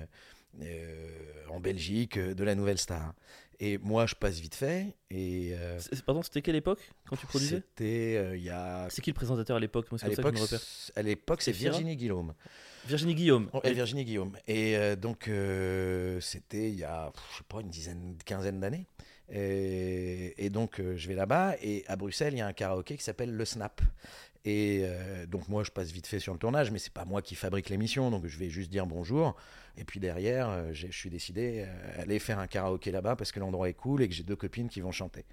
C: euh, en Belgique euh, de La Nouvelle Star. Et moi, je passe vite fait. Et euh,
A: C'est- Pardon, c'était quelle époque quand tu produisais
C: C'était euh, il y a.
A: C'est qui le présentateur à l'époque Moi, c'est
C: À
A: comme ça que je
C: l'époque,
A: me repère.
C: à l'époque, c'est
A: C'est Vira
C: Virginie Guillaume.
A: Virginie Guillaume.
C: Oh, et Virginie Guillaume. Et euh, donc, euh, c'était il y a, pff, je sais pas, une dizaine, quinzaine d'années. Et, et donc, euh, je vais là-bas. Et à Bruxelles, il y a un karaoké qui s'appelle le Snap. Et euh, donc, moi, je passe vite fait sur le tournage, mais c'est pas moi qui fabrique l'émission. Donc, je vais juste dire bonjour. Et puis derrière, euh, j'ai- je suis décidé euh, à aller faire un karaoké là-bas parce que l'endroit est cool et que j'ai deux copines qui vont chanter.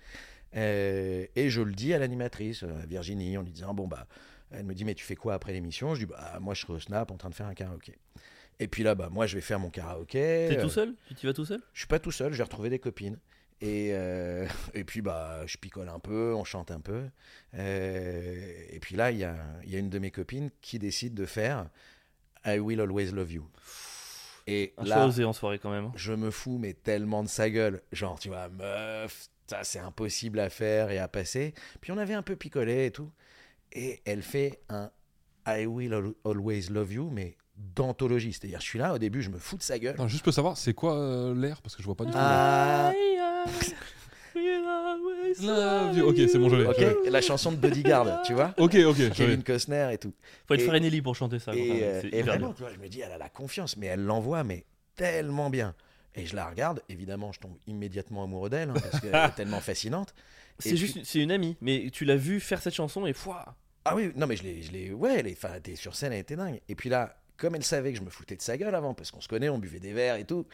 C: Euh, et je le dis à l'animatrice, euh, Virginie, en lui disant Bon, bah, elle me dit Mais tu fais quoi après l'émission Je dis Bah, moi, je serai au Snap en train de faire un karaoké. Et puis là, bah, moi, je vais faire mon karaoké.
A: T'es
C: Euh,
A: tout seul Tu t'y vas tout seul
C: Je suis pas tout seul, j'ai retrouvé des copines. Et, euh, et puis, bah, je picole un peu, on chante un peu. Euh, et puis là, il y a, il y a une de mes copines qui décide de faire I Will Always Love You. Et
A: Un choix
C: là,
A: osé en soirée quand même. hein.
C: je me fous, mais tellement de sa gueule. Genre, tu vois, meuf, ça c'est impossible à faire et à passer. Puis on avait un peu picolé et tout. Et elle fait un I will al- always love you, mais d'anthologie. C'est-à-dire, je suis là, au début, je me fous de sa gueule.
B: Attends, juste pour savoir, c'est quoi euh, l'air Parce que je vois pas du tout.
C: Ah.
A: I, I will Ah. always
B: Love you. Ok, c'est bon, je l'ai.
C: Ok,
B: je l'ai.
C: la chanson de Bodyguard, tu vois
B: Ok, ok, je l'ai.
C: Kevin Costner et tout.
A: Faut être
C: Et-
A: Farinelli pour chanter ça. quand
C: Et,
A: même,
C: euh,
A: c'est
C: et
A: hyper
C: vraiment,
A: bien.
C: tu vois, je me dis, elle a la confiance, mais elle l'envoie, mais tellement bien. Et je la regarde, évidemment, je tombe immédiatement amoureux d'elle, hein, parce qu'elle est tellement fascinante.
A: C'est
C: puis-
A: juste, une- c'est une amie, mais tu l'as vu faire cette chanson et fouah.
C: Ah oui, non, mais je l'ai. je l'ai- Ouais, elle est, enfin, elle était sur scène, elle était dingue. Et puis là, comme elle savait que je me foutais de sa gueule avant, parce qu'on se connaît, on buvait des verres et tout.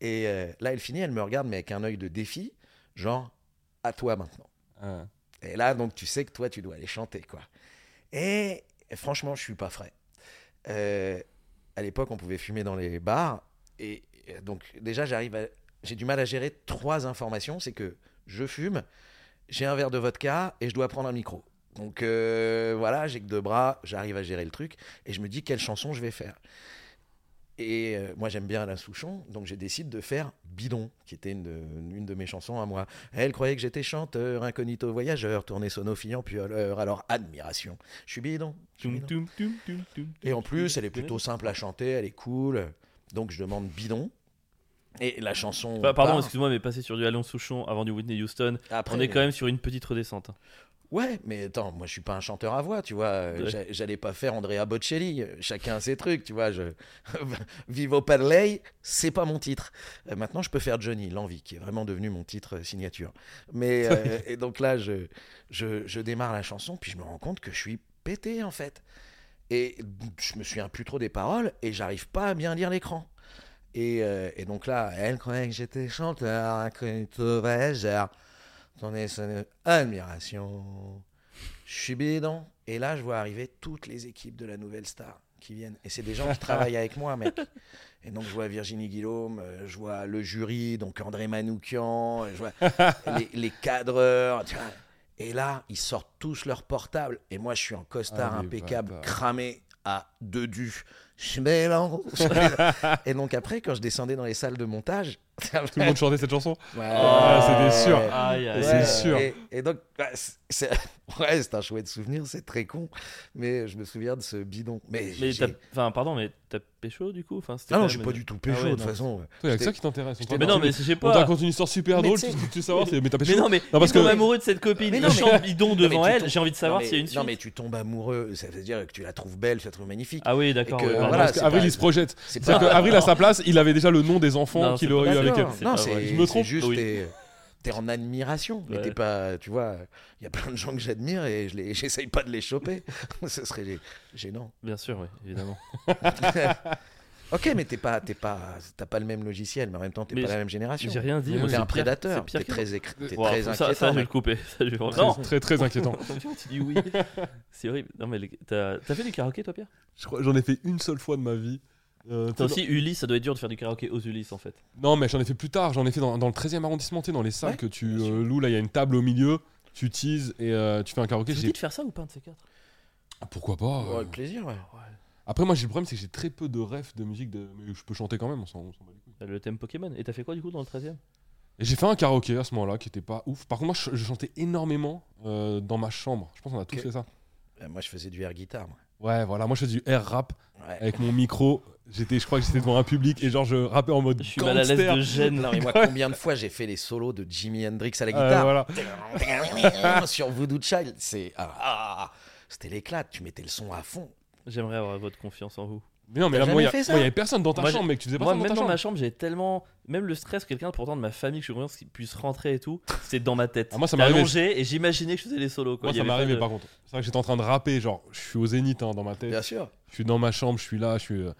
C: Et euh, là, elle finit, elle me regarde, mais avec un œil de défi, genre, à toi maintenant.
B: Ah.
C: Et là, donc, tu sais que toi, tu dois aller chanter, quoi. Et franchement, je suis pas frais. Euh, à l'époque, on pouvait fumer dans les bars. Et euh, donc, déjà, j'arrive à- J'ai du mal à gérer trois informations. C'est que je fume, j'ai un verre de vodka et je dois prendre un micro. Donc euh, voilà, j'ai que deux bras, j'arrive à gérer le truc. Et je me dis, quelle chanson je vais faire et euh, moi j'aime bien Alain Souchon, donc je décide de faire Bidon, qui était une de, une de mes chansons à moi. Elle croyait que j'étais chanteur, incognito voyageur, tourné sonofiant, pioleur, alors admiration. Je suis bidon. je suis
A: Toum,
C: bidon.
A: toum, toum, toum, toum,
C: Et en
A: toum,
C: plus,
A: toum,
C: elle est
A: toum.
C: plutôt simple à chanter, elle est cool. Donc je demande Bidon. Et la chanson.
A: Bah, pardon,
C: part.
A: excuse-moi, mais passer sur du Alain Souchon avant du Whitney Houston,
C: Après,
A: on est quand même sur une petite redescente. hein.
C: Ouais, mais attends, moi je suis pas un chanteur à voix, tu vois. euh,
A: Ouais.
C: j'a- J'allais pas faire Andrea Bocelli. euh, Chacun ses trucs, tu vois. Je... Vivo Padley, c'est pas mon titre. Euh, maintenant, je peux faire Johnny, l'envie, qui est vraiment devenu mon titre euh, signature. Mais euh, et donc là, je, je, je démarre la chanson, puis je me rends compte que je suis pété en fait. Et je me souviens plus trop des paroles et j'arrive pas à bien lire l'écran. Et, euh, et donc là, elle croyait que j'étais chanteur, incognito, voyageur. Attendez, ça ne- admiration. Je suis bidon. Et là, je vois arriver toutes les équipes de la Nouvelle Star qui viennent. Et c'est des gens qui travaillent avec moi, mec. Et donc, je vois Virginie Guillaume, euh, je vois le jury, donc André Manoukian, euh, je vois les, les cadreurs. tu vois. Et là, ils sortent tous leurs portables. Et moi, je suis en costard
B: Ah, les
C: impeccable,
B: bâtards.
C: cramé à deux dus. Je mélange. et donc, après, quand je descendais dans les salles de montage.
B: Tout le monde chantait cette chanson
C: Ouais.
B: Ah, c'était sûr.
A: Aïe, aïe,
B: C'est
A: aïe.
B: sûr.
C: Et, et donc, bah, c'est- c'est ouais, c'est un chouette souvenir, c'est très con, mais je me souviens de ce bidon. Mais,
A: Mais
C: j'ai-
A: t'as- enfin, pardon, mais t'as pécho du coup enfin, c'était
C: Ah
A: quand
C: non,
A: même
C: je suis
A: une-
C: pas du tout pécho,
A: Ah ouais, non.
C: de toute façon.
B: Toi, y a que
C: J'étais-
B: ça qui t'intéresse. on
C: j'étais-
B: t'en
A: Mais non, mais je sais
B: On te
A: pas.
B: raconte une histoire super
C: Mais
B: drôle,
C: tu
B: tu
C: sais-
B: tu veux savoir, c'est- mais t'as pas
A: Mais non, mais
B: Non, parce
A: il tombe
B: que-
A: amoureux de cette copine,
C: Mais
A: il
C: non, mais-
A: chante bidon
C: mais
A: devant
C: tu
A: elle.
C: tombes-
A: J'ai envie de
C: Non
A: savoir
C: mais,
A: s'il y a une
C: non,
A: suite.
C: mais tu tombes amoureux, ça veut dire que tu la trouves belle, tu la trouves magnifique.
A: Ah oui, d'accord.
C: que,
A: ouais,
B: Euh,
A: pardon.
C: voilà,
B: parce
C: c'est
B: qu'Avril,
C: pas-
B: il se projette.
C: C'est
B: C'est-à-dire
A: pas-
B: qu'Avril, à sa place, il avait déjà le nom des enfants
A: Non,
B: qu'il
A: c'est
B: aurait eu
A: pas
B: avec elle.
C: D'accord.
A: C'est
C: Non,
A: pas
C: c'est
A: vrai.
B: Je me
C: c'est
B: trompe
C: juste
A: Oui.
C: t'es t'es en admiration, mais
A: Ouais.
C: t'es pas, tu vois, il y a plein de gens que j'admire et je les- j'essaye pas de les choper, ce serait gênant.
A: Bien sûr, oui, évidemment.
C: Ok, mais t'es pas, t'es pas, t'as pas le même logiciel, mais en même temps t'es
A: Mais
C: pas la
A: j'ai-
C: même génération.
A: J'ai rien dit.
B: T'es
A: moi,
C: T'es
A: c'est
C: un
A: pire-
C: prédateur,
A: c'est pire
C: t'es
A: que-
C: très, éc- t'es
A: Ouah,
C: très
A: ça-
C: inquiétant.
A: Ça, je vais
C: mec.
A: le couper. Ça, je vais-
B: Très,
A: Non,
B: Très, très inquiétant.
A: tu dis oui. C'est horrible. Non, mais les- t'as t'as fait du karaoké, toi, Pierre
B: Je crois- J'en ai fait une seule fois de ma vie. Euh,
A: Toi aussi, Ulysse, ça doit être dur de faire du karaoké aux Ulysses, en fait.
B: Non, mais j'en ai fait plus tard. J'en ai fait dans, dans le 13e arrondissement, tu sais, dans les salles
C: Ouais,
B: que tu
C: bien sûr.
B: euh, loues. Là, il y a une table au milieu, tu teases et euh, tu fais un
A: Tu
B: karaoké.
A: dis
B: J'ai-
A: de faire ça ou pas, un de ces quatre
B: Ah, Pourquoi pas
C: Ouais,
B: euh.
C: avec Oh, plaisir, ouais.
B: Après, moi, j'ai le problème, c'est que j'ai très peu de refs de musique. De... Mais je peux chanter quand même, on s'en on s'en bat les couilles.
A: Euh, Le thème Pokémon. Et t'as fait quoi, du coup, dans le 13 e
B: Et j'ai fait un karaoké à ce moment-là qui était pas ouf. Par contre, moi, je, je chantais énormément euh, dans ma chambre. Je pense qu'on a tous
C: Ok.
B: fait ça.
C: Euh, Moi, je faisais du air guitare, moi.
B: Ouais, voilà. Moi, je faisais du air rap
C: Ouais.
B: avec mon micro. J'étais, je crois que j'étais devant un public et genre, je rappais en mode.
A: Je suis mal à l'aise
B: gangster.
A: de gêne.
C: Non, mais moi, combien de fois j'ai fait les solos de Jimi Hendrix à la
B: Euh,
A: Ah,
C: guitare
B: voilà.
C: Sur Voodoo Child, c'est. ah, ah, ah, C'était l'éclate, tu mettais le son à fond.
A: J'aimerais avoir votre confiance en vous.
B: Mais non, mais
C: T'as
B: là, moi, il y a-
C: jamais fait ça
B: moi, il y avait personne dans ta
A: Moi,
B: chambre, mec. Tu faisais pas
A: Moi,
B: ça dans
A: même
B: ta
A: dans
B: chambre.
A: ma chambre, j'avais tellement. Même le stress, quelqu'un pourtant de ma famille que je suis convaincu qu'il puisse rentrer et tout, c'était dans ma tête.
B: Ah, moi, ça
A: J'étais
B: m'est arrivé.
A: allongé et j'imaginais que je faisais les solos. Quoi.
B: Moi,
A: Il y avait
B: ça
A: pas
B: m'est arrivé
A: de-
B: par contre. C'est vrai que j'étais en train de rapper, genre, je suis au zénith hein, dans ma tête.
C: Bien sûr.
B: Je suis dans ma chambre, je suis là, je suis euh,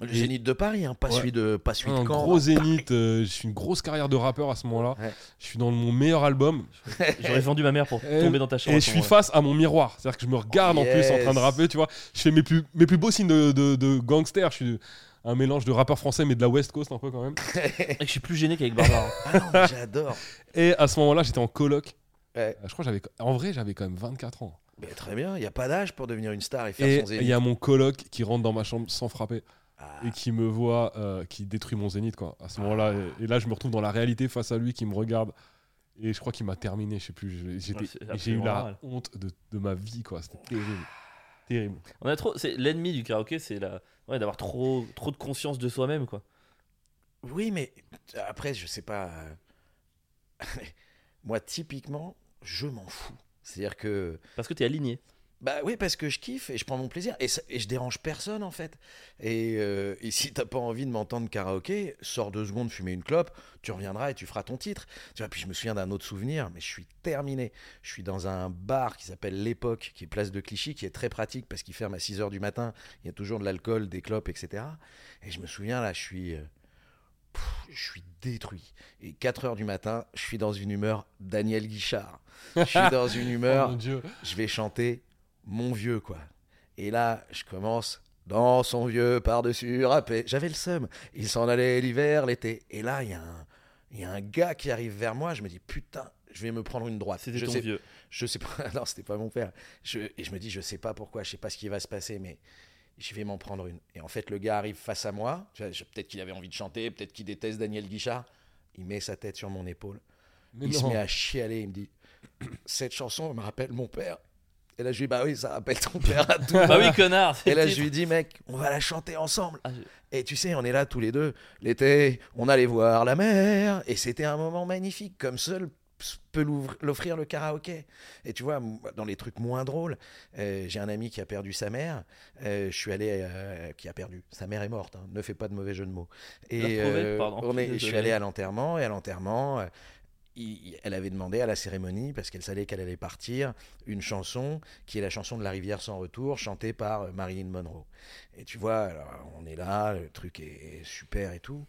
C: Le
B: Et-
C: zénith de Paris, hein, pas
B: Ouais.
C: celui de, pas celui
B: un
C: de Caen.
B: gros zénith. euh, je suis une grosse carrière de rappeur à ce moment-là.
C: Ouais.
B: Je suis dans mon meilleur album
C: Ah
A: J'aurais vendu ma mère pour
B: Et-
A: tomber dans ta chambre.
B: Euh, et
A: à
B: je
A: ce
B: suis
A: moment-là.
B: face à mon miroir. C'est-à-dire que je me regarde en
C: Yes.
B: plus en train de rapper, tu vois. Je fais mes plus, mes plus beaux signes de, de, de gangster. Je suis un mélange de rappeur français mais de la West Coast un peu quand même.
A: Et que je suis plus gêné qu'avec Barbara. hein.
C: Ah non, mais j'adore.
B: Et à ce moment-là, j'étais en coloc.
C: Ouais.
B: Euh, Je crois que j'avais, en vrai, j'avais quand même 24 ans.
C: Mais très bien, il n'y a pas d'âge pour devenir une star et faire
B: Et
C: son
B: il y
C: zénith.
B: a mon coloc qui rentre dans ma chambre sans frapper.
C: Ah,
B: et qui me voit, euh, qui détruit mon zénith, quoi, à ce moment-là.
C: Ah.
B: Et, et là, je me retrouve dans la réalité face à lui qui me regarde. Et je crois qu'il m'a terminé, je sais plus. je-
A: Ouais,
B: j'étais-
A: c'est
B: et J'ai eu
A: absolument
B: la
A: normal.
B: honte de, de ma vie, quoi. C'était terrible. terrible.
A: On a trop. C'est l'ennemi du karaoké, c'est la... ouais, d'avoir trop, trop de conscience de soi-même, quoi.
C: Oui, mais après, je sais pas. euh, Moi, typiquement, je m'en fous. C'est-à-dire que
A: Parce que t'es aligné.
C: bah oui, parce que je kiffe et je prends mon plaisir et, ça- et je dérange personne en fait. Et, euh, et si t'as pas envie de m'entendre karaoké, sors deux secondes fumer une clope, tu reviendras et tu feras ton titre. Tu vois, puis je me souviens d'un autre souvenir, mais je suis terminé. Je suis dans un bar qui s'appelle L'Époque, qui est place de Clichy, qui est très pratique parce qu'il ferme à 6 h du matin. Il y a toujours de l'alcool, des clopes, etc. Et je me souviens là, je suis. euh, pff, je suis détruit. Et 4 heures du matin, je suis dans une humeur Daniel Guichard. Je suis dans une humeur
B: Oh mon dieu.
C: je vais chanter Mon vieux, quoi. Et là, je commence dans son vieux par-dessus râpé. J'avais le seum. Il s'en allait l'hiver, l'été. Et là, il y, a un- il y a un gars qui arrive vers moi. Je me dis, putain, je vais me prendre une droite.
A: C'était
C: je
A: ton
C: sais,
A: vieux.
C: Je sais pas. Non, c'était pas mon père. Je, et je me dis, je sais pas pourquoi, je sais pas ce qui va se passer, mais je vais m'en prendre une. Et en fait, le gars arrive face à moi. Tu vois, je- Peut-être qu'il avait envie de chanter, peut-être qu'il déteste Daniel Guichard. Il met sa tête sur mon épaule.
B: Mais
C: Il se
B: non.
C: met à chialer, il me dit Cette chanson me rappelle mon père. Et là, je lui dis Bah oui, ça rappelle ton père à tout.
A: bah oui, connard. c'est
C: Et là,
A: le
C: je
A: titre.
C: lui dis Mec, on va la chanter ensemble.
A: Ah, je-
C: Et tu sais, on est là tous les deux. L'été, on allait voir la mer. Et c'était un moment magnifique, comme seul peut l'ouvr- l'offrir le karaoké. Et tu vois, m- dans les trucs moins drôles, euh, j'ai un ami qui a perdu sa mère. Euh, je suis allé, euh, qui a perdu. Sa mère est morte. hein. Ne fais pas de mauvais jeu de mots. Et
A: La prouvette, pardon.
C: on est-
A: Désolé.
C: je suis allé à l'enterrement. Et à l'enterrement, euh, il- elle avait demandé à la cérémonie, parce qu'elle savait qu'elle allait partir, une chanson qui est la chanson de la rivière sans retour, chantée par euh, Marilyn Monroe. Et tu vois, alors, on est là, le truc est super et tout.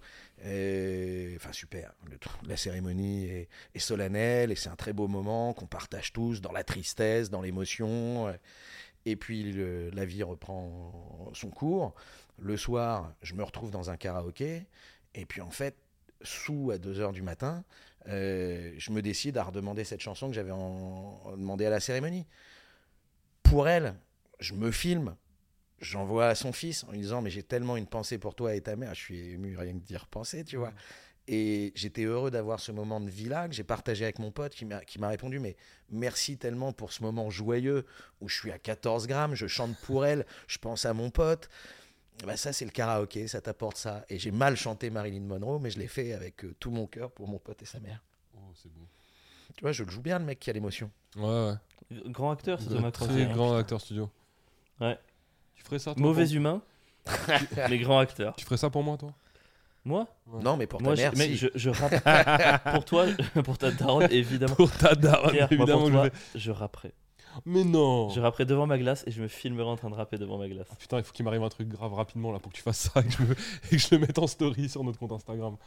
C: Et- Enfin, super. Le tr- la cérémonie est, est solennelle et c'est un très beau moment qu'on partage tous dans la tristesse, dans l'émotion. euh, Et puis, le- la vie reprend son cours. Le soir, je me retrouve dans un karaoké. Et puis, en fait, sous à 2 heures du matin, euh, je me décide à redemander cette chanson que j'avais en- demandé à la cérémonie. Pour elle, je me filme, j'envoie à son fils en lui disant Mais j'ai tellement une pensée pour toi et ta mère, je suis ému rien que d'y repenser, tu vois. Et j'étais heureux d'avoir ce moment de vie-là que j'ai partagé avec mon pote qui m'a qui m'a répondu Mais merci tellement pour ce moment joyeux où je suis à 14 grammes, je chante pour elle, je pense à mon pote. Bah ça, c'est le karaoké, ça t'apporte ça. Et j'ai mal chanté Marilyn Monroe, mais je l'ai fait avec euh, tout mon cœur pour mon pote et sa mère.
B: Oh, c'est beau.
C: Tu vois, je le joue bien, le mec qui a l'émotion.
B: Ouais, ouais.
A: Grand acteur, c'est Thomas
B: très
A: Crozier, hein.
B: Bah, grand acteur studio.
A: Ouais.
B: Tu ferais ça toi,
A: Mauvais
B: pour-
A: humain, mais grand acteur.
B: Tu ferais ça pour moi, toi
A: Moi
B: Ouais.
C: Non, mais pour
A: Moi,
C: ta
A: je,
C: mère,
A: mec,
C: si.
A: je, je rappe. pour toi, pour ta daronne, évidemment.
B: Pour ta daronne,
A: Pierre, moi,
B: évidemment
A: pour
B: que je
A: toi,
B: vais- Oh.
A: je rapperai.
B: Mais non
A: Je rapperai devant ma glace et je me filmerai en train de rapper devant ma glace.
B: Ah, Putain, il faut qu'il m'arrive un truc grave rapidement là pour que tu fasses ça et que je, me- et que je le mette en story sur notre compte Instagram.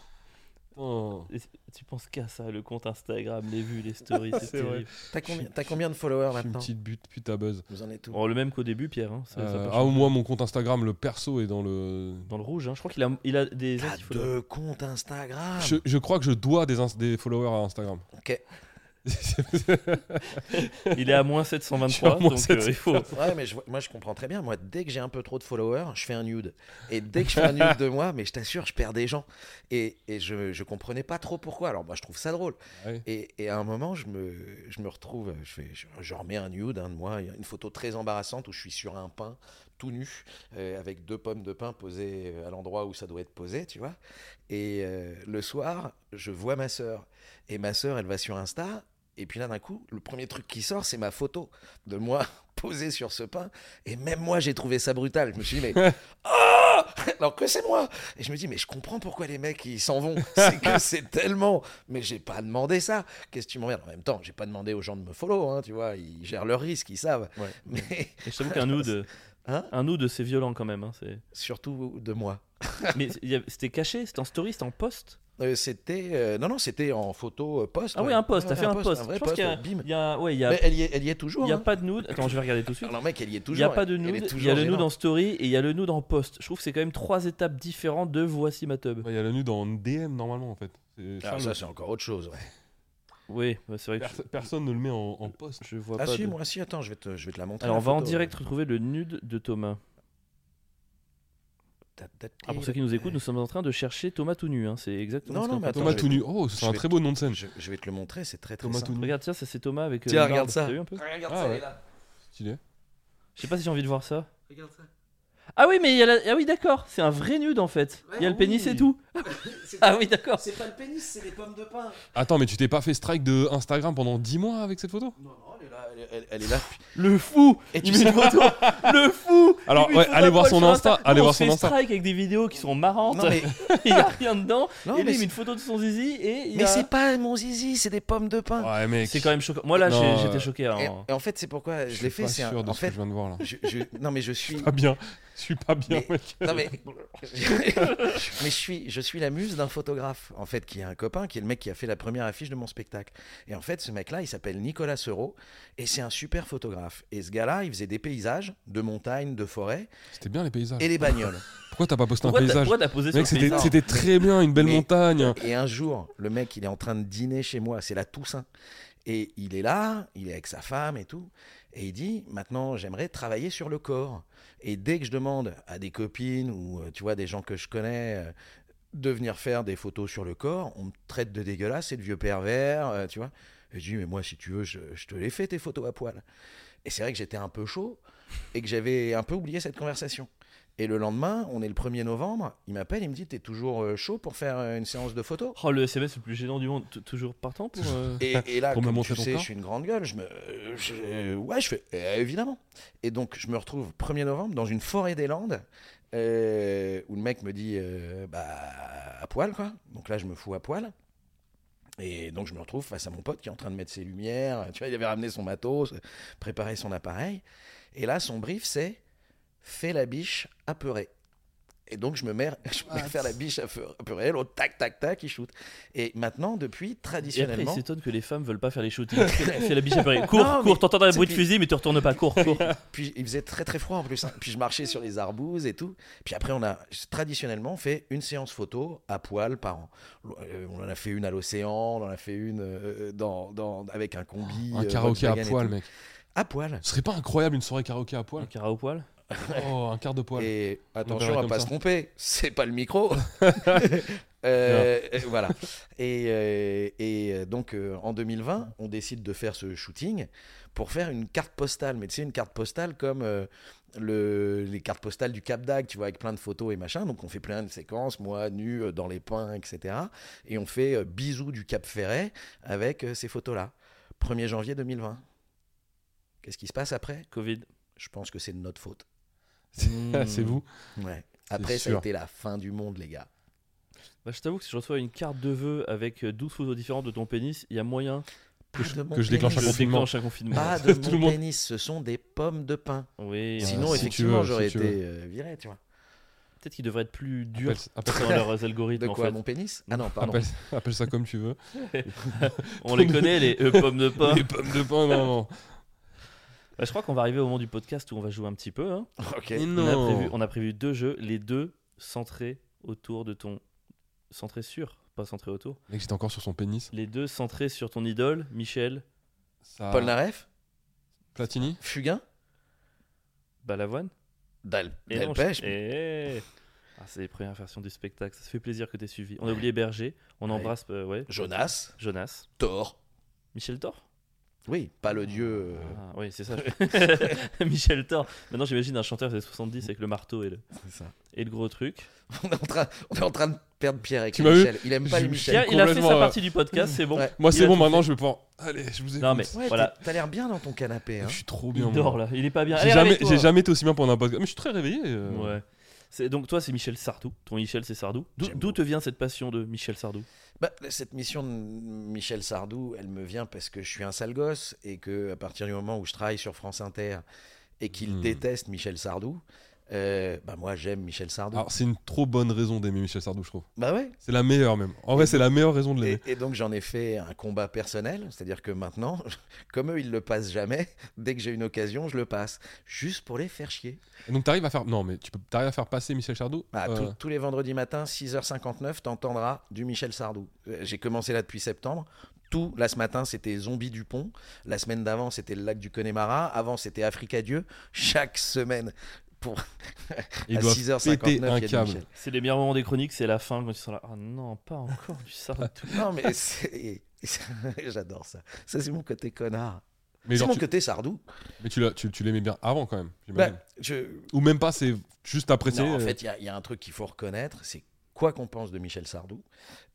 B: Putain.
A: Et Tu penses qu'à ça, le compte Instagram, les vues, les stories, c'est
B: C'est vrai.
A: terrible.
C: T'as combien, t'as combien de followers
B: Je suis une
C: maintenant
B: petite butte, putain buzz.
C: Vous en êtes tous.
A: Bon, le même qu'au début, Pierre. hein, ça- ça
B: Euh,
A: peut
B: ah,
A: changer.
B: moi, mon compte Instagram, le perso est dans le.
A: Dans le rouge, hein. je crois qu'il a, il a des
C: T'as
A: anti-followers.
C: deux comptes Instagram.
B: Je, je crois que je dois des, ins- des followers à Instagram.
C: Ah. Ok.
A: Il est à moins
B: Je suis à
A: 723,
B: moins
A: donc euh,
B: 723.
A: il faut.
C: Ouais, mais je vois- moi, je comprends très bien. Moi, dès que j'ai un peu trop de followers, je fais un nude. Et dès que je fais un nude de moi, mais je t'assure, je perds des gens. Et, et je, je comprenais pas trop pourquoi. Alors, moi, je trouve ça drôle.
B: Ouais.
C: Et, et à un moment, je me, je me retrouve, je, fais, je, je remets un nude hein, de moi, Il y a une photo très embarrassante où je suis sur un pain tout nu, euh, avec deux pommes de pain posées euh, à l'endroit où ça doit être posé, tu vois. Et euh, le soir, je vois ma sœur. Et ma sœur, elle va sur Insta. Et puis là, d'un coup, le premier truc qui sort, c'est ma photo de moi posée sur ce pain. Et même moi, j'ai trouvé ça brutal. Je me suis dit, mais. Ah Alors que c'est moi Et je me dis, mais je comprends pourquoi les mecs, ils s'en vont. C'est que c'est tellement. Mais j'ai pas demandé ça. Qu'est-ce que tu m'emmerdes En même temps, j'ai pas demandé aux gens de me follow, hein, tu vois. Ils gèrent leur risque, ils savent.
A: Ouais.
C: Mais
A: Et je t'avoue qu'un nude,
C: Hein
A: un nude, c'est violent quand même. hein, c'est-
C: surtout de moi.
A: Mais il y a- c'était caché, c'était en story, c'était en post.
C: Euh, c'était. euh, non, non, c'était en photo euh, post.
A: Ah
C: ouais.
A: oui, un post,
C: Ouais,
A: t'as fait un post.
C: Un vrai
A: je pense
C: post,
A: qu'il y a,
C: ouais, bim.
A: il y a- ouais, il y a,
C: Mais elle y est, elle y est toujours.
A: il y a
C: hein.
A: pas de nude. Attends, je vais regarder tout de suite.
C: Alors, mec, elle y est
A: Il
C: toujours. hein.
A: n'y a pas de
C: elle- elle est
A: nude, il y
C: toujours
A: a le nude
C: gênante.
A: en story et il y a le nude en post. Je trouve que c'est quand même trois étapes différentes de voici ma tub.
B: Ouais, Il y a le nude en DM normalement en fait. C'est-
C: Ah,
B: Charles,
C: ça, c'est encore autre chose. ouais.
A: Oui, bah, c'est vrai que
B: pers- personne ne le met en, en post.
A: je, je vois
C: Ah,
A: pas.
C: si,
A: de-
C: moi, si, attends, je vais te, je vais te la montrer.
A: Alors
C: la
A: on va en
C: photo.
A: direct retrouver le nude de Thomas.
C: Ta- ta- ta-
A: Ah, pour ceux qui nous écoutent, nous sommes en train de chercher Thomas tout nu. hein, C'est exactement
C: Non,
A: ce
C: non,
A: qu'on
C: mais
A: fait.
C: attends,
B: Thomas
C: je
B: tout
C: vais-
B: nu. Oh,
C: je
B: c'est un
C: vais-
B: très beau nom de scène.
C: Je, je vais te le montrer, c'est très très
B: Thomas
C: simple.
B: tout nu.
A: Regarde, tiens, ça c'est Thomas avec. euh,
C: Tiens,
A: les
C: regarde
A: barbes.
C: ça.
A: T'as vu un peu
B: Ah ouais.
C: là.
B: Stylé.
A: Je sais pas si j'ai envie de voir ça.
C: Regarde ça.
A: Ah oui, mais il y a la- ah oui, d'accord, c'est un vrai nude en fait. Il y a le pénis et tout.
D: C'est-
A: Ah oui, d'accord.
D: C'est pas le pénis, c'est les pommes de pain.
B: Attends, mais tu t'es pas fait strike de Instagram pendant 10 mois avec cette photo
C: Non, non, elle est là. Elle, elle- elle est là.
A: Le fou.
C: Et tu
A: Il met
C: sais-
A: une photo. le fou.
B: Alors,
A: Il met
B: ouais,
A: une photo
B: allez
A: à
B: voir
A: poil
B: son
A: sur
B: Insta. Allez
A: Nous,
B: voir
A: on se
B: son
A: fait
B: Insta.
A: strike avec des vidéos qui sont marrantes.
C: Non, mais,
A: il y a rien dedans.
C: non,
A: et lui, il ah.
C: mais
A: met
C: c'est-
A: une photo de son zizi et il
C: mais
A: a-
C: c'est pas mon zizi, c'est des pommes de pain.
B: Ouais, mec.
A: c'est quand même choquant. Moi là,
B: Non,
A: j'ai-
B: euh,
A: j'étais choqué. hein.
C: Et, et en fait, c'est pourquoi je,
B: suis
C: l'ai fait.
B: pas
C: C'est un-
B: sûr de
C: en
B: ce que
C: fait,
B: je viens de voir là.
C: je, je- non mais je suis.
A: Ah,
B: Pas bien. Je suis pas bien,
C: Mais-
B: mec.
C: Non, mais, mais je, suis, je suis la muse d'un photographe, en fait, qui est un copain, qui est le mec qui a fait la première affiche de mon spectacle. Et en fait, ce mec-là, il s'appelle Nicolas Sereau, et c'est un super photographe. Et ce gars-là, il faisait des paysages, de montagnes, de forêts,
B: C'était bien les paysages.
C: et des bagnoles.
B: Pourquoi t'as pas posté un
A: Pourquoi t'as-
B: paysage
A: pourquoi t'as posé
B: Mec,
A: sur le
B: c'était
A: paysage
B: c'était très bien, une belle
C: Mais-
B: montagne.
C: Et un jour, le mec, il est en train de dîner chez moi, c'est la Toussaint. Et il est là, il est avec sa femme et tout. Et il dit, maintenant, j'aimerais travailler sur le corps. Et dès que je demande à des copines ou, euh, tu vois, des gens que je connais euh, de venir faire des photos sur le corps, on me traite de dégueulasse et de vieux pervers, euh, tu vois. Et je dis, mais moi, si tu veux, je, je te les fais, tes photos à poil. Et c'est vrai que j'étais un peu chaud et que j'avais un peu oublié cette conversation. Et le lendemain, on est le 1er novembre, il m'appelle, il me dit, t'es toujours euh, chaud pour faire euh, une séance de photos
A: Oh, le SMS le plus gênant du monde. T- Toujours partant pour. euh,
C: et, et là,
B: Pour me
C: comme
B: montrer
C: tu
B: ton
C: sais,
B: corps
C: je suis une grande gueule. Je me, euh, je- euh, ouais, je fais euh, évidemment. Et donc, je me retrouve 1er novembre dans une forêt des Landes euh, où le mec me dit euh, bah à poil quoi. Donc là, je me fous à poil. Et donc, je me retrouve face à mon pote qui est en train de mettre ses lumières. Tu vois, il avait ramené son matos, préparé son appareil. Et là, son brief, c'est fais la biche apeurée. Et donc, je me mets, je me mets à faire la biche apeurée, l'autre tac, tac, tac, il shoot. Et maintenant, depuis,
A: Et après, il
C: traditionnellement.
A: s'étonne que les femmes veulent pas faire les shootings. C'est c'est la biche à Paris. Cours,
C: Non, mais-
A: cours, t'entends un
C: c'est
A: bruit de
C: puis-
A: fusil, mais tu retournes pas. Cours, cours.
C: Puis il faisait très très froid en plus. hein. Puis je marchais sur les arbouses et tout. Puis après, on a traditionnellement on fait une séance photo à poil par an. Euh, On en a fait une à l'océan, on en a fait une euh, dans, dans- avec un combi.
B: Un
C: euh,
B: karaoké à
C: Volkswagen et
B: poil,
C: tout.
B: mec.
C: À poil.
B: Ce serait pas incroyable une soirée karaoké à
A: Un
B: poil
A: cara au poil.
B: Oh, un quart de poil.
C: Et
B: verrait
C: attention à
B: comme
C: pas
B: ça.
C: se tromper, c'est pas le micro. Euh, euh, voilà. Et, euh, et euh, donc euh, en 2020, on décide de faire ce shooting pour faire une carte postale. Mais tu sais, une carte postale comme euh, le, les cartes postales du Cap d'Agde, tu vois, avec plein de photos et machin. Donc on fait plein de séquences, moi nu, euh, dans les pins, etc. Et on fait euh, bisous du Cap Ferret avec euh, ces photos-là. 1er janvier 2020. Qu'est-ce qui se passe après
A: Covid.
C: Je pense que c'est de notre faute.
B: C'est vous.
C: Ouais. Après, ça
B: sûr.
C: a été la fin du monde, les gars.
A: Bah, je t'avoue que si je reçois une carte de vœux avec euh, 12 photos différentes de ton pénis, il y a moyen
C: Pas
B: je-
C: de mon
B: que je déclenche un
A: que je
C: pénis.
B: confinement.
A: déclenche un confinement.
C: Pas de
B: Tout
C: mon
B: le monde.
C: pénis, ce sont des pommes de pain.
A: Oui,
B: Ouais,
C: Sinon,
B: si
C: effectivement,
B: tu veux,
C: j'aurais
B: si tu
C: été euh, viré, tu vois.
A: peut-être qu'ils devraient être plus durs
B: Appelle, appelle-
A: dans leurs algorithmes.
C: De
A: en
C: quoi,
A: fait.
C: mon pénis Ah non, pardon.
B: appelle- appelle ça comme tu veux.
A: On les connaît, les euh, pommes de pain.
B: Les pommes de pain, non, non.
A: Bah, je crois qu'on va arriver au moment du podcast où on va jouer un petit peu. hein.
C: Ok.
B: Mais
A: On, a
B: non.
A: prévu, on a prévu deux jeux, les deux centrés autour de ton. Centrés sur, pas centrés autour.
B: Mec, j'étais encore sur son pénis.
A: Les deux centrés sur ton idole, Michel
B: Ça-
C: Paul Naref,
B: Platini
C: Fugain,
A: Balavoine.
C: Dal
A: Et non,
C: Delpech.
A: je- Eh. Ah, c'est les premières versions du spectacle, ça se fait plaisir que t'aies suivi. On a oublié Berger, on
C: Ouais.
A: embrasse euh, ouais,
C: Jonas,
A: Jonas,
C: Thor.
A: Michel Thor
C: Oui, pas le dieu. euh,
A: Ah, Oui, c'est ça. je- Michel Thor. Maintenant j'imagine un chanteur des années 70 avec le marteau et le,
B: Ah,
C: c'est ça.
A: et le gros truc.
C: On, est en train, on est en train de perdre Pierre avec
B: Tu m'as vu
C: Michel. Il aime pas
B: Je-
C: les
A: Tiens,
C: Michel.
B: Pierre-
A: il a fait
B: complètement,
A: sa
B: euh,
A: partie du podcast, c'est bon.
C: Ouais.
B: Moi,
A: Il
B: c'est
A: a
B: bon,
A: tout
B: maintenant, je vais pouvoir. Allez, je vous écoute.
A: Non, mais
C: Ouais,
A: voilà.
C: t'es- t'as l'air bien dans ton canapé. hein.
B: Je suis trop bien.
A: Il
B: moi.
A: dort là, il est pas bien.
B: J'ai
A: Allez,
B: jamais,
A: réveille-toi.
B: j'ai jamais été aussi bien pendant un podcast. Mais je suis très réveillé. euh.
A: Ouais. C'est- Donc toi c'est Michel Sardou, ton Michel c'est Sardou. D'où-
C: J'aime
A: D'où te vient cette passion de Michel Sardou
C: Bah, cette mission de Michel Sardou, elle me vient parce que je suis un sale gosse et que à partir du moment où je travaille sur France Inter et qu'il
B: Hmm.
C: déteste Michel Sardou, euh, bah moi j'aime Michel Sardou.
B: Alors, c'est une trop bonne raison d'aimer Michel Sardou, je trouve.
C: Bah ouais.
B: C'est la meilleure, même. En vrai, c'est la meilleure raison de l'aimer.
C: Et, et donc j'en ai fait un combat personnel, c'est-à-dire que maintenant, comme eux ils le passent jamais, dès que j'ai une occasion, je le passe, juste pour les faire chier.
B: Et Donc, t'arrives à faire. Non, mais tu peux... t'arrives à faire passer Michel Sardou
C: Ah,
B: euh,
C: tous- tous les vendredis matins, 6h59, t'entendras du Michel Sardou. Euh, J'ai commencé là depuis septembre. Tout, là ce matin, c'était Zombie du Pont. La semaine d'avant, c'était le lac du Connemara. Avant, c'était Africa Dieu. Chaque semaine, pour
B: Il
C: à
B: doit
C: 6h59, il y
B: péter
C: a
B: un
C: du
B: câble.
C: Michel.
A: C'est les meilleurs moments des chroniques, c'est la fin quand tu sens là. Ah non, pas encore du Sardou.
C: Non, mais c'est- j'adore ça. Ça, c'est mon côté connard.
B: Mais,
C: c'est
B: genre,
C: mon
B: tu,
C: côté Sardou.
B: mais tu l'as- tu- tu l'aimais bien avant quand même.
C: Bah,
B: j'imagine.
C: je,
B: Ou même pas, c'est juste apprécié.
C: Non, en
B: euh,
C: fait, il y a- il y, a un truc qu'il faut reconnaître, c'est quoi qu'on pense de Michel Sardou,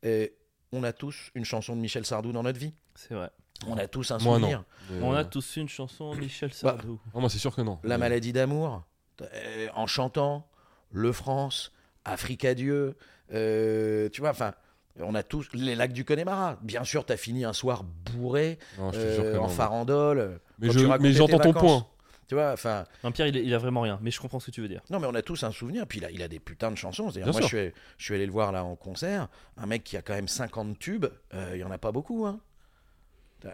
C: euh, on a tous une chanson de Michel Sardou dans notre vie.
A: C'est vrai.
C: On a tous un
B: Moi, non.
C: souvenir.
B: de-
A: On a tous une chanson Michel
C: Bah,
A: Sardou.
B: euh, Non, moi, c'est sûr que non.
C: La
B: Mais-
C: maladie d'amour, euh, en chantant, Le France, Africa Dieu, euh, tu vois, enfin, on a tous les lacs du Connemara. Bien sûr, t'as fini un soir bourré,
B: Non, je te
C: euh,
B: jure que
C: en
B: non.
C: farandole.
B: Mais
C: quand
B: je-
C: tu
B: mais
C: racontais
B: j'entends
C: tes
B: ton
C: vacances.
B: point.
C: Tu vois, enfin,
A: Non, Pierre, il, il a vraiment rien, mais je comprends ce que tu veux dire.
C: Non, mais on a tous un souvenir. Puis il a, il a des putains de chansons. C'est-à-dire,
B: Bien
C: moi, je
B: sûr.
C: suis, allé- je suis allé le voir là en concert. Un mec qui a quand même 50 tubes, euh, il y en a pas beaucoup. hein. Euh,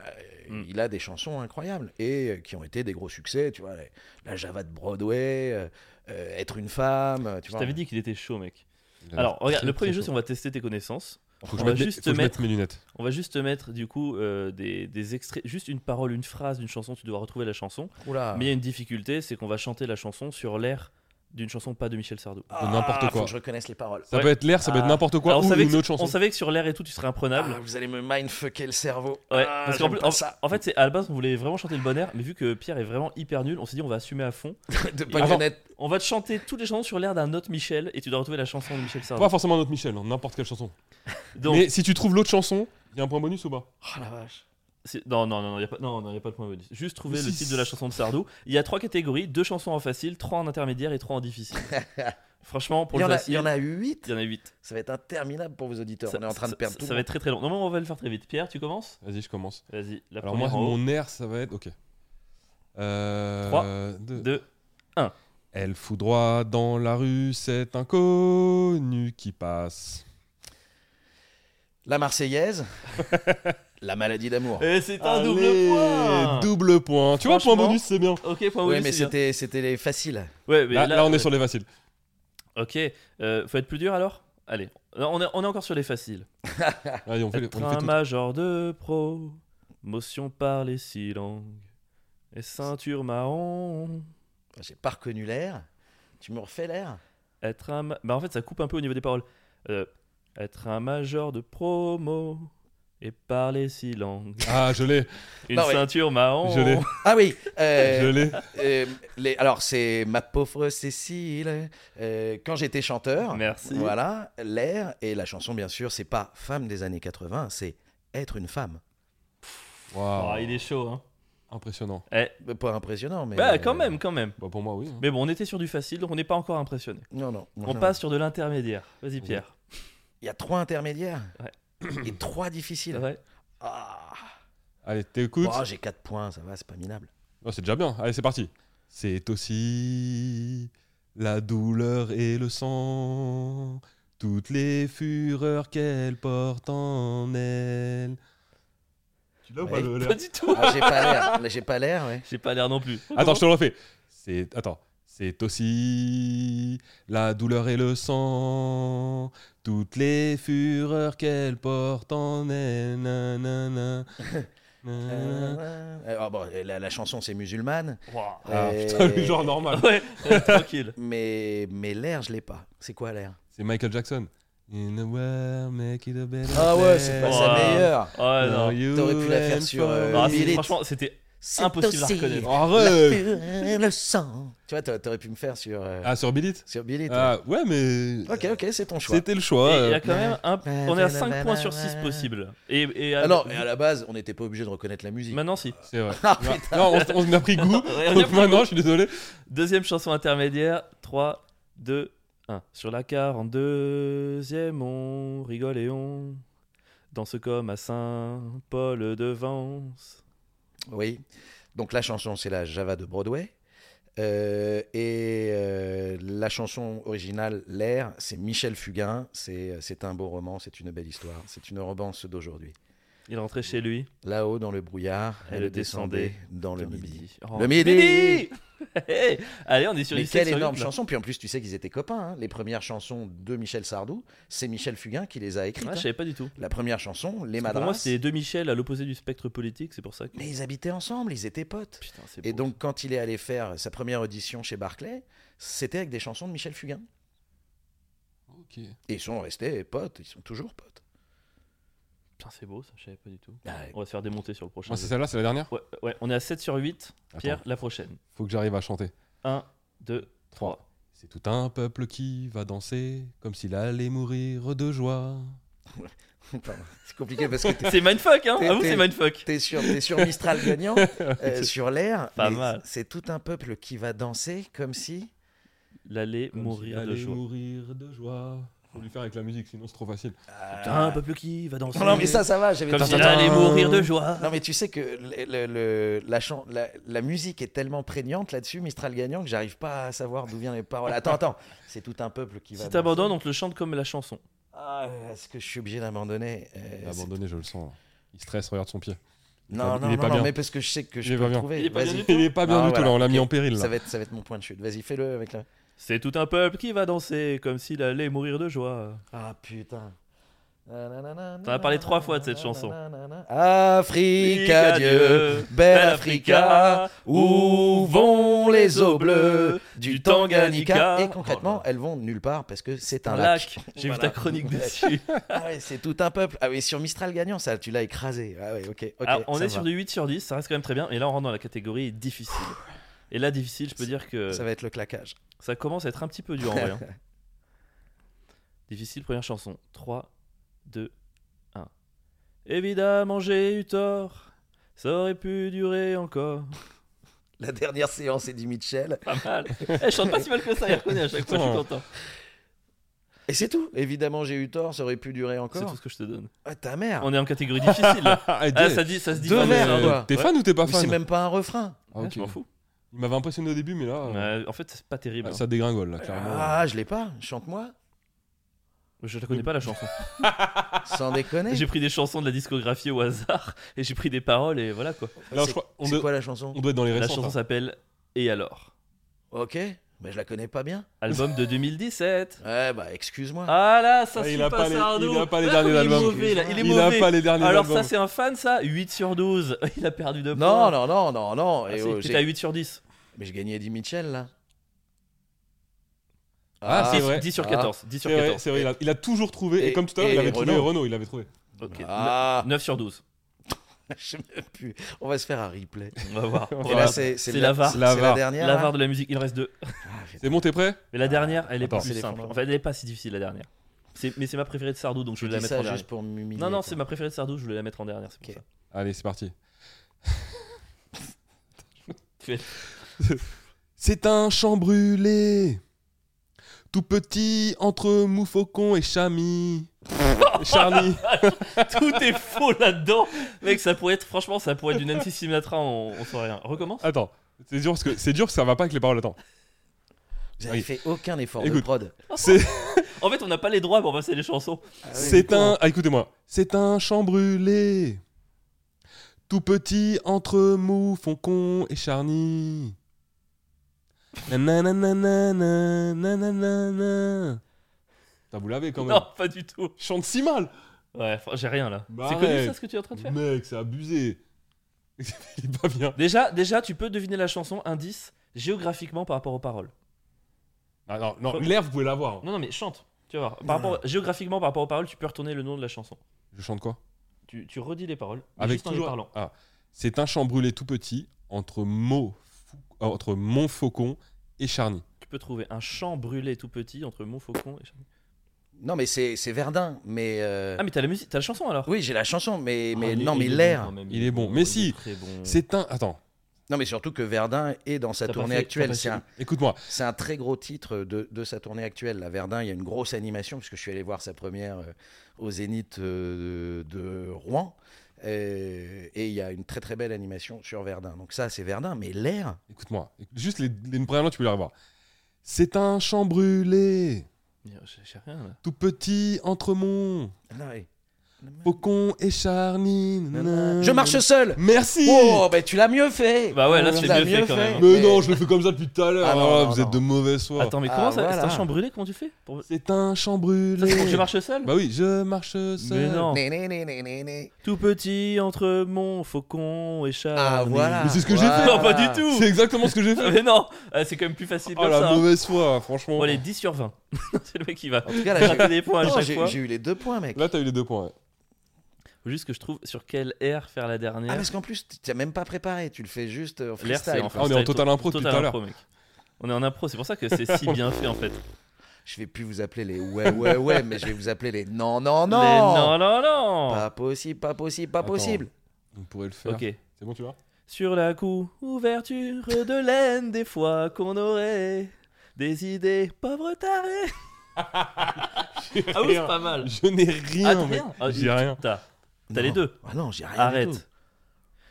A: Mm.
C: Il a des chansons incroyables et euh, qui ont été des gros succès. Tu vois, les- la Java de Broadway, euh, euh, Être une femme. euh, Tu
A: Je
C: vois.
A: t'avais dit qu'il était chaud, mec.
B: Il a-
A: Alors, regarde,
B: très,
A: le premier
B: très
A: jeu,
B: chaud.
A: c'est on va tester tes connaissances.
B: Faut que
A: on
B: je
A: va
B: mette des-
A: juste
B: faut que je mette
A: mettre-
B: mes lunettes.
A: On va juste te mettre, du coup, euh, des, des extraits, juste une parole, une phrase d'une chanson. Tu dois retrouver la chanson.
C: Oula.
A: Mais il y a une difficulté, c'est qu'on va chanter la chanson sur l'air d'une chanson pas de Michel Sardou.
C: Ah,
B: n'importe
C: Faut
B: quoi.
C: que je reconnaisse les paroles.
B: Ça
A: Ouais.
B: peut être l'air, ça peut être
C: Ah.
B: n'importe quoi,
A: Alors, on,
B: ou
A: savait que,
B: une autre
A: on
B: chanson.
A: savait que sur l'air et tout, tu serais imprenable.
C: Ah, vous allez me mindfucker le cerveau.
A: Ouais,
C: Ah,
A: parce qu'en
C: j'aime
A: plus,
C: pas
A: en,
C: ça.
A: en fait, c'est à la base, on voulait vraiment chanter le bon air, mais vu que Pierre est vraiment hyper nul, on s'est dit on va assumer à fond.
C: de
A: Avant-
C: marionnette.
A: On va te chanter toutes les chansons sur l'air d'un autre Michel et tu dois retrouver la chanson de Michel Sardou.
B: Pas forcément notre Michel, hein, n'importe quelle chanson.
A: Donc,
B: Mais si tu trouves l'autre chanson, il y a un point bonus ou pas
C: Oh la vache.
A: c'est- non, non, non, non, il n'y a, pas- non, non, y a pas de point bonus. Juste trouver
B: Mais
A: le
B: si,
A: titre de la
B: si.
A: chanson de Sardou. Il y a trois catégories deux chansons en facile, trois en intermédiaire et trois en difficile. Franchement, pour
C: Il y,
A: le
C: en a, il
A: facile,
C: y en a 8.
A: il y en a huit.
C: Ça va être interminable pour vos auditeurs.
A: Ça-
C: on est en train de
A: ça-
C: perdre
A: ça,
C: tout.
A: ça va être très très long. Non, mais on va le faire très vite. Pierre, tu commences
B: Vas-y, je commence.
A: Vas-y, la
B: Alors moi,
A: première.
B: mon air, ça va être... Ok. Euh,
A: Trois,
B: deux.
A: 2,
B: Elle foudroie dans la rue cet inconnu qui passe.
C: La Marseillaise, la maladie d'amour.
A: Et Eh, c'est un
B: Allez,
A: double point
B: Double point. Tu vois, point
A: Franchement.
B: bonus, c'est bien.
A: Ok, point
C: oui,
A: bonus,
C: mais
A: oh c'est bien.
C: c'était c'était les faciles.
A: Ouais, mais euh,
B: Là, là, on est
A: ouais.
B: sur les faciles.
A: Ok, euh, faut être plus dur alors Allez, Non, on est, on est encore sur les faciles.
B: Allez, on fait, les-
A: Être
B: on fait
A: un
B: tout.
A: major de pro, motion par les six langues, et ceinture marron.
C: J'ai pas reconnu l'air. Tu me refais l'air
A: Être un. ma- Bah, en fait, ça coupe un peu au niveau des paroles. Euh, être un major de promo et parler six langues.
B: Ah, je l'ai,
A: Une
C: Bah ouais.
A: ceinture marron.
B: je l'ai,
C: Ah oui
A: Eh.
B: je
C: euh,
B: l'ai.
C: euh, les- Alors, c'est ma pauvre Cécile. euh, quand j'étais chanteur,
A: Merci.
C: voilà, l'air et la chanson, bien sûr, c'est pas femme des années 80, c'est être une femme.
A: Oh,
B: Waouh,
A: il est chaud, hein.
B: impressionnant.
A: Eh,
C: Euh, Pas impressionnant, mais.
A: Bah, quand même, quand même.
B: Bah, pour moi, oui. hein.
A: Mais bon, on était sur du facile, donc on n'est pas encore impressionné.
C: euh, Non, non.
A: On
C: non.
A: passe sur de l'intermédiaire. Vas-y,
B: Oui.
A: Pierre.
C: Il y a trois intermédiaires
A: Ouais.
C: et trois difficiles.
A: Ouais.
C: Ah.
B: Allez, t'écoutes.
C: Oh, j'ai quatre points, ça va, c'est pas minable.
B: Oh, c'est déjà bien. Allez, c'est parti. C'est aussi la douleur et le sang, toutes les fureurs qu'elle porte en elle. Tu l'as
C: ou pas, le-
A: Pas du tout.
C: Ah, j'ai pas l'air, là, j'ai pas l'air, ouais.
A: J'ai pas l'air non plus.
B: Attends, je te le refais. C'est attends. C'est aussi la douleur et le sang, toutes les fureurs qu'elle porte en elle. Nanana. Nanana.
C: Euh, ah bon, la, la chanson c'est musulmane,
A: Ouah.
B: Ah,
C: Euh,
B: putain, le genre normal.
A: Ouais, euh, tranquille.
C: mais, mais l'air je l'ai pas. C'est quoi l'air
B: C'est Michael Jackson. In a world, make it a better
C: Ah ouais, c'est pas
B: place.
C: sa
A: Ouais.
C: meilleure.
A: Ah ouais, non.
C: T'aurais pu la faire sur, euh,
A: Ah,
C: Ah,
A: c'est-
C: Billy.
A: franchement, c'était.
C: C'est
A: Impossible à
C: aussi
A: reconnaître.
C: la
B: Arrête
C: purée, le sang. Tu vois, t'a- t'aurais pu me faire sur, euh,
B: Ah, sur Billit
C: sur Billy. toi.
B: Ah, ouais, mais.
C: Ok, ok, c'est ton choix.
B: C'était le
A: Et
B: choix.
A: il y
B: euh.
A: a quand même un. On est à 5 points sur 6
C: possible
A: possibles. Et, et à-
C: Ah non, et à la base, on n'était pas obligé de reconnaître la musique.
A: Maintenant, si.
B: C'est vrai.
C: Ah,
B: Ouais. non, on, s- on a pris goût.
A: Ouais, on a
B: donc
A: pris
B: maintenant, je suis désolé.
A: Deuxième chanson intermédiaire. 3, 2, 1. Sur la 42e, on rigole et on. Danse comme à Saint-Paul de Vence.
C: Oui. Donc la chanson, c'est la Java de Broadway. Euh, et euh, la chanson originale, L'air, c'est Michel Fugain. C'est euh, c'est un beau roman, c'est une belle histoire. C'est une romance d'aujourd'hui.
A: Il rentrait chez lui.
C: Là-haut dans le brouillard,
A: Elle
C: elle, descendait, dans le
A: Dans
C: midi.
A: Oh.
C: Le midi
A: Hey Allez, on est sur
C: Mais
A: du sept
C: quelle
A: sur
C: énorme
A: huit, là.
C: chanson Puis en plus, tu sais qu'ils étaient copains. hein. Les premières chansons de Michel Sardou, c'est Michel Fugain qui les a écrites.
A: Ah, je
C: hein.
A: savais pas du tout.
C: La première chanson, Les
A: Pour moi,
C: Madras.
A: c'était deux Michel à l'opposé du spectre politique, c'est pour ça que.
C: Mais ils habitaient ensemble, ils étaient potes.
A: Putain, c'est
C: Et
A: beau.
C: donc, quand il est allé faire sa première audition chez Barclay, c'était avec des chansons de Michel Fugain. Et ils sont restés potes, ils sont toujours potes.
A: Putain, c'est beau ça, je savais pas du tout.
C: Ah ouais.
A: On va se faire démonter sur le prochain.
B: Moi, c'est
A: jeu.
B: celle-là, c'est la dernière
A: Ouais, ouais, on est à 7 sur 8. Pierre,
B: Attends,
A: la prochaine.
B: faut que j'arrive à chanter.
A: 1, 2, 3.
B: C'est tout un peuple qui va danser comme s'il allait mourir de joie.
C: Pardon, C'est compliqué parce que t'es-
A: C'est mindfuck, hein
C: T'es-
A: Avoue,
C: t'es-
A: c'est mindfuck.
C: t'es sur, t'es sur Mistral gagnant, euh, sur l'air.
A: Pas
C: mais
A: mal.
C: C'est tout un peuple qui va danser comme si.
A: L'aller
B: Comme s'il
A: mourir de
B: allait
A: joie.
B: mourir de joie. Faut lui faire avec la musique, sinon c'est trop facile.
A: Putain, un peuple qui va danser.
C: Non, non, mais ça, ça va. J'avais
A: Comme
C: pas-
A: s'il allait mourir de joie.
C: Non mais tu sais que le- le- le- la, chan- la, la musique est tellement prégnante là-dessus, Mistral gagnant, que j'arrive pas à savoir d'où viennent les paroles. Attends, attends, c'est tout un peuple qui va...
A: Si
C: danser.
A: t'abandonnes, on te le chante comme la chanson.
C: Ah, est-ce que je suis obligé d'abandonner Euh,
B: Il a
C: c'est-
B: abandonné, je le sens. là. Il stresse, regarde son pied.
C: Non,
B: Il
C: non,
B: est
C: non,
B: pas
C: non,
B: bien.
C: mais parce que je sais que je
B: Il est
C: peux
B: pas
C: le
B: bien.
C: trouver.
A: Il est pas bien
C: Vas-y.
A: du tout.
B: Il est pas bien du
C: Ah,
B: tout,
C: voilà.
B: là, on l'a mis
C: Ok.
B: en péril. Là.
C: Ça va, être, ça va être mon point de chute. Vas-y, fais-le avec la...
A: C'est tout un peuple qui va danser comme s'il allait mourir de joie.
C: Ah putain.
A: T'en as parlé trois fois de cette chanson.
C: Afrique, adieu, belle Africa, où vont les eaux bleues du Tanganyika. Et concrètement, elles vont nulle part parce que c'est un lac.
A: J'ai vu
C: Voilà.
A: ta chronique dessus.
C: Ah ouais, c'est tout un peuple. Ah oui, sur Mistral gagnant, ça, tu l'as écrasé. Ah ouais, ok. ok,
A: Alors, on
C: ça
A: est
C: va.
A: sur du 8 sur 10, ça reste quand même très bien. Et là, on rentre dans la catégorie difficile. Et là, difficile, je peux dire que
C: Ça va être le claquage.
A: ça commence à être un petit peu dur en vrai. hein. Difficile, première chanson. 3, 2, 1. Évidemment, j'ai eu tort. Ça aurait pu durer encore.
C: La dernière séance est dit Mitchell.
A: Pas mal. Eh, je chante pas si mal que ça, il reconnaît à chaque fois, je suis content.
C: Et c'est tout. Évidemment, j'ai eu tort, ça aurait pu durer
A: C'est tout
C: encore.
A: ce que je te donne.
C: Ah, ta mère.
A: On est en catégorie difficile. là.
B: Ah,
A: Ah,
B: dis-
A: ça, dit, ça se dit
C: Deux
A: pas, mais
C: verres,
A: ça-
B: Euh,
C: quoi.
B: T'es
A: Ouais.
B: fan ou t'es pas
C: Mais c'est
B: fan
C: même pas un refrain.
B: Ah,
A: Ouais,
B: ok.
A: Je m'en fous.
B: Il m'avait impressionné au début, mais là, euh,
A: Ouais, en fait, c'est pas terrible.
B: ah,
A: hein.
B: ça dégringole, là, clairement.
C: Ah, je l'ai pas. Chante-moi.
A: Je la connais pas la chanson.
C: Sans déconner.
A: J'ai pris des chansons de la discographie au hasard et j'ai pris des paroles et voilà quoi.
B: Là, je
C: C'est-
B: crois- on,
C: C'est
B: doit,
C: quoi la chanson
B: on doit être dans les
A: La
B: récents.
A: chanson s'appelle Et alors
C: Ok, mais je la connais pas bien.
A: Album de 2017.
C: Ouais, bah excuse-moi.
A: Ah là, ça
B: Ah,
A: suit
B: il a
A: pas,
B: pas les-
A: ça, Arnaud.
B: il a pas les
A: Ah,
B: derniers
A: comme il est
B: albums.
A: mauvais, là, Il est
B: Il a
A: mauvais.
B: pas les derniers
A: Alors
B: albums.
A: ça, c'est un fan ça 8 sur 12. Il a perdu de
C: non,
A: points.
C: non, non, non, non.
A: Ah,
C: eh
A: si,
C: oh,
A: t'es
C: j'ai-
A: à 8 sur 10.
C: Mais je gagnais Eddie Mitchell là.
B: Ah,
A: Ah,
B: c'est
A: 10,
B: vrai.
A: 10 sur
C: Ah.
A: 14. 10 sur
B: C'est vrai,
A: 14.
B: Eh c'est vrai, il a, il a toujours trouvé. Et,
C: Et-
B: comme tout à l'heure,
C: et
B: il avait trouvé
C: Renaud.
B: Renault, il avait trouvé.
A: Ok.
C: Ah,
A: 9 sur 12.
C: je sais même plus. On va se faire un replay.
A: On va voir.
B: Et
A: On
C: Et
A: va
C: là,
A: voir.
C: c'est c'est
A: C'est
C: le-
A: la VAR.
C: c'est
B: La VAR.
C: dernière.
A: La
C: là
A: VAR de la musique, il en reste deux.
C: Ah, putain.
B: C'est bon, t'es prêt
A: Mais la dernière, elle est
B: Attends.
A: plus
C: C'est les
A: simple.
C: fondants.
A: En fait, elle est pas si difficile la dernière. C'est- Mais c'est ma préférée de Sardou, donc je
C: Tu
A: vais la
C: dis
A: mettre
C: ça
A: en dernière.
C: juste pour m'humilier.
A: Non, non,
C: quoi.
A: c'est ma préférée de Sardou, je voulais la mettre en dernière, c'est pour
C: Ok.
A: ça.
B: Allez, c'est parti.
A: Tu es-
B: C'est un champ brûlé, tout petit entre moufaucon et chami. Charny.
A: Tout est faux là-dedans. Mec, ça pourrait être, franchement, ça pourrait être du Nancy Sinatra, on, on saurait rien. Recommence
B: Attends, c'est dur parce que c'est dur, parce que ça va pas avec les paroles. Attends,
C: Vous avez
B: Oui.
C: fait aucun effort de
B: Écoute.
C: prod.
B: c'est
A: Ah En fait, on n'a pas les droits pour passer les chansons.
B: c'est un. Ah, écoutez-moi, c'est un champ brûlé, tout petit entre moufaucon et charny. Nananananana, nananana. Putain, vous l'avez quand même.
A: Non, pas du tout.
B: Je chante si mal.
A: Ouais, enfin, j'ai rien là.
B: Bah
A: c'est connu
B: arrête.
A: ça ce que tu es en train de faire
B: Mec, c'est abusé. Il est pas bien.
A: Déjà, déjà, tu peux deviner la chanson, indice, géographiquement par rapport aux paroles.
B: Ah non, non, l'air, vous pouvez l'avoir. hein.
A: Non, non, mais chante, tu vas voir. Par rapport,
B: Ah.
A: géographiquement par rapport aux paroles, tu peux retourner le nom de la chanson.
B: Je chante quoi
A: Tu, tu redis les paroles, mais
B: Avec
A: juste en les
B: toujours-
A: parlant.
B: Ah, c'est un champ brûlé tout petit entre Mo- Fou- euh, entre Montfaucon et Charny.
A: Tu peux trouver un champ brûlé tout petit entre Montfaucon et...
C: Non, mais c'est c'est Verdun. Mais euh,
A: Ah, mais t'as la musique, t'as la chanson alors
C: oui, j'ai la chanson, mais mais
A: Ah,
C: non,
A: il
C: mais
A: est bon
C: l'air.
A: quand même,
B: Il est bon. Mais
A: il est
B: si,
A: très bon.
B: C'est un attends,
C: Non, mais surtout que Verdun est dans sa
A: T'as pas
C: tournée
A: fait- t'as
C: actuelle.
A: pas
C: C'est
A: fait-
C: un,
B: écoute-moi.
C: c'est un très gros titre de, de sa tournée actuelle. La Verdun, il y a une grosse animation, puisque je suis allé voir sa première euh, au Zénith euh, de, de Rouen. Euh, et il y a une très très belle animation sur Verdun. Donc ça, c'est Verdun, mais l'air.
B: Écoute-moi. Écoute- Juste les, les premières notes, tu peux les revoir. C'est un champ brûlé
A: J'ai j'ai rien là.
B: tout petit entre Montfaucon
C: Non, oui.
B: et Charny. Nanana.
C: Je marche seul.
B: Merci.
C: Oh, ben tu l'as mieux fait.
A: Bah ouais, là,
C: Tu
A: c'est
C: l'as
A: mieux fait, quand même, hein.
B: mais, non, je le fais comme ça depuis tout à l'heure.
C: Ah non,
B: Ah,
C: non,
B: vous
C: non.
B: êtes de mauvaise foi.
A: Attends, mais
C: Ah,
A: comment ça C'est un
C: voilà.
A: champ brûlé, comment tu fais Pour- Ça,
B: C'est un champ brûlé.
A: c'est pour que je marche seul
B: Bah oui, je marche seul.
A: Mais non.
C: Né, né, né, né, né, né.
A: Tout petit entre mon faucon et chat.
C: Ah voilà.
B: Mais c'est ce que j'ai
C: Voilà.
B: fait.
A: Non, pas du tout
B: C'est exactement ce que j'ai fait.
A: Mais non Ah, C'est quand même plus facile
B: Oh
A: comme
B: la
A: ça. hein.
B: mauvaise foi, franchement.
A: Bon, allez, 10 sur 20. c'est le mec qui va
C: En tout cas, là, Ah, j'ai-
A: rater des points à
C: Non,
A: chaque
C: j'ai
A: fois.
C: j'ai eu les deux points, mec.
B: Là, t'as eu les deux points. ouais.
A: Faut juste que je trouve sur quel air faire la dernière.
C: Ah, parce qu'en plus, tu t'as même pas préparé, tu le fais juste euh, en
A: L'air, c'est
C: freestyle.
A: en
B: Ah, on est en
A: freestyle,
B: total
A: to-
B: impro depuis
A: total
B: tout à
A: impro, mec. On est en impro, c'est pour ça que c'est si bien fait en fait.
C: Je vais plus vous appeler les ouais, ouais, ouais, mais je vais vous appeler les non, non, non.
A: Mais non, non, non
C: Pas possible, pas possible, pas
B: Attends.
C: possible.
B: On pourrait le faire.
A: Ok.
B: C'est bon, tu vois
A: Sur la couverture de laine, des fois qu'on aurait des idées pauvres tarés. Ah oui, c'est pas mal.
B: Je n'ai
A: Ah,
B: rien.
A: t'as
B: mec.
A: rien Ah,
B: J'ai rien.
A: T'as t'as les
C: Non.
A: deux.
C: Ah non, j'ai rien. du tout.
A: Arrête.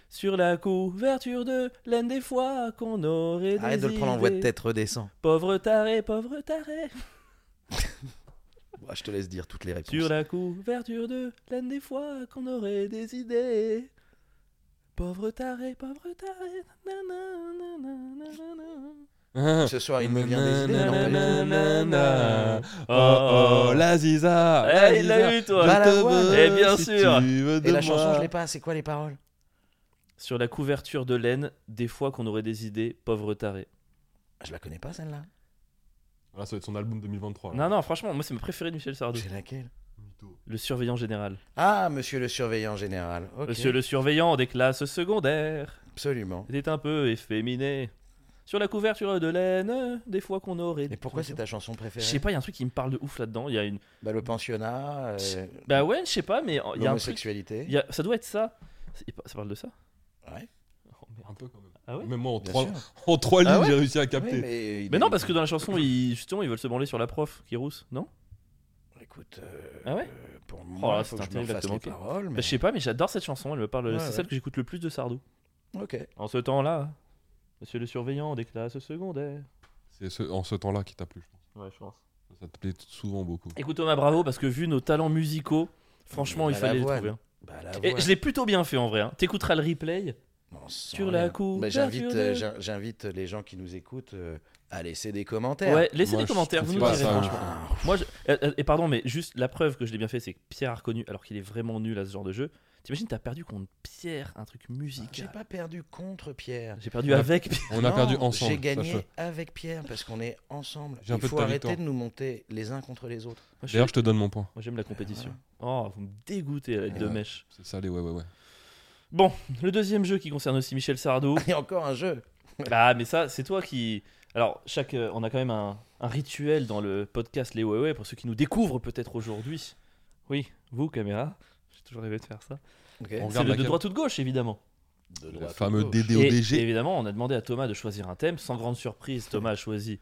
A: Sur la couverture de laine, des fois qu'on aurait des
C: Arrête de le prendre en
A: idées.
C: voix de tête, redescends.
A: Pauvre taré, pauvre taré.
C: Bah, je te laisse dire toutes les réponses.
A: Sur la couverture de laine, des fois qu'on aurait des idées. Pauvre taré, pauvre taré. Nanana, nanana.
B: Hein.
C: Ce soir, il me vient des idées. non, pas du tout.
B: Nananana. Oh oh, la ziza. la
A: Eh, il l'a
B: ziza.
A: eu, toi.
B: Je
C: Bah, la
B: te
C: voix.
B: veux
A: Eh bien
B: si
A: sûr.
B: tu veux
C: Et
B: de
C: la chanson,
B: moi.
C: je l'ai pas. C'est quoi les paroles
A: Sur la couverture de laine, des fois qu'on aurait des idées, pauvre taré.
C: Je la connais pas, celle-là.
B: Ah, ça va être son album 2023. là.
A: Non, non, franchement, moi c'est ma préférée de Michel Sardou.
C: C'est laquelle
B: Mytho.
A: Le surveillant général.
C: Ah, monsieur le surveillant général. Ok.
A: Monsieur le surveillant des classes secondaires
C: Absolument.
A: était un peu efféminé. Sur la couverture de laine, des fois qu'on aurait.
C: Et pourquoi c'est ta chanson préférée
A: Je sais pas, il y a un truc qui me parle de ouf là-dedans. Il y a une.
C: Bah, le pensionnat, euh,
A: Bah ouais, je sais pas, mais il y a un truc.
C: l'homosexualité.
A: il y a- Ça doit être ça. C'est- Ça parle de ça
C: Ouais.
A: Oh, merde.
B: Un peu quand même.
A: Ah ouais
B: Même moi, en
C: Bien
B: trois,
C: sûr.
B: en trois lignes,
C: Ah ouais
B: j'ai réussi à
C: Oui,
B: capter.
C: mais, il-
A: Mais non, parce que dans la chanson, ils, justement, ils veulent se branler sur la prof qui rousse, non
C: Écoute, euh,
A: Ah ouais
C: euh, pour moi,
A: là,
C: il faut
A: c'est
C: que
A: un
C: je me
A: truc
C: fasse les
A: exactement,
C: paroles.
A: Bah, Je sais pas, mais j'adore cette chanson, elle me parle.
C: Ouais,
A: c'est
C: ouais.
A: celle que j'écoute le plus de Sardou.
C: mais- Ok.
A: En ce temps-là, monsieur le surveillant des classes secondaires.
B: C'est ce- en ce temps-là qui t'a plu, je pense.
A: Ouais, je pense.
B: Ça te plaît souvent beaucoup.
A: Écoute Thomas, bravo, parce que vu nos talents musicaux, franchement,
C: Mais
A: il
C: à
A: fallait les
C: l'avoine.
A: trouver. hein.
C: Bah, la
A: Et
C: voix.
A: je l'ai plutôt bien fait en vrai. hein. T'écouteras le replay.
C: Non, sans
A: Sur la
C: rien.
A: couverture
C: Bah, J'invite
A: de-
C: euh, j'in- j'invite les gens qui nous écoutent euh, à laisser des commentaires.
A: Ouais, laissez
B: Moi,
A: des
B: je
A: commentaires,
B: trouve
A: vous nous
B: pas
A: direz
B: ça. hein.
A: franchement.
C: Ah,
A: Moi, je- euh, euh, et pardon, mais juste la preuve que je l'ai bien fait, c'est que Pierre a reconnu, alors qu'il est vraiment nul à ce genre de jeu. T'imagines, t'as perdu contre Pierre, un truc
C: J'ai
A: musical.
C: pas perdu contre Pierre.
A: J'ai perdu
B: Ouais.
A: avec Pierre.
B: On a
C: Non,
B: perdu ensemble.
C: J'ai gagné
B: sache-le.
C: avec Pierre parce qu'on est ensemble.
B: J'ai un
C: Il
B: peu de
C: faut
B: ta
C: arrêter
B: victoire.
C: de nous monter les uns contre les autres.
A: Moi, je suis-
B: D'ailleurs, je te donne mon point.
A: moi, j'aime la compétition. Oh, vous me dégoûtez à la
C: Ouais.
A: deux mèches.
B: C'est salé, ouais, ouais, ouais.
A: Bon, le deuxième jeu qui concerne aussi Michel Sardou.
C: Il y a encore un jeu.
A: Ah, mais ça, c'est toi qui. Alors, chaque, euh, on a quand même un, un rituel dans le podcast Les Ouais Ouais pour ceux qui nous découvrent peut-être aujourd'hui. Oui, vous, caméra. J'ai toujours rêvé de faire ça.
B: On
C: Ok.
A: C'est
B: regarde
A: le de
B: laquelle
A: droite ou de gauche, évidemment.
C: De
B: Le
C: droite
B: fameux
C: au gauche.
B: DD.
A: Et,
B: DODG.
A: et évidemment, on a demandé à Thomas de choisir un thème. Sans grande surprise, Thomas a choisi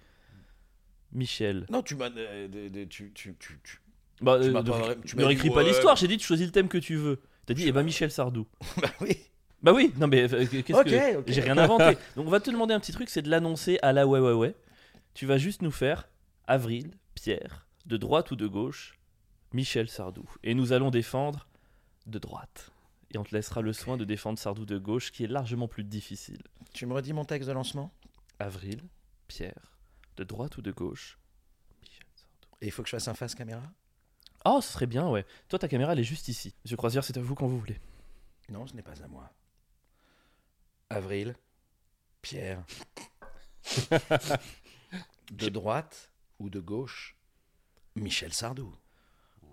A: Michel.
C: Non, tu m'as. euh, de- de- tu- tu- tu- tu-
A: Bah,
C: Tu
A: euh,
C: m'as
A: ne,
C: pas
A: ré-
C: vrai- tu
A: ne
C: m'as dit,
A: réécris pas
C: ouais.
A: l'histoire. J'ai dit, tu choisis le thème que tu veux. T'as dit, eh ben Michel Sardou.
C: Bah oui.
A: Bah oui, non mais euh, qu'est-ce
C: Ok,
A: que
C: ok.
A: j'ai rien inventé. Donc on va te demander un petit truc, c'est de l'annoncer à la ouais ouais ouais. Tu vas juste nous faire avril, Pierre, de droite ou de gauche, Michel Sardou et nous allons défendre de droite. Et on te laissera le soin de défendre Sardou de gauche qui est largement plus difficile.
C: Tu me redis mon texte de lancement
A: Avril, Pierre, de droite ou de gauche, Michel Sardou.
C: Et il faut que je fasse un face caméra
A: Oh, ce serait bien, ouais. Toi ta caméra elle est juste ici. Monsieur Croisière, c'est à vous quand vous voulez.
C: Non, ce n'est pas à moi. Avril, Pierre. de droite ou de gauche, Michel Sardou.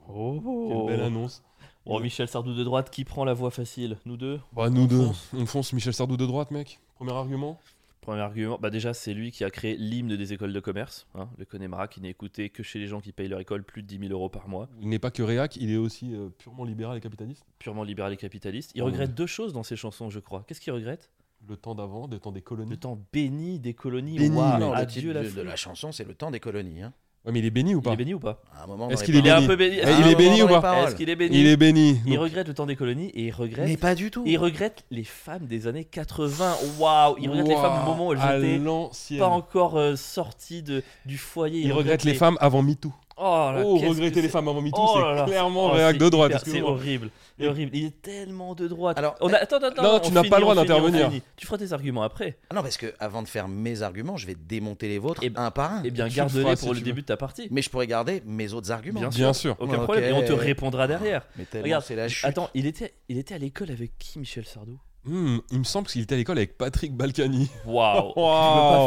A: Oh.
B: Quelle belle annonce.
A: Oh, Michel Sardou de droite qui prend la voie facile, nous deux.
B: Bah, nous deux,
A: fonce.
B: on fonce Michel Sardou de droite, mec. Premier argument.
A: Premier argument, bah déjà c'est lui qui a créé l'hymne des écoles de commerce, hein, le Connemara qui n'est écouté que chez les gens qui payent leur école plus de 10 000 euros par mois,
B: Il n'est pas que réac, il est aussi euh, purement libéral et capitaliste.
A: purement libéral et capitaliste. Il
B: Oh,
A: regrette
B: mon
A: deux choses dans ses chansons, je crois. Qu'est-ce qu'il regrette
B: Le temps d'avant, le temps des colonies.
A: Le temps béni des colonies.
B: Mmh. Béni,
A: Waouh,
B: mec.
C: Non, le
A: adieu
C: titre
A: la
C: de, de
A: foule.
C: la chanson, c'est Le temps des colonies. hein.
B: Ouais, mais il est béni ou
A: Il
B: pas
A: est béni ou pas
C: À un moment,
B: Est-ce
C: dans
B: qu'il
C: les
B: est
A: Il est
C: paroles-
A: un
B: béni.
A: peu béni.
B: Eh,
A: Ah,
B: il est
A: non,
B: béni
C: dans
B: ou
C: les
B: pas
C: paroles.
A: Est-ce qu'il est béni
B: Il est béni.
A: Il
B: donc.
A: regrette le temps des colonies et il
C: Mais
A: regrette,
C: pas du tout.
A: il regrette les femmes des années 80. Waouh, il regrette les femmes au moment où
B: À
A: elles étaient
B: l'ancienne.
A: pas encore euh, sorties de, du foyer.
B: Il regrette les femmes avant MeToo.
A: Oh, là,
B: Oh,
A: qu'est-ce que
B: regretter les
A: c'est-
B: femmes avant MeToo,
A: Oh là là.
B: c'est clairement
A: Oh,
B: réac
A: c'est
B: de droite.
A: hyper- C'est
B: excusez-moi.
A: horrible. c'est
B: Et- Ah,
A: horrible. Il est tellement de droite.
C: Alors,
A: On a- attends, attends,
B: Non,
A: on
B: tu n'as
A: finit,
B: pas le droit
A: on finit, on
B: d'intervenir.
A: finit. Tu feras tes arguments après.
C: Ah non, parce que avant de faire mes arguments, je vais démonter les vôtres
A: Eh ben-
C: un par un.
A: Eh bien,
B: Tu le
A: garde-les
B: feras si
A: pour le
B: tu
A: début de ta partie.
C: Mais je pourrais garder mes autres arguments.
A: Bien
B: Bien sûr.
A: Aucun
C: Ok.
A: problème. Et on te répondra derrière.
C: Mais tellement
A: Regarde,
B: Ah,
C: c'est la
A: j-
C: chute.
A: attends, il était, il était à l'école avec qui, Michel Sardou
B: Hmm, il me semble qu'il était à l'école avec Patrick Balkany.
A: Waouh. Oh, Tu peux
B: Waouh.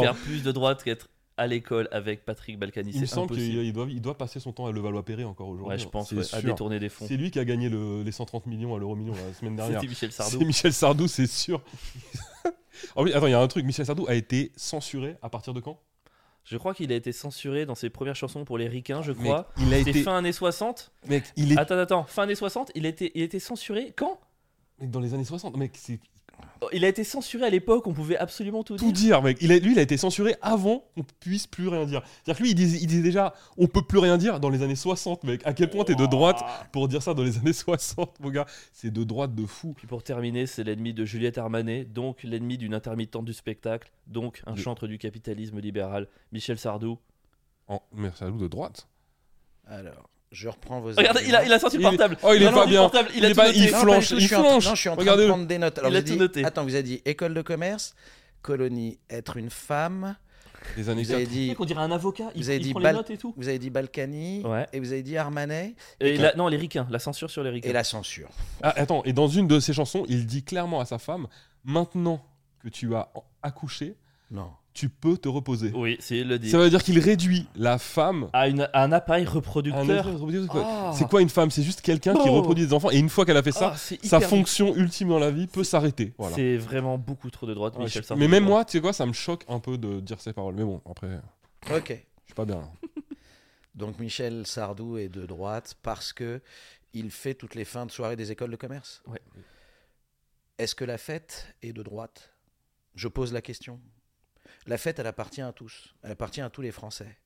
A: pas faire plus de droite qu'être à l'école avec Patrick Balkany.
B: Oh. Il me
A: C'est
B: semble qu'il
A: impossible.
B: il doit, il doit passer son temps à Levallois-Perret encore aujourd'hui. hein.
A: Ouais, je pense,
B: C'est
A: ouais, à
B: sûr.
A: détourner des fonds.
B: C'est lui qui a gagné le- les 130 millions à l'euro million la semaine dernière.
A: C'était Michel
B: C'est
A: Sardou.
B: Michel Sardou, c'est sûr. En plus, attends, il y a un truc. Michel Sardou a été censuré à partir de quand
A: Je crois qu'il a été censuré dans ses premières chansons pour les ricains, je
B: Mec,
A: crois.
B: il a
A: C'était
B: été.
A: fin années 60.
B: Mec, il est.
A: Attends, attends, fin années 60, il a été, il a été censuré quand Oh,
B: mec, dans les années 60, mec, c'est
A: Il a été censuré à l'époque, on pouvait absolument tout
B: tout
A: dire.
B: dire, mec. Il a- lui, il a été censuré avant qu'on puisse plus rien dire. C'est-à-dire que lui, il disait, il disait déjà, on peut plus rien dire dans les années 60, mec. À quel point t'es de droite pour dire ça dans les années 60, mon gars C'est de droite de fou.
A: Puis pour terminer, c'est l'ennemi de Juliette Armanet, donc l'ennemi d'une intermittente du spectacle, donc un
B: De-
A: chantre du capitalisme libéral, Michel Sardou.
B: En... Michel Sardou de droite
C: Alors, je reprends vos.
A: Regardez, il a,
C: arguments.
A: il a sorti le
B: Il est-
A: portable.
B: oh, il est
A: a
B: pas
A: sorti le
B: bien.
A: portable, Il a
B: Il est
A: tout
B: pas-
A: noté.
B: il
C: Non,
B: flanche,
C: pas du tout,
B: il
C: je suis en train-
B: flanche.
C: Non, je suis en train
B: Regardez-le.
C: de prendre des notes. Alors,
A: Il
C: vous
A: a tout
C: dites-
A: noté.
C: Attends, vous avez dit école de commerce, colonie, être une femme.
B: des années
C: Vous avez dit,
A: Mec, On dirait un avocat, il,
C: Vous avez
A: il
C: dit
A: prend
C: Bal-
A: les notes et tout.
C: vous avez dit Balkany.
A: Ouais.
C: Et vous avez dit Armanet
A: Et la- non, les ricains, la censure sur les ricains.
C: et la censure.
B: Ah, attends, et dans une de ses chansons, il dit clairement à sa femme Maintenant que tu as accouché,
C: Non.
B: tu peux te reposer.
A: Oui, c'est le dit.
B: Ça veut dire qu'il réduit la femme
A: À, une- à un appareil
B: à un
A: reproducteur.
B: autre reproducteur, quoi.
A: Ah.
B: C'est quoi une femme C'est juste quelqu'un qui
A: Oh.
B: reproduit des enfants et une fois qu'elle a fait ça,
A: Ah, c'est
B: sa
A: hyper-
B: fonction ultime dans la vie peut s'arrêter. Voilà.
A: C'est vraiment beaucoup trop de droite,
B: Ouais,
A: Michel
B: je-
A: Sardou.
B: mais même moi, tu sais quoi, ça me choque un peu de dire ces paroles. Mais bon, après,
C: Ok.
B: je suis pas bien.
C: Donc Michel Sardou est de droite parce que il fait toutes les fins de soirée des écoles de commerce.
A: Ouais.
C: Est-ce que la fête est de droite Je pose la question. La fête, elle appartient à tous. Elle appartient à tous les Français.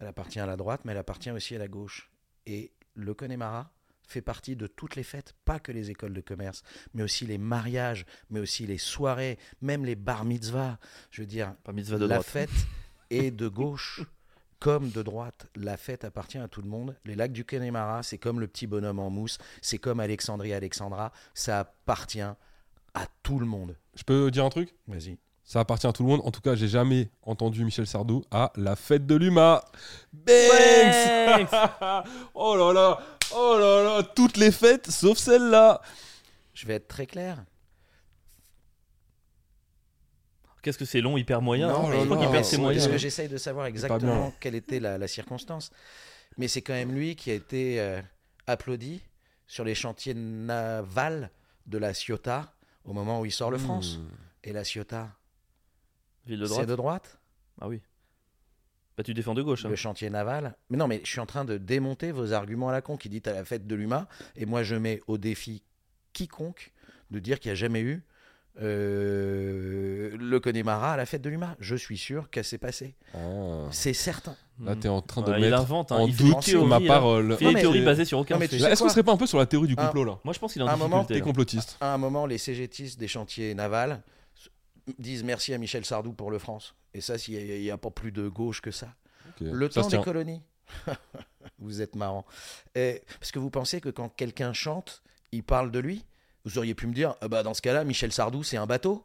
C: Elle appartient à la droite, mais elle appartient aussi à la gauche. Et le Connemara fait partie de toutes les fêtes, pas que les écoles de commerce, mais aussi les mariages, mais aussi les soirées, même les bar mitzvahs. Je veux dire,
A: Pas mitzvah de
C: la
A: droite.
C: fête est de gauche comme de droite. La fête appartient à tout le monde. Les lacs du Connemara, c'est comme le petit bonhomme en mousse, c'est comme Alexandrie Alexandra, ça appartient à tout le monde.
B: Je peux dire un truc
C: Vas-y.
B: ça appartient à tout le monde. En tout cas, j'ai jamais entendu Michel Sardou à la fête de l'UMA. Banks
A: Banks
B: Oh là là Oh là là Toutes les fêtes sauf celle-là
C: Je vais être très clair.
A: Qu'est-ce que c'est long, hyper moyen.
C: Non,
A: hein.
B: mais
A: Je crois
B: non,
A: qu'il perd
B: c'est-
A: ses
C: parce
A: moyens. hein.
C: que j'essaye de savoir
B: pas
C: exactement
B: bien.
C: quelle était la, la circonstance. Mais c'est quand même lui qui a été euh, applaudi sur les chantiers navals de la Ciotat au moment où il sort le France.
B: Hmm.
C: Et la Ciotat,
A: Ville de
C: c'est
A: droite.
C: de droite
A: Ah oui. Bah tu défends de gauche. hein.
C: le chantier naval. Mais non, mais je suis en train de démonter vos arguments à la con qui dit à la fête de l'UMA. Et moi, je mets au défi quiconque de dire qu'il n'y a jamais eu euh, le Connemara à la fête de l'UMA. Je suis sûr qu'elle s'est passée.
B: Ah.
C: C'est certain.
B: Là, t'es en train de
A: Ouais, il
B: mettre
A: invente, hein.
B: en
A: il fait
B: doute
A: des théories,
B: ma
A: là.
B: parole.
A: Il fait
C: Non,
A: des
C: mais-
A: théories basées sur aucun
C: Non, mais
A: fait.
C: tu
B: Là,
C: sais
B: Est-ce qu'on
C: quoi
B: serait pas un peu sur la théorie du
C: Ah.
B: complot, là
A: Moi je pense qu'il est
C: À
A: en
C: un moment,
A: difficulté.
B: T'es
A: là.
B: complotiste.
C: À un moment, les CGTistes des chantiers navals disent merci à Michel Sardou pour le France. Et ça, s'il y a- il n'y a, pas plus de gauche que ça.
B: Ok,
C: Le
B: ça se
C: temps des
B: tient.
C: colonies. vous êtes marrant. Eh, parce que vous pensez que quand quelqu'un chante, il parle de lui Vous auriez pu me dire, Ah bah dans ce cas-là, Michel Sardou, c'est un bateau.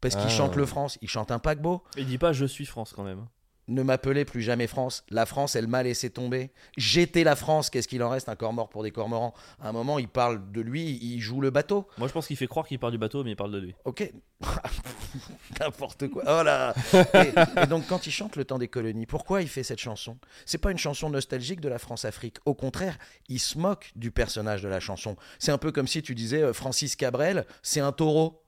C: Parce qu'il
B: Ah.
C: chante le France, il chante un paquebot.
A: hein. Il dit pas je suis France quand même.
C: Ne m'appelez plus jamais France. La France, elle m'a laissé tomber. J'étais la France. Qu'est-ce qu'il en reste Un corps mort pour des cormorans. À un moment, il parle de lui, il joue le bateau.
A: Moi je pense qu'il fait croire qu'il parle du bateau mais il parle de lui.
C: Ok. N'importe quoi. Oh là et, et donc, quand il chante Le temps des colonies, pourquoi il fait cette chanson C'est pas une chanson nostalgique de la France-Afrique. Au contraire, il se moque du personnage de la chanson. C'est un peu comme si tu disais euh, Francis Cabrel, c'est un taureau.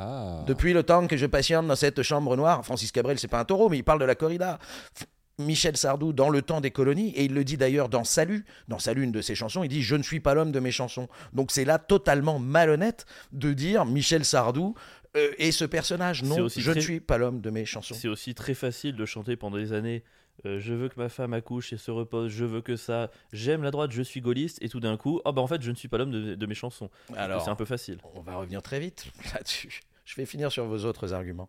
B: Ah.
C: Depuis le temps que je patiente dans cette chambre noire, Francis Cabrel, c'est pas un taureau, mais il parle de la corrida. F- Michel Sardou, dans le temps des colonies, et il le dit d'ailleurs dans Salut, dans Salut, une de ses chansons, il dit Je ne suis pas l'homme de mes chansons. Donc c'est là totalement malhonnête de dire Michel Sardou euh, et ce personnage.
A: C'est
C: Non,
A: aussi
C: je
A: très-
C: ne suis pas l'homme de mes chansons.
A: C'est aussi très facile de chanter pendant des années euh, je veux que ma femme accouche et se repose, je veux que ça, j'aime la droite, je suis gaulliste et tout d'un coup, ah bah en fait je ne suis pas l'homme de, de mes chansons.
C: Alors, Ah,
A: C'est un peu facile.
C: on va revenir très vite là-dessus. Je vais finir sur vos autres arguments.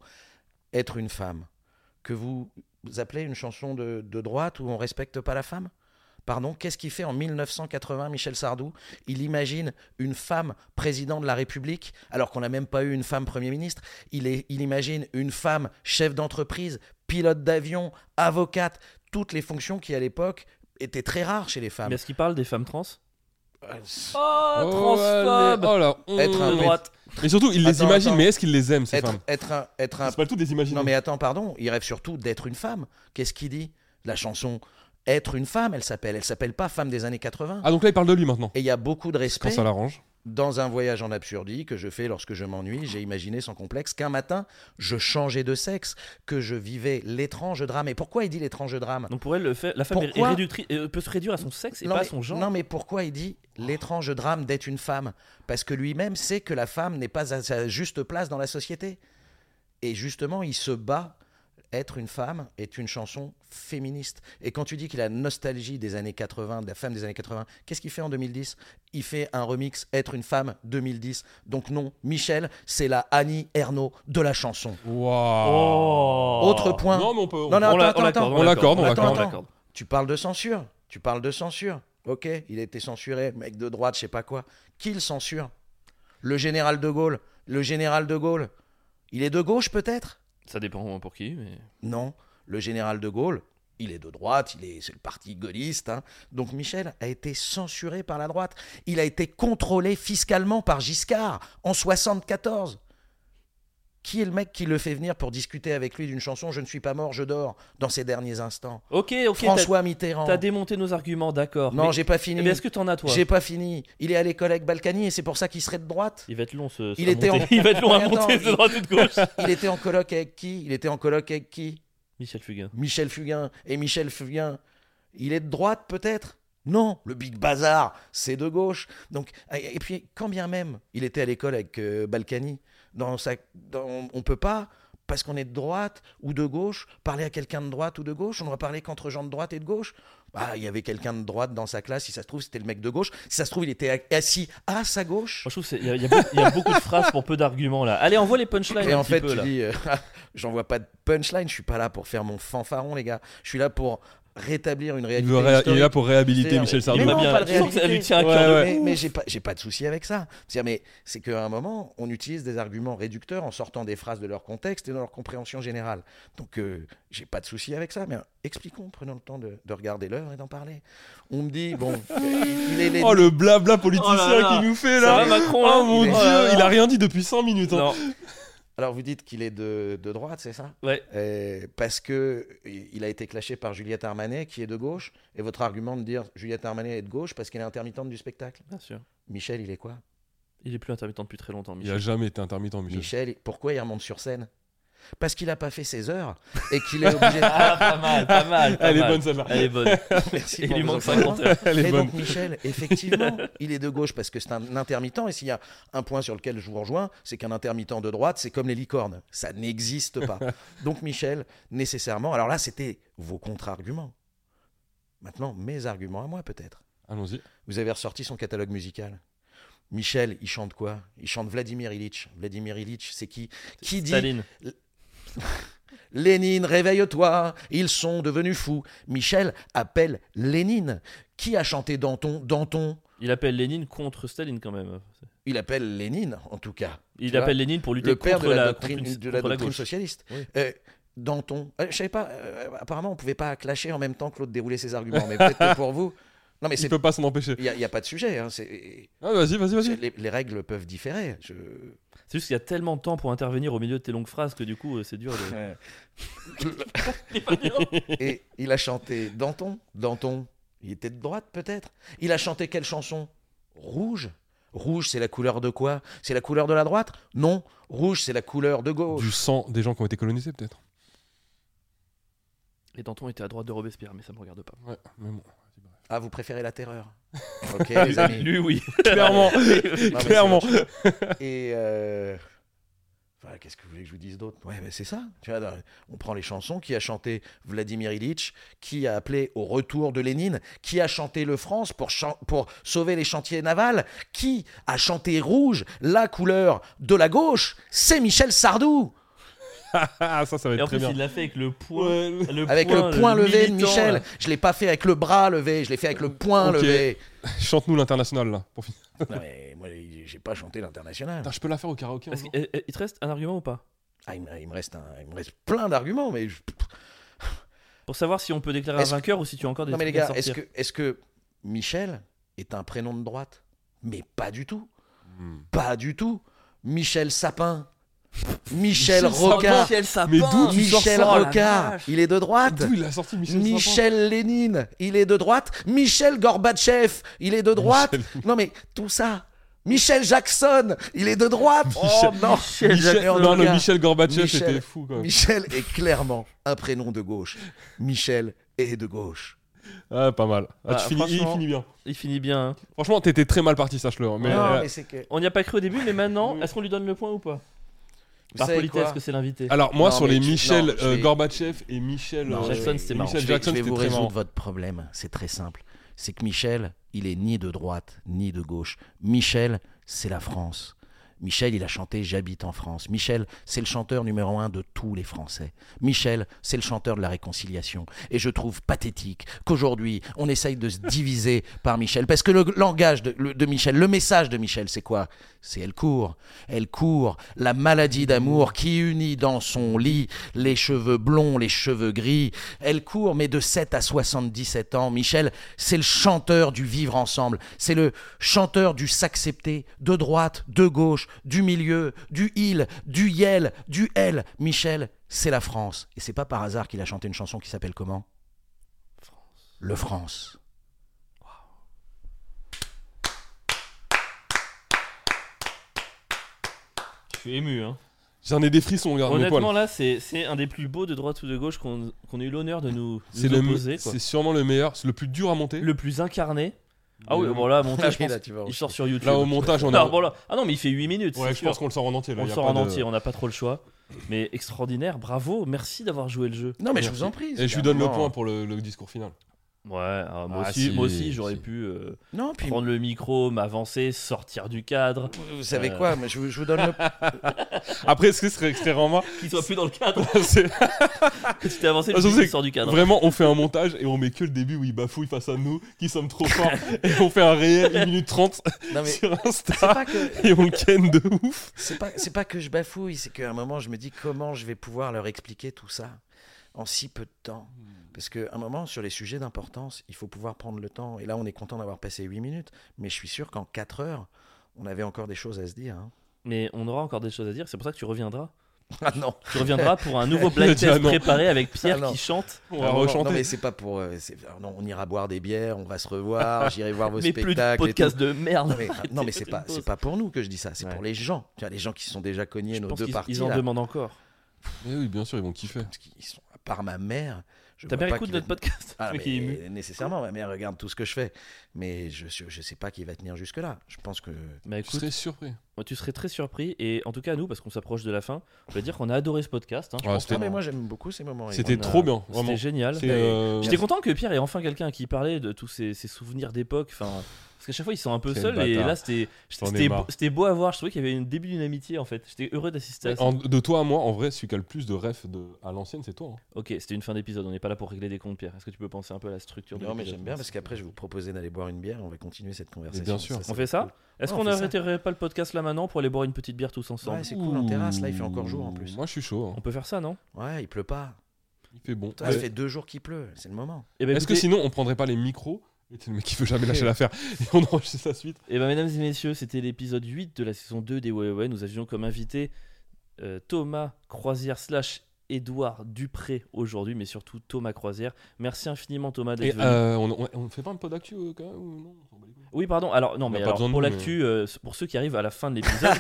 C: Être une femme, que vous appelez une chanson de, de droite où on respecte pas la femme Pardon, qu'est-ce qu'il fait en 1980, Michel Sardou Il imagine une femme président de la République, alors qu'on n'a même pas eu une femme Premier ministre. Il, est, il imagine une femme chef d'entreprise, pilote d'avion, avocate, toutes les fonctions qui, à l'époque, étaient très rares chez les femmes.
A: Mais est-ce qu'il parle des femmes trans Oh,
B: allez,
A: transphobe
B: oh la honte.
A: Être un
C: un
A: droite.
B: Et surtout, il les
C: Attends,
B: imagine,
C: attends.
B: mais est-ce qu'il les aime, ces
C: Être,
B: femmes
C: être un, être un
B: C'est pas le tout de les imaginer.
C: Non mais attends, pardon, il rêve surtout d'être une femme. Qu'est-ce qu'il dit La chanson Être une femme, elle s'appelle. Elle s'appelle pas Femme des années 80.
B: Ah, donc là, il parle de lui maintenant.
C: Et il y a beaucoup de respect
B: Quand ça l'arrange.
C: dans un voyage en absurdie que je fais lorsque je m'ennuie. J'ai imaginé sans complexe qu'un matin, je changeais de sexe, que je vivais l'étrange drame. Et pourquoi il dit l'étrange drame
A: Donc pour elle, le fait- la femme est- est
C: Pourquoi
A: réductri- euh, peut se réduire à son sexe et pas à
C: mais,
A: son genre.
C: non mais pourquoi il dit l'étrange drame d'être une femme Parce que lui-même sait que la femme n'est pas à sa juste place dans la société. Et justement, il se bat. Être une femme est une chanson féministe. Et quand tu dis qu'il a la nostalgie des années 80, de la femme des années 80, qu'est-ce qu'il fait en 2010 Il fait un remix Être une femme 2010. Donc non, Michel, c'est la Annie Ernaux de la chanson.
B: Waouh.
A: Oh.
C: Autre point.
B: Non, mais on peut.
C: Non, non,
A: On l'a-
C: attends,
A: on l'accorde,
B: on
C: attends,
B: l'accorde, on
A: on l'accorde,
C: l'accorde.
A: on l'accorde.
C: Tu parles de censure. Tu parles de censure. Ok, il a été censuré, mec de droite, je sais pas quoi. Qui le censure Le général de Gaulle. Le général de Gaulle. Il est de gauche peut-être
A: Ça dépend pour qui, mais.
C: Non. Le général de Gaulle, il est de droite, il est, c'est le parti gaulliste. hein. Donc Michel a été censuré par la droite. Il a été contrôlé fiscalement par Giscard en 74. Qui est le mec qui le fait venir pour discuter avec lui d'une chanson Je ne suis pas mort, je dors dans ses derniers instants
A: Ok, ok, t'as-
C: François Mitterrand.
A: t'as démonté nos arguments, d'accord.
C: Non,
A: mais-
C: j'ai pas fini.
A: mais est-ce que t'en as toi
C: J'ai pas fini. Il est allé collègue Balkany et c'est pour ça qu'il serait de droite.
A: Il va être long ce. ce
C: Il était
A: à
C: en-
A: monter. Il va être long à
C: Mais attends,
A: monter de
C: il-
A: droite ou de gauche.
C: Il était en colloque avec qui Il était en colloque avec qui
A: Michel Fugain.
C: Michel Fugain. Et Michel Fugain, il est de droite peut-être Non, le Big Bazar, c'est de gauche. Donc, et et puis, quand bien même il était à l'école avec euh, Balkany, dans sa, dans- on peut pas, parce qu'on est de droite ou de gauche, parler à quelqu'un de droite ou de gauche. On ne va parler qu'entre gens de droite et de gauche. Bah, il y avait quelqu'un de droite dans sa classe. Si ça se trouve, c'était le mec de gauche. Si ça se trouve, il était assis à sa gauche.
A: Moi, je trouve qu'il y, a- il y a beaucoup- il y a beaucoup de phrases pour peu d'arguments là. Allez, envoie les punchlines
C: Et
A: un
C: en
A: petit
C: fait,
A: peu,
C: tu
A: là.
C: dis, euh, j'en vois pas de punchline, je suis pas là pour faire mon fanfaron, les gars. Je suis là pour rétablir une
B: Il,
C: réalité.
B: veut réha- il est
C: historique.
B: là pour réhabiliter
C: C'est-
B: Michel
A: Il
B: Sardou.
C: Mais
A: va
C: non,
A: bien.
C: pas de
A: Je sens que ça lui
C: réalité.
A: tient à
B: Ouais,
A: cœur de
B: ouais.
C: Mais, mais j'ai pas, j'ai pas de souci avec ça. C'est-à-dire, mais c'est qu'à un moment, on utilise des arguments réducteurs en sortant des phrases de leur contexte et dans leur compréhension générale. Donc, euh, j'ai pas de souci avec ça. Mais euh, expliquons, prenons le temps de, de regarder l'œuvre et d'en parler. On me dit, bon, il est
B: Oh le blabla politicien
A: Oh là là.
B: qui nous fait
A: Ça
B: là.
A: va Macron là
B: Oh mon
C: Il est-
B: dieu, il a rien dit depuis 100 minutes. hein.
A: Non,
C: Alors, vous dites qu'il est de, de droite, c'est ça
A: ouais.
C: Euh, parce que i- il a été clashé par Juliette Armanet, qui est de gauche, et votre argument de dire Juliette Armanet est de gauche parce qu'elle est intermittente du spectacle.
A: Bien sûr.
C: Michel, il est quoi
A: Il est plus intermittent depuis très longtemps,
B: Il a
A: Michel.
B: jamais été intermittent, Michel.
C: Michel, pourquoi il remonte sur scène Parce qu'il n'a pas fait ses heures et qu'il est obligé. De...
A: Ah, pas mal, pas mal. pas
B: Elle est
A: mal.
B: bonne celle-là.
A: Elle est bonne.
C: Merci
A: Il
C: pour
A: lui
C: vos
A: manque 50 heures.
B: Elle est
C: Et
B: bonne.
C: donc Michel, effectivement, il est de gauche parce que c'est un intermittent. Et s'il y a un point sur lequel je vous rejoins, c'est qu'un intermittent de droite, c'est comme les licornes. Ça n'existe pas. Donc Michel, nécessairement, alors là, c'était vos contre-arguments. Maintenant, mes arguments à moi, peut-être.
B: Allons-y.
C: Vous avez ressorti son catalogue musical. Michel, il chante quoi Il chante Vladimir Ilitch. Vladimir Ilitch, c'est qui Qui dit
A: Staline.
C: Lénine, réveille-toi, ils sont devenus fous. Michel appelle Lénine. Qui a chanté Danton Danton
A: Il appelle Lénine contre Staline quand même.
C: Il appelle Lénine, en tout cas.
A: Il
C: Tu vois,
A: appelle Lénine pour lutter
C: le père
A: contre
C: de la,
A: la
C: doctrine,
A: contre une-
C: de la
A: contre la
C: doctrine
A: gauche.
C: socialiste.
A: Oui.
C: Euh, Danton. Euh, je savais pas, euh, apparemment, on pouvait pas clasher en même temps que l'autre déroulait ses arguments, mais peut-être que pour vous. Non, mais
B: Il
C: c'est.
B: peut pas s'en empêcher.
C: Il n'y a, il y a pas de sujet. hein, c'est-
B: Ah, vas-y, vas-y, vas-y.
C: les, les règles peuvent différer. Je...
A: C'est juste qu'il y a tellement de temps pour intervenir au milieu de tes longues phrases que du coup, euh, c'est dur de.
C: Et il a chanté Danton. Danton, il était de droite peut-être. Il a chanté quelle chanson Rouge. Rouge, c'est la couleur de quoi C'est la couleur de la droite Non. Rouge, c'est la couleur de gauche.
B: Du sang des gens qui ont été colonisés, peut-être.
A: Et Danton était à droite de Robespierre, mais ça me regarde pas.
B: Ouais, mais bon.
C: Ah, vous préférez la terreur Ok, Eh, les amis.
A: Lui, oui.
B: Clairement,
C: Non, mais c'est
B: clairement.
C: autre chose. Et. euh, enfin, Qu'est-ce que vous voulez que je vous dise d'autre Ouais, mais c'est ça. Tu vois, dans- on prend les chansons. Qui a chanté Vladimir Ilitch Qui a appelé au retour de Lénine Qui a chanté Le France pour, chan- pour sauver les chantiers navals Qui a chanté Rouge, la couleur de la gauche C'est Michel Sardou
B: Ah, ça, ça va
A: Et
B: être
A: en
B: très
A: plus,
B: bien.
A: il l'a fait avec le point. le
C: Avec
A: point,
C: le point levé de
A: militant,
C: Michel.
A: là.
C: Je l'ai pas fait avec le bras levé, je l'ai fait avec le point
B: Ok.
C: levé.
B: Chante-nous l'international, là. Pour finir.
C: Non, mais moi, j'ai pas chanté l'international.
B: Putain, je peux la faire au karaoké un
A: Parce
B: jour
A: que- eh, eh, il te reste un argument ou pas
C: Ah, il, me, il me reste un- il me reste plein d'arguments, mais je-
A: Pour savoir si on peut déclarer un
C: Est-ce que-
A: vainqueur ou si tu as encore des
C: Non mais les
A: trucs à
C: gars, est-ce
A: sortir.
C: que, est-ce que Michel, est un prénom de droite. Mais pas du tout.
B: Hmm.
C: Pas du tout. Michel Sapin. Michel
B: Michel
C: Rocard.
A: Michel Sapin.
B: Mais d'où tu sors ça,
C: Michel
B: la
C: Rocard.
A: vache.
C: Il est de droite.
B: D'où il a sorti Michel Sapin
C: Michel Lénine, il est de droite. Michel Gorbatchev, il est de droite.
B: Michel-
C: Non mais tout ça. Michel Jackson, il est de droite.
A: Oh non,
B: Michel-
C: Jackson.
B: Non, le
C: Rocard.
B: Michel Gorbatchev
C: Michel-
B: était fou quand même.
C: Michel est clairement un prénom de gauche. Michel est de gauche.
B: Ah, pas mal. Ah,
A: Bah,
B: tu finis, il
A: franchement-
B: finit bien.
A: Il finit bien. hein.
B: Franchement, t'étais très mal parti, sache-le. hein, Mais,
C: non,
B: euh,
C: mais c'est que.
A: On n'y a pas cru au début, mais maintenant, est-ce qu'on lui donne le point ou pas
C: Vous
A: Par
C: savez
A: politesse
C: quoi
A: que c'est l'invité.
B: Alors, moi,
C: Non,
B: sur les
C: mais tu-
B: Michel
C: non, je
B: euh,
C: vais-
B: Gorbatchev et Michel.
C: Non,
B: euh,
A: Jackson, c'était marrant.
B: Michel
C: Je vais-
B: Jackson,
C: je vais
B: c'était
C: vous
B: très
C: résoudre
B: marrant.
C: votre problème. C'est très simple. C'est que Michel, il est ni de droite ni de gauche. Michel, c'est la France. Michel, il a chanté J'habite en France. Michel, c'est le chanteur numéro un de tous les Français. Michel, c'est le chanteur de la réconciliation. Et je trouve pathétique qu'aujourd'hui, on essaye de se diviser par Michel. Parce que le langage de, le- de Michel, le message de Michel, c'est quoi C'est elle court. Elle court. La maladie d'amour qui unit dans son lit les cheveux blonds, les cheveux gris. Elle court, mais de 7 à 77 ans. Michel, c'est le chanteur du vivre ensemble. C'est le chanteur du s'accepter, de droite, de gauche, du milieu, du il, du yel, du L. Michel, c'est la France. Et c'est pas par hasard qu'il a chanté une chanson qui s'appelle comment Le France.
A: Je suis ému. Hein.
B: J'en ai des frissons, regarde mes
A: Honnêtement,
B: poils.
A: là, c'est c'est un des plus beaux de droite ou de gauche qu'on qu'on a eu l'honneur de nous,
B: C'est
A: nous
B: le,
A: opposer. quoi.
B: c'est sûrement le meilleur, c'est le plus dur à monter. Euh,
A: Le plus incarné. Ah oui, bon là, à montage, je
C: Ah oui, là,
A: pense
C: tu vas en
A: il sort sur YouTube.
B: Là, au montage, on a.
A: Ah, bon, là- ah non, mais il fait 8 minutes.
B: Ouais,
A: c'est
B: je
A: sûr.
B: pense qu'on le sort en entier. là,
A: On
B: y
A: le
B: a
A: sort
B: pas
A: en
B: de-
A: entier, on n'a pas trop le choix. Mais extraordinaire, bravo, merci d'avoir joué le jeu.
C: Non, mais je vous en prie.
B: Et je lui donne le point pour le, le discours final.
A: Ouais, ah, moi,
B: Ah,
A: aussi,
B: si,
A: moi aussi, j'aurais
B: si.
A: pu euh,
C: Non, puis
A: prendre le micro, m'avancer, sortir du cadre.
C: vous savez
A: Euh.
C: quoi mais je, vous- je vous donne le
B: Après, ce qui serait extrêmement.
A: Qu'il soit plus dans le cadre.
B: c'est-
A: que tu t'es avancé,
B: Ah,
A: le
B: ça,
A: public
B: c'est
A: sort du cadre.
B: Vraiment, on fait un montage et on met que le début où il bafouille face à nous, qui sommes trop forts. et on fait un réel 1 minute 30
C: Non, mais c'est
B: sur Insta
C: pas que.
B: et on le ken de ouf.
C: C'est pas, c'est pas que je bafouille, c'est qu'à un moment, je me dis comment je vais pouvoir leur expliquer tout ça en si peu de temps.
A: Hmm.
C: Parce qu'à un moment, sur les sujets d'importance, il faut pouvoir prendre le temps. Et là, on est content d'avoir passé 8 minutes, mais je suis sûr qu'en 4 heures, on avait encore des choses à se dire. hein.
A: Mais on aura encore des choses à dire, c'est pour ça que tu reviendras.
C: Ah non,
A: Tu reviendras pour un nouveau blind
B: Il a dit, ah,
A: test
B: non.
A: préparé avec Pierre
C: Ah, non.
A: qui chante.
B: On va
C: Non, non,
B: rechanter.
C: Non, mais c'est pas pour. euh, c'est- alors non, on ira boire des bières, on va se revoir, j'irai voir vos
A: Mais plus de
C: spectacles. et
A: podcast de
C: tout.
A: merde.
C: Non, mais, ah, non, mais c'est pas, c'est pas pour nous que je dis ça, c'est
A: Ouais.
C: pour les gens. Tu vois, les gens qui se sont déjà cognés,
A: Je
C: nos
A: pense
C: deux
A: qu'ils
C: parties.
A: ils en
C: là,
A: demandent encore.
B: Eh oui, bien sûr, ils vont kiffer.
C: parce qu'ils sont, à part ma mère. je
A: T'as
C: vois
A: bien
C: pas
A: écouté
C: qui va
A: notre podcast
C: Ah,
A: le mec
C: mais
A: est ému.
C: nécessairement, ma mère regarde tout ce que je fais. Mais je ne sais pas qui va tenir jusque-là. Je pense que.
A: Mais
B: Je
A: écoute,
B: serais surpris.
A: moi, tu serais très surpris. Et en tout cas, nous, parce qu'on s'approche de la fin, on va dire qu'on a adoré ce podcast. hein. Je
B: Ouais,
A: pense
B: c'était-
C: Ah,
A: qu'on-
C: mais moi, j'aime beaucoup ces moments. euh,
B: C'était
A: on a-
B: trop bien, vraiment.
A: C'était génial.
B: C'est, euh,
A: J'étais content que Pierre ait enfin quelqu'un qui parlait de tous ses, ses souvenirs d'époque. Enfin, parce qu'à chaque fois, ils sont un peu
B: Quel
A: seuls. Et
B: bâtard.
A: là, c'était
B: J'en ai
A: c'était beau,
B: marre.
A: c'était beau à voir. Je trouvais qu'il y avait un début d'une amitié en fait. J'étais heureux d'assister à ça.
B: En- de toi à moi, en vrai, celui qui a le plus de refs de, à l'ancienne, c'est toi. hein.
A: Ok, c'était une fin d'épisode. On n'est pas là pour régler des comptes, Pierre. Est-ce que tu peux penser un peu à la structure de
C: Non, mais
A: l'épisode
C: j'aime bien parce qu'après, je vais vous proposer d'aller boire une bière. On va continuer cette conversation.
B: bien sûr.
A: On fait ça Est-ce
C: Ouais,
A: qu'on
C: on fait ça.
A: n'arrêterait pas le podcast là maintenant pour aller boire une petite bière tous ensemble
C: Ouais, c'est cool. En
B: Ouh.
C: terrasse, là, il fait encore jour en plus.
B: Moi, je suis chaud. hein.
A: On peut faire ça, non
C: Ouais, il pleut pas.
B: Il fait bon.
C: Putain, Ça fait deux jours qu'il pleut. C'est le moment.
A: Eh ben,
B: Est-ce que
A: écoutez-
B: sinon, on prendrait pas les micros Et t'es le mec qui veut jamais lâcher l'affaire. Et on enregistre sa suite.
A: Eh ben, mesdames et messieurs, c'était l'épisode 8 de la saison 2 des Huawei. Nous avions comme invité euh, Thomas Croisière slash Édouard Dupré aujourd'hui, mais surtout Thomas Croisière. Merci infiniment Thomas
B: Et
A: d'être venu.
B: euh, on, on- on fait pas un peu d'actu euh, quand même ou non On s'en bat les couilles.
A: Oui, pardon. Alors non,
B: on a
A: mais
B: pas
A: alors,
B: besoin de
A: pour
B: nous,
A: l'actu, euh, pour ceux qui arrivent à la fin de l'épisode,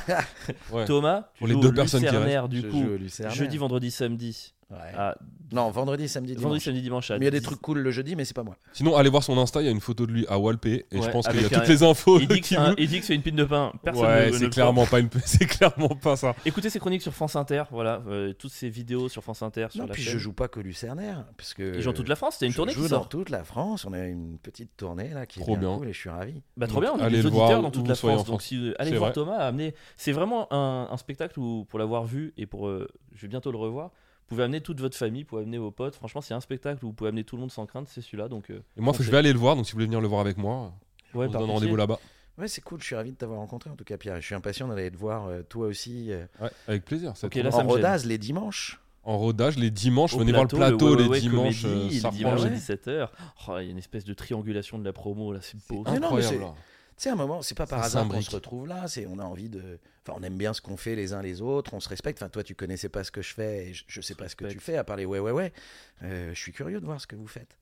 B: Ouais.
A: Thomas, tu
B: Pour les
A: joues
B: deux
A: au
B: personnes qui
A: Lucernaire, du
C: Je
A: coup,
C: joue au Lucerne.
A: jeudi, vendredi, samedi,
C: Ouais.
A: à-
C: Non, vendredi, samedi,
A: vendredi,
C: dimanche.
A: samedi, dimanche. à
C: Mais il y a des
A: 10.
C: trucs cool le jeudi, mais c'est pas moi.
B: Sinon, allez voir son Insta, il y a une photo de lui à Walpé. Et je
A: Ouais,
B: pense qu'il y a
A: avec un-
B: toutes les infos.
A: Il dit que
B: qui
A: c'est un-
B: vous-
A: il dit que c'est une pine de pain. Personne ne-
B: ouais,
A: ne
B: c'est
A: le croit.
B: clairement, pas une... c'est clairement pas ça.
A: Écoutez ses chroniques sur France Inter, voilà, euh, toutes ses vidéos sur France Inter, sur
C: Non,
A: la
C: puis
A: chaîne.
C: je joue pas qu'au Lucernaire. Parce que...
A: Ils jouent en toute la France, c'était une
C: Je
A: tournée
C: joue
A: qui
C: dans
A: sort.
C: toute la France. On a une petite tournée là qui est
B: Trop
C: bien,
B: bien.
C: cool et je suis ravi.
A: Bah trop bien, on a
B: Allez
A: des
B: le
A: auditeurs
B: voir
A: dans toute
B: où
A: la
B: vous soyez en
A: France, donc
B: France.
A: si vous- allez
B: C'est
A: voir
B: vrai.
A: Thomas, amenez. C'est vraiment un, un spectacle où pour l'avoir vu et pour euh, je vais bientôt le revoir, vous pouvez amener toute votre famille, vous pouvez amener vos potes. Franchement, c'est un spectacle où vous pouvez amener tout le monde sans crainte, c'est celui-là. Donc euh,
B: Et moi, faut que je vais aller le voir. Donc, si vous voulez venir le voir avec moi,
A: ouais,
B: on se
A: par
B: donne
A: pitié.
B: rendez-vous là-bas.
C: Ouais, c'est cool, je suis ravi de t'avoir rencontré en tout cas, Pierre. Je suis impatient d'aller te voir euh, toi aussi euh,
B: Ouais, avec plaisir. ça
A: Ok,
B: tombe.
A: là, ça
C: en
A: me gêne.
C: rodase les dimanches.
B: en rodage les dimanches.
A: Au
B: Venez voir le plateau
A: le
B: les
A: Ouais, ouais,
B: dimanches.
A: Comédie,
B: euh,
A: les
B: ça
A: dimanches
B: reprend.
A: à
C: ouais.
A: 17h. Oh, Il y a une espèce de triangulation de la promo, là, Ah c'est beau.
C: Mais non, mais
B: Incroyable.
C: c'est-
B: là.
C: Tu sais, à un moment, c'est pas par
B: Ça
C: hasard qu'on
B: s'imbrique.
C: se retrouve là. C'est on a envie de. Enfin, on aime bien ce qu'on fait les uns les autres. On se respecte. Enfin, toi, tu connaissais pas ce que je fais. Et je, je sais pas ce que tu
A: Respecte.
C: fais. À part les ouais, ouais, ouais. Euh, je suis curieux de voir ce que vous faites.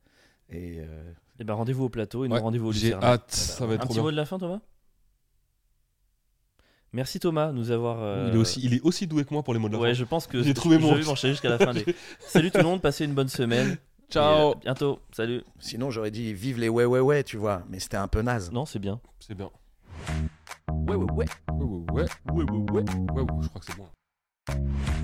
C: Et euh,
A: Et ben rendez-vous au plateau et nous
B: Ouais,
A: rendez-vous au
B: J'ai
A: Lucerne.
B: hâte, ça va être
A: hein. Un
B: trop
A: petit
B: bien.
A: mot de la fin, Thomas Merci Thomas de nous avoir. euh,
B: Il, est aussi, il est aussi doué que moi pour les mots de la
A: Ouais,
B: fin.
A: je pense que
B: J'ai trouvé
A: je
B: mon-
A: vais m'enchaîner jusqu'à la fin. Des... Salut tout le monde, passez une bonne semaine. Et,
B: Ciao.
A: euh, bientôt. Salut.
C: sinon, j'aurais dit vive les ouais, ouais, ouais, tu vois. Mais c'était un peu naze.
A: Non, c'est bien.
B: C'est bien.
C: Ouais, ouais, ouais.
B: Ouais, ouais, ouais. Ouais, ouais, ouais. Ouais, ouais, je crois que c'est bon.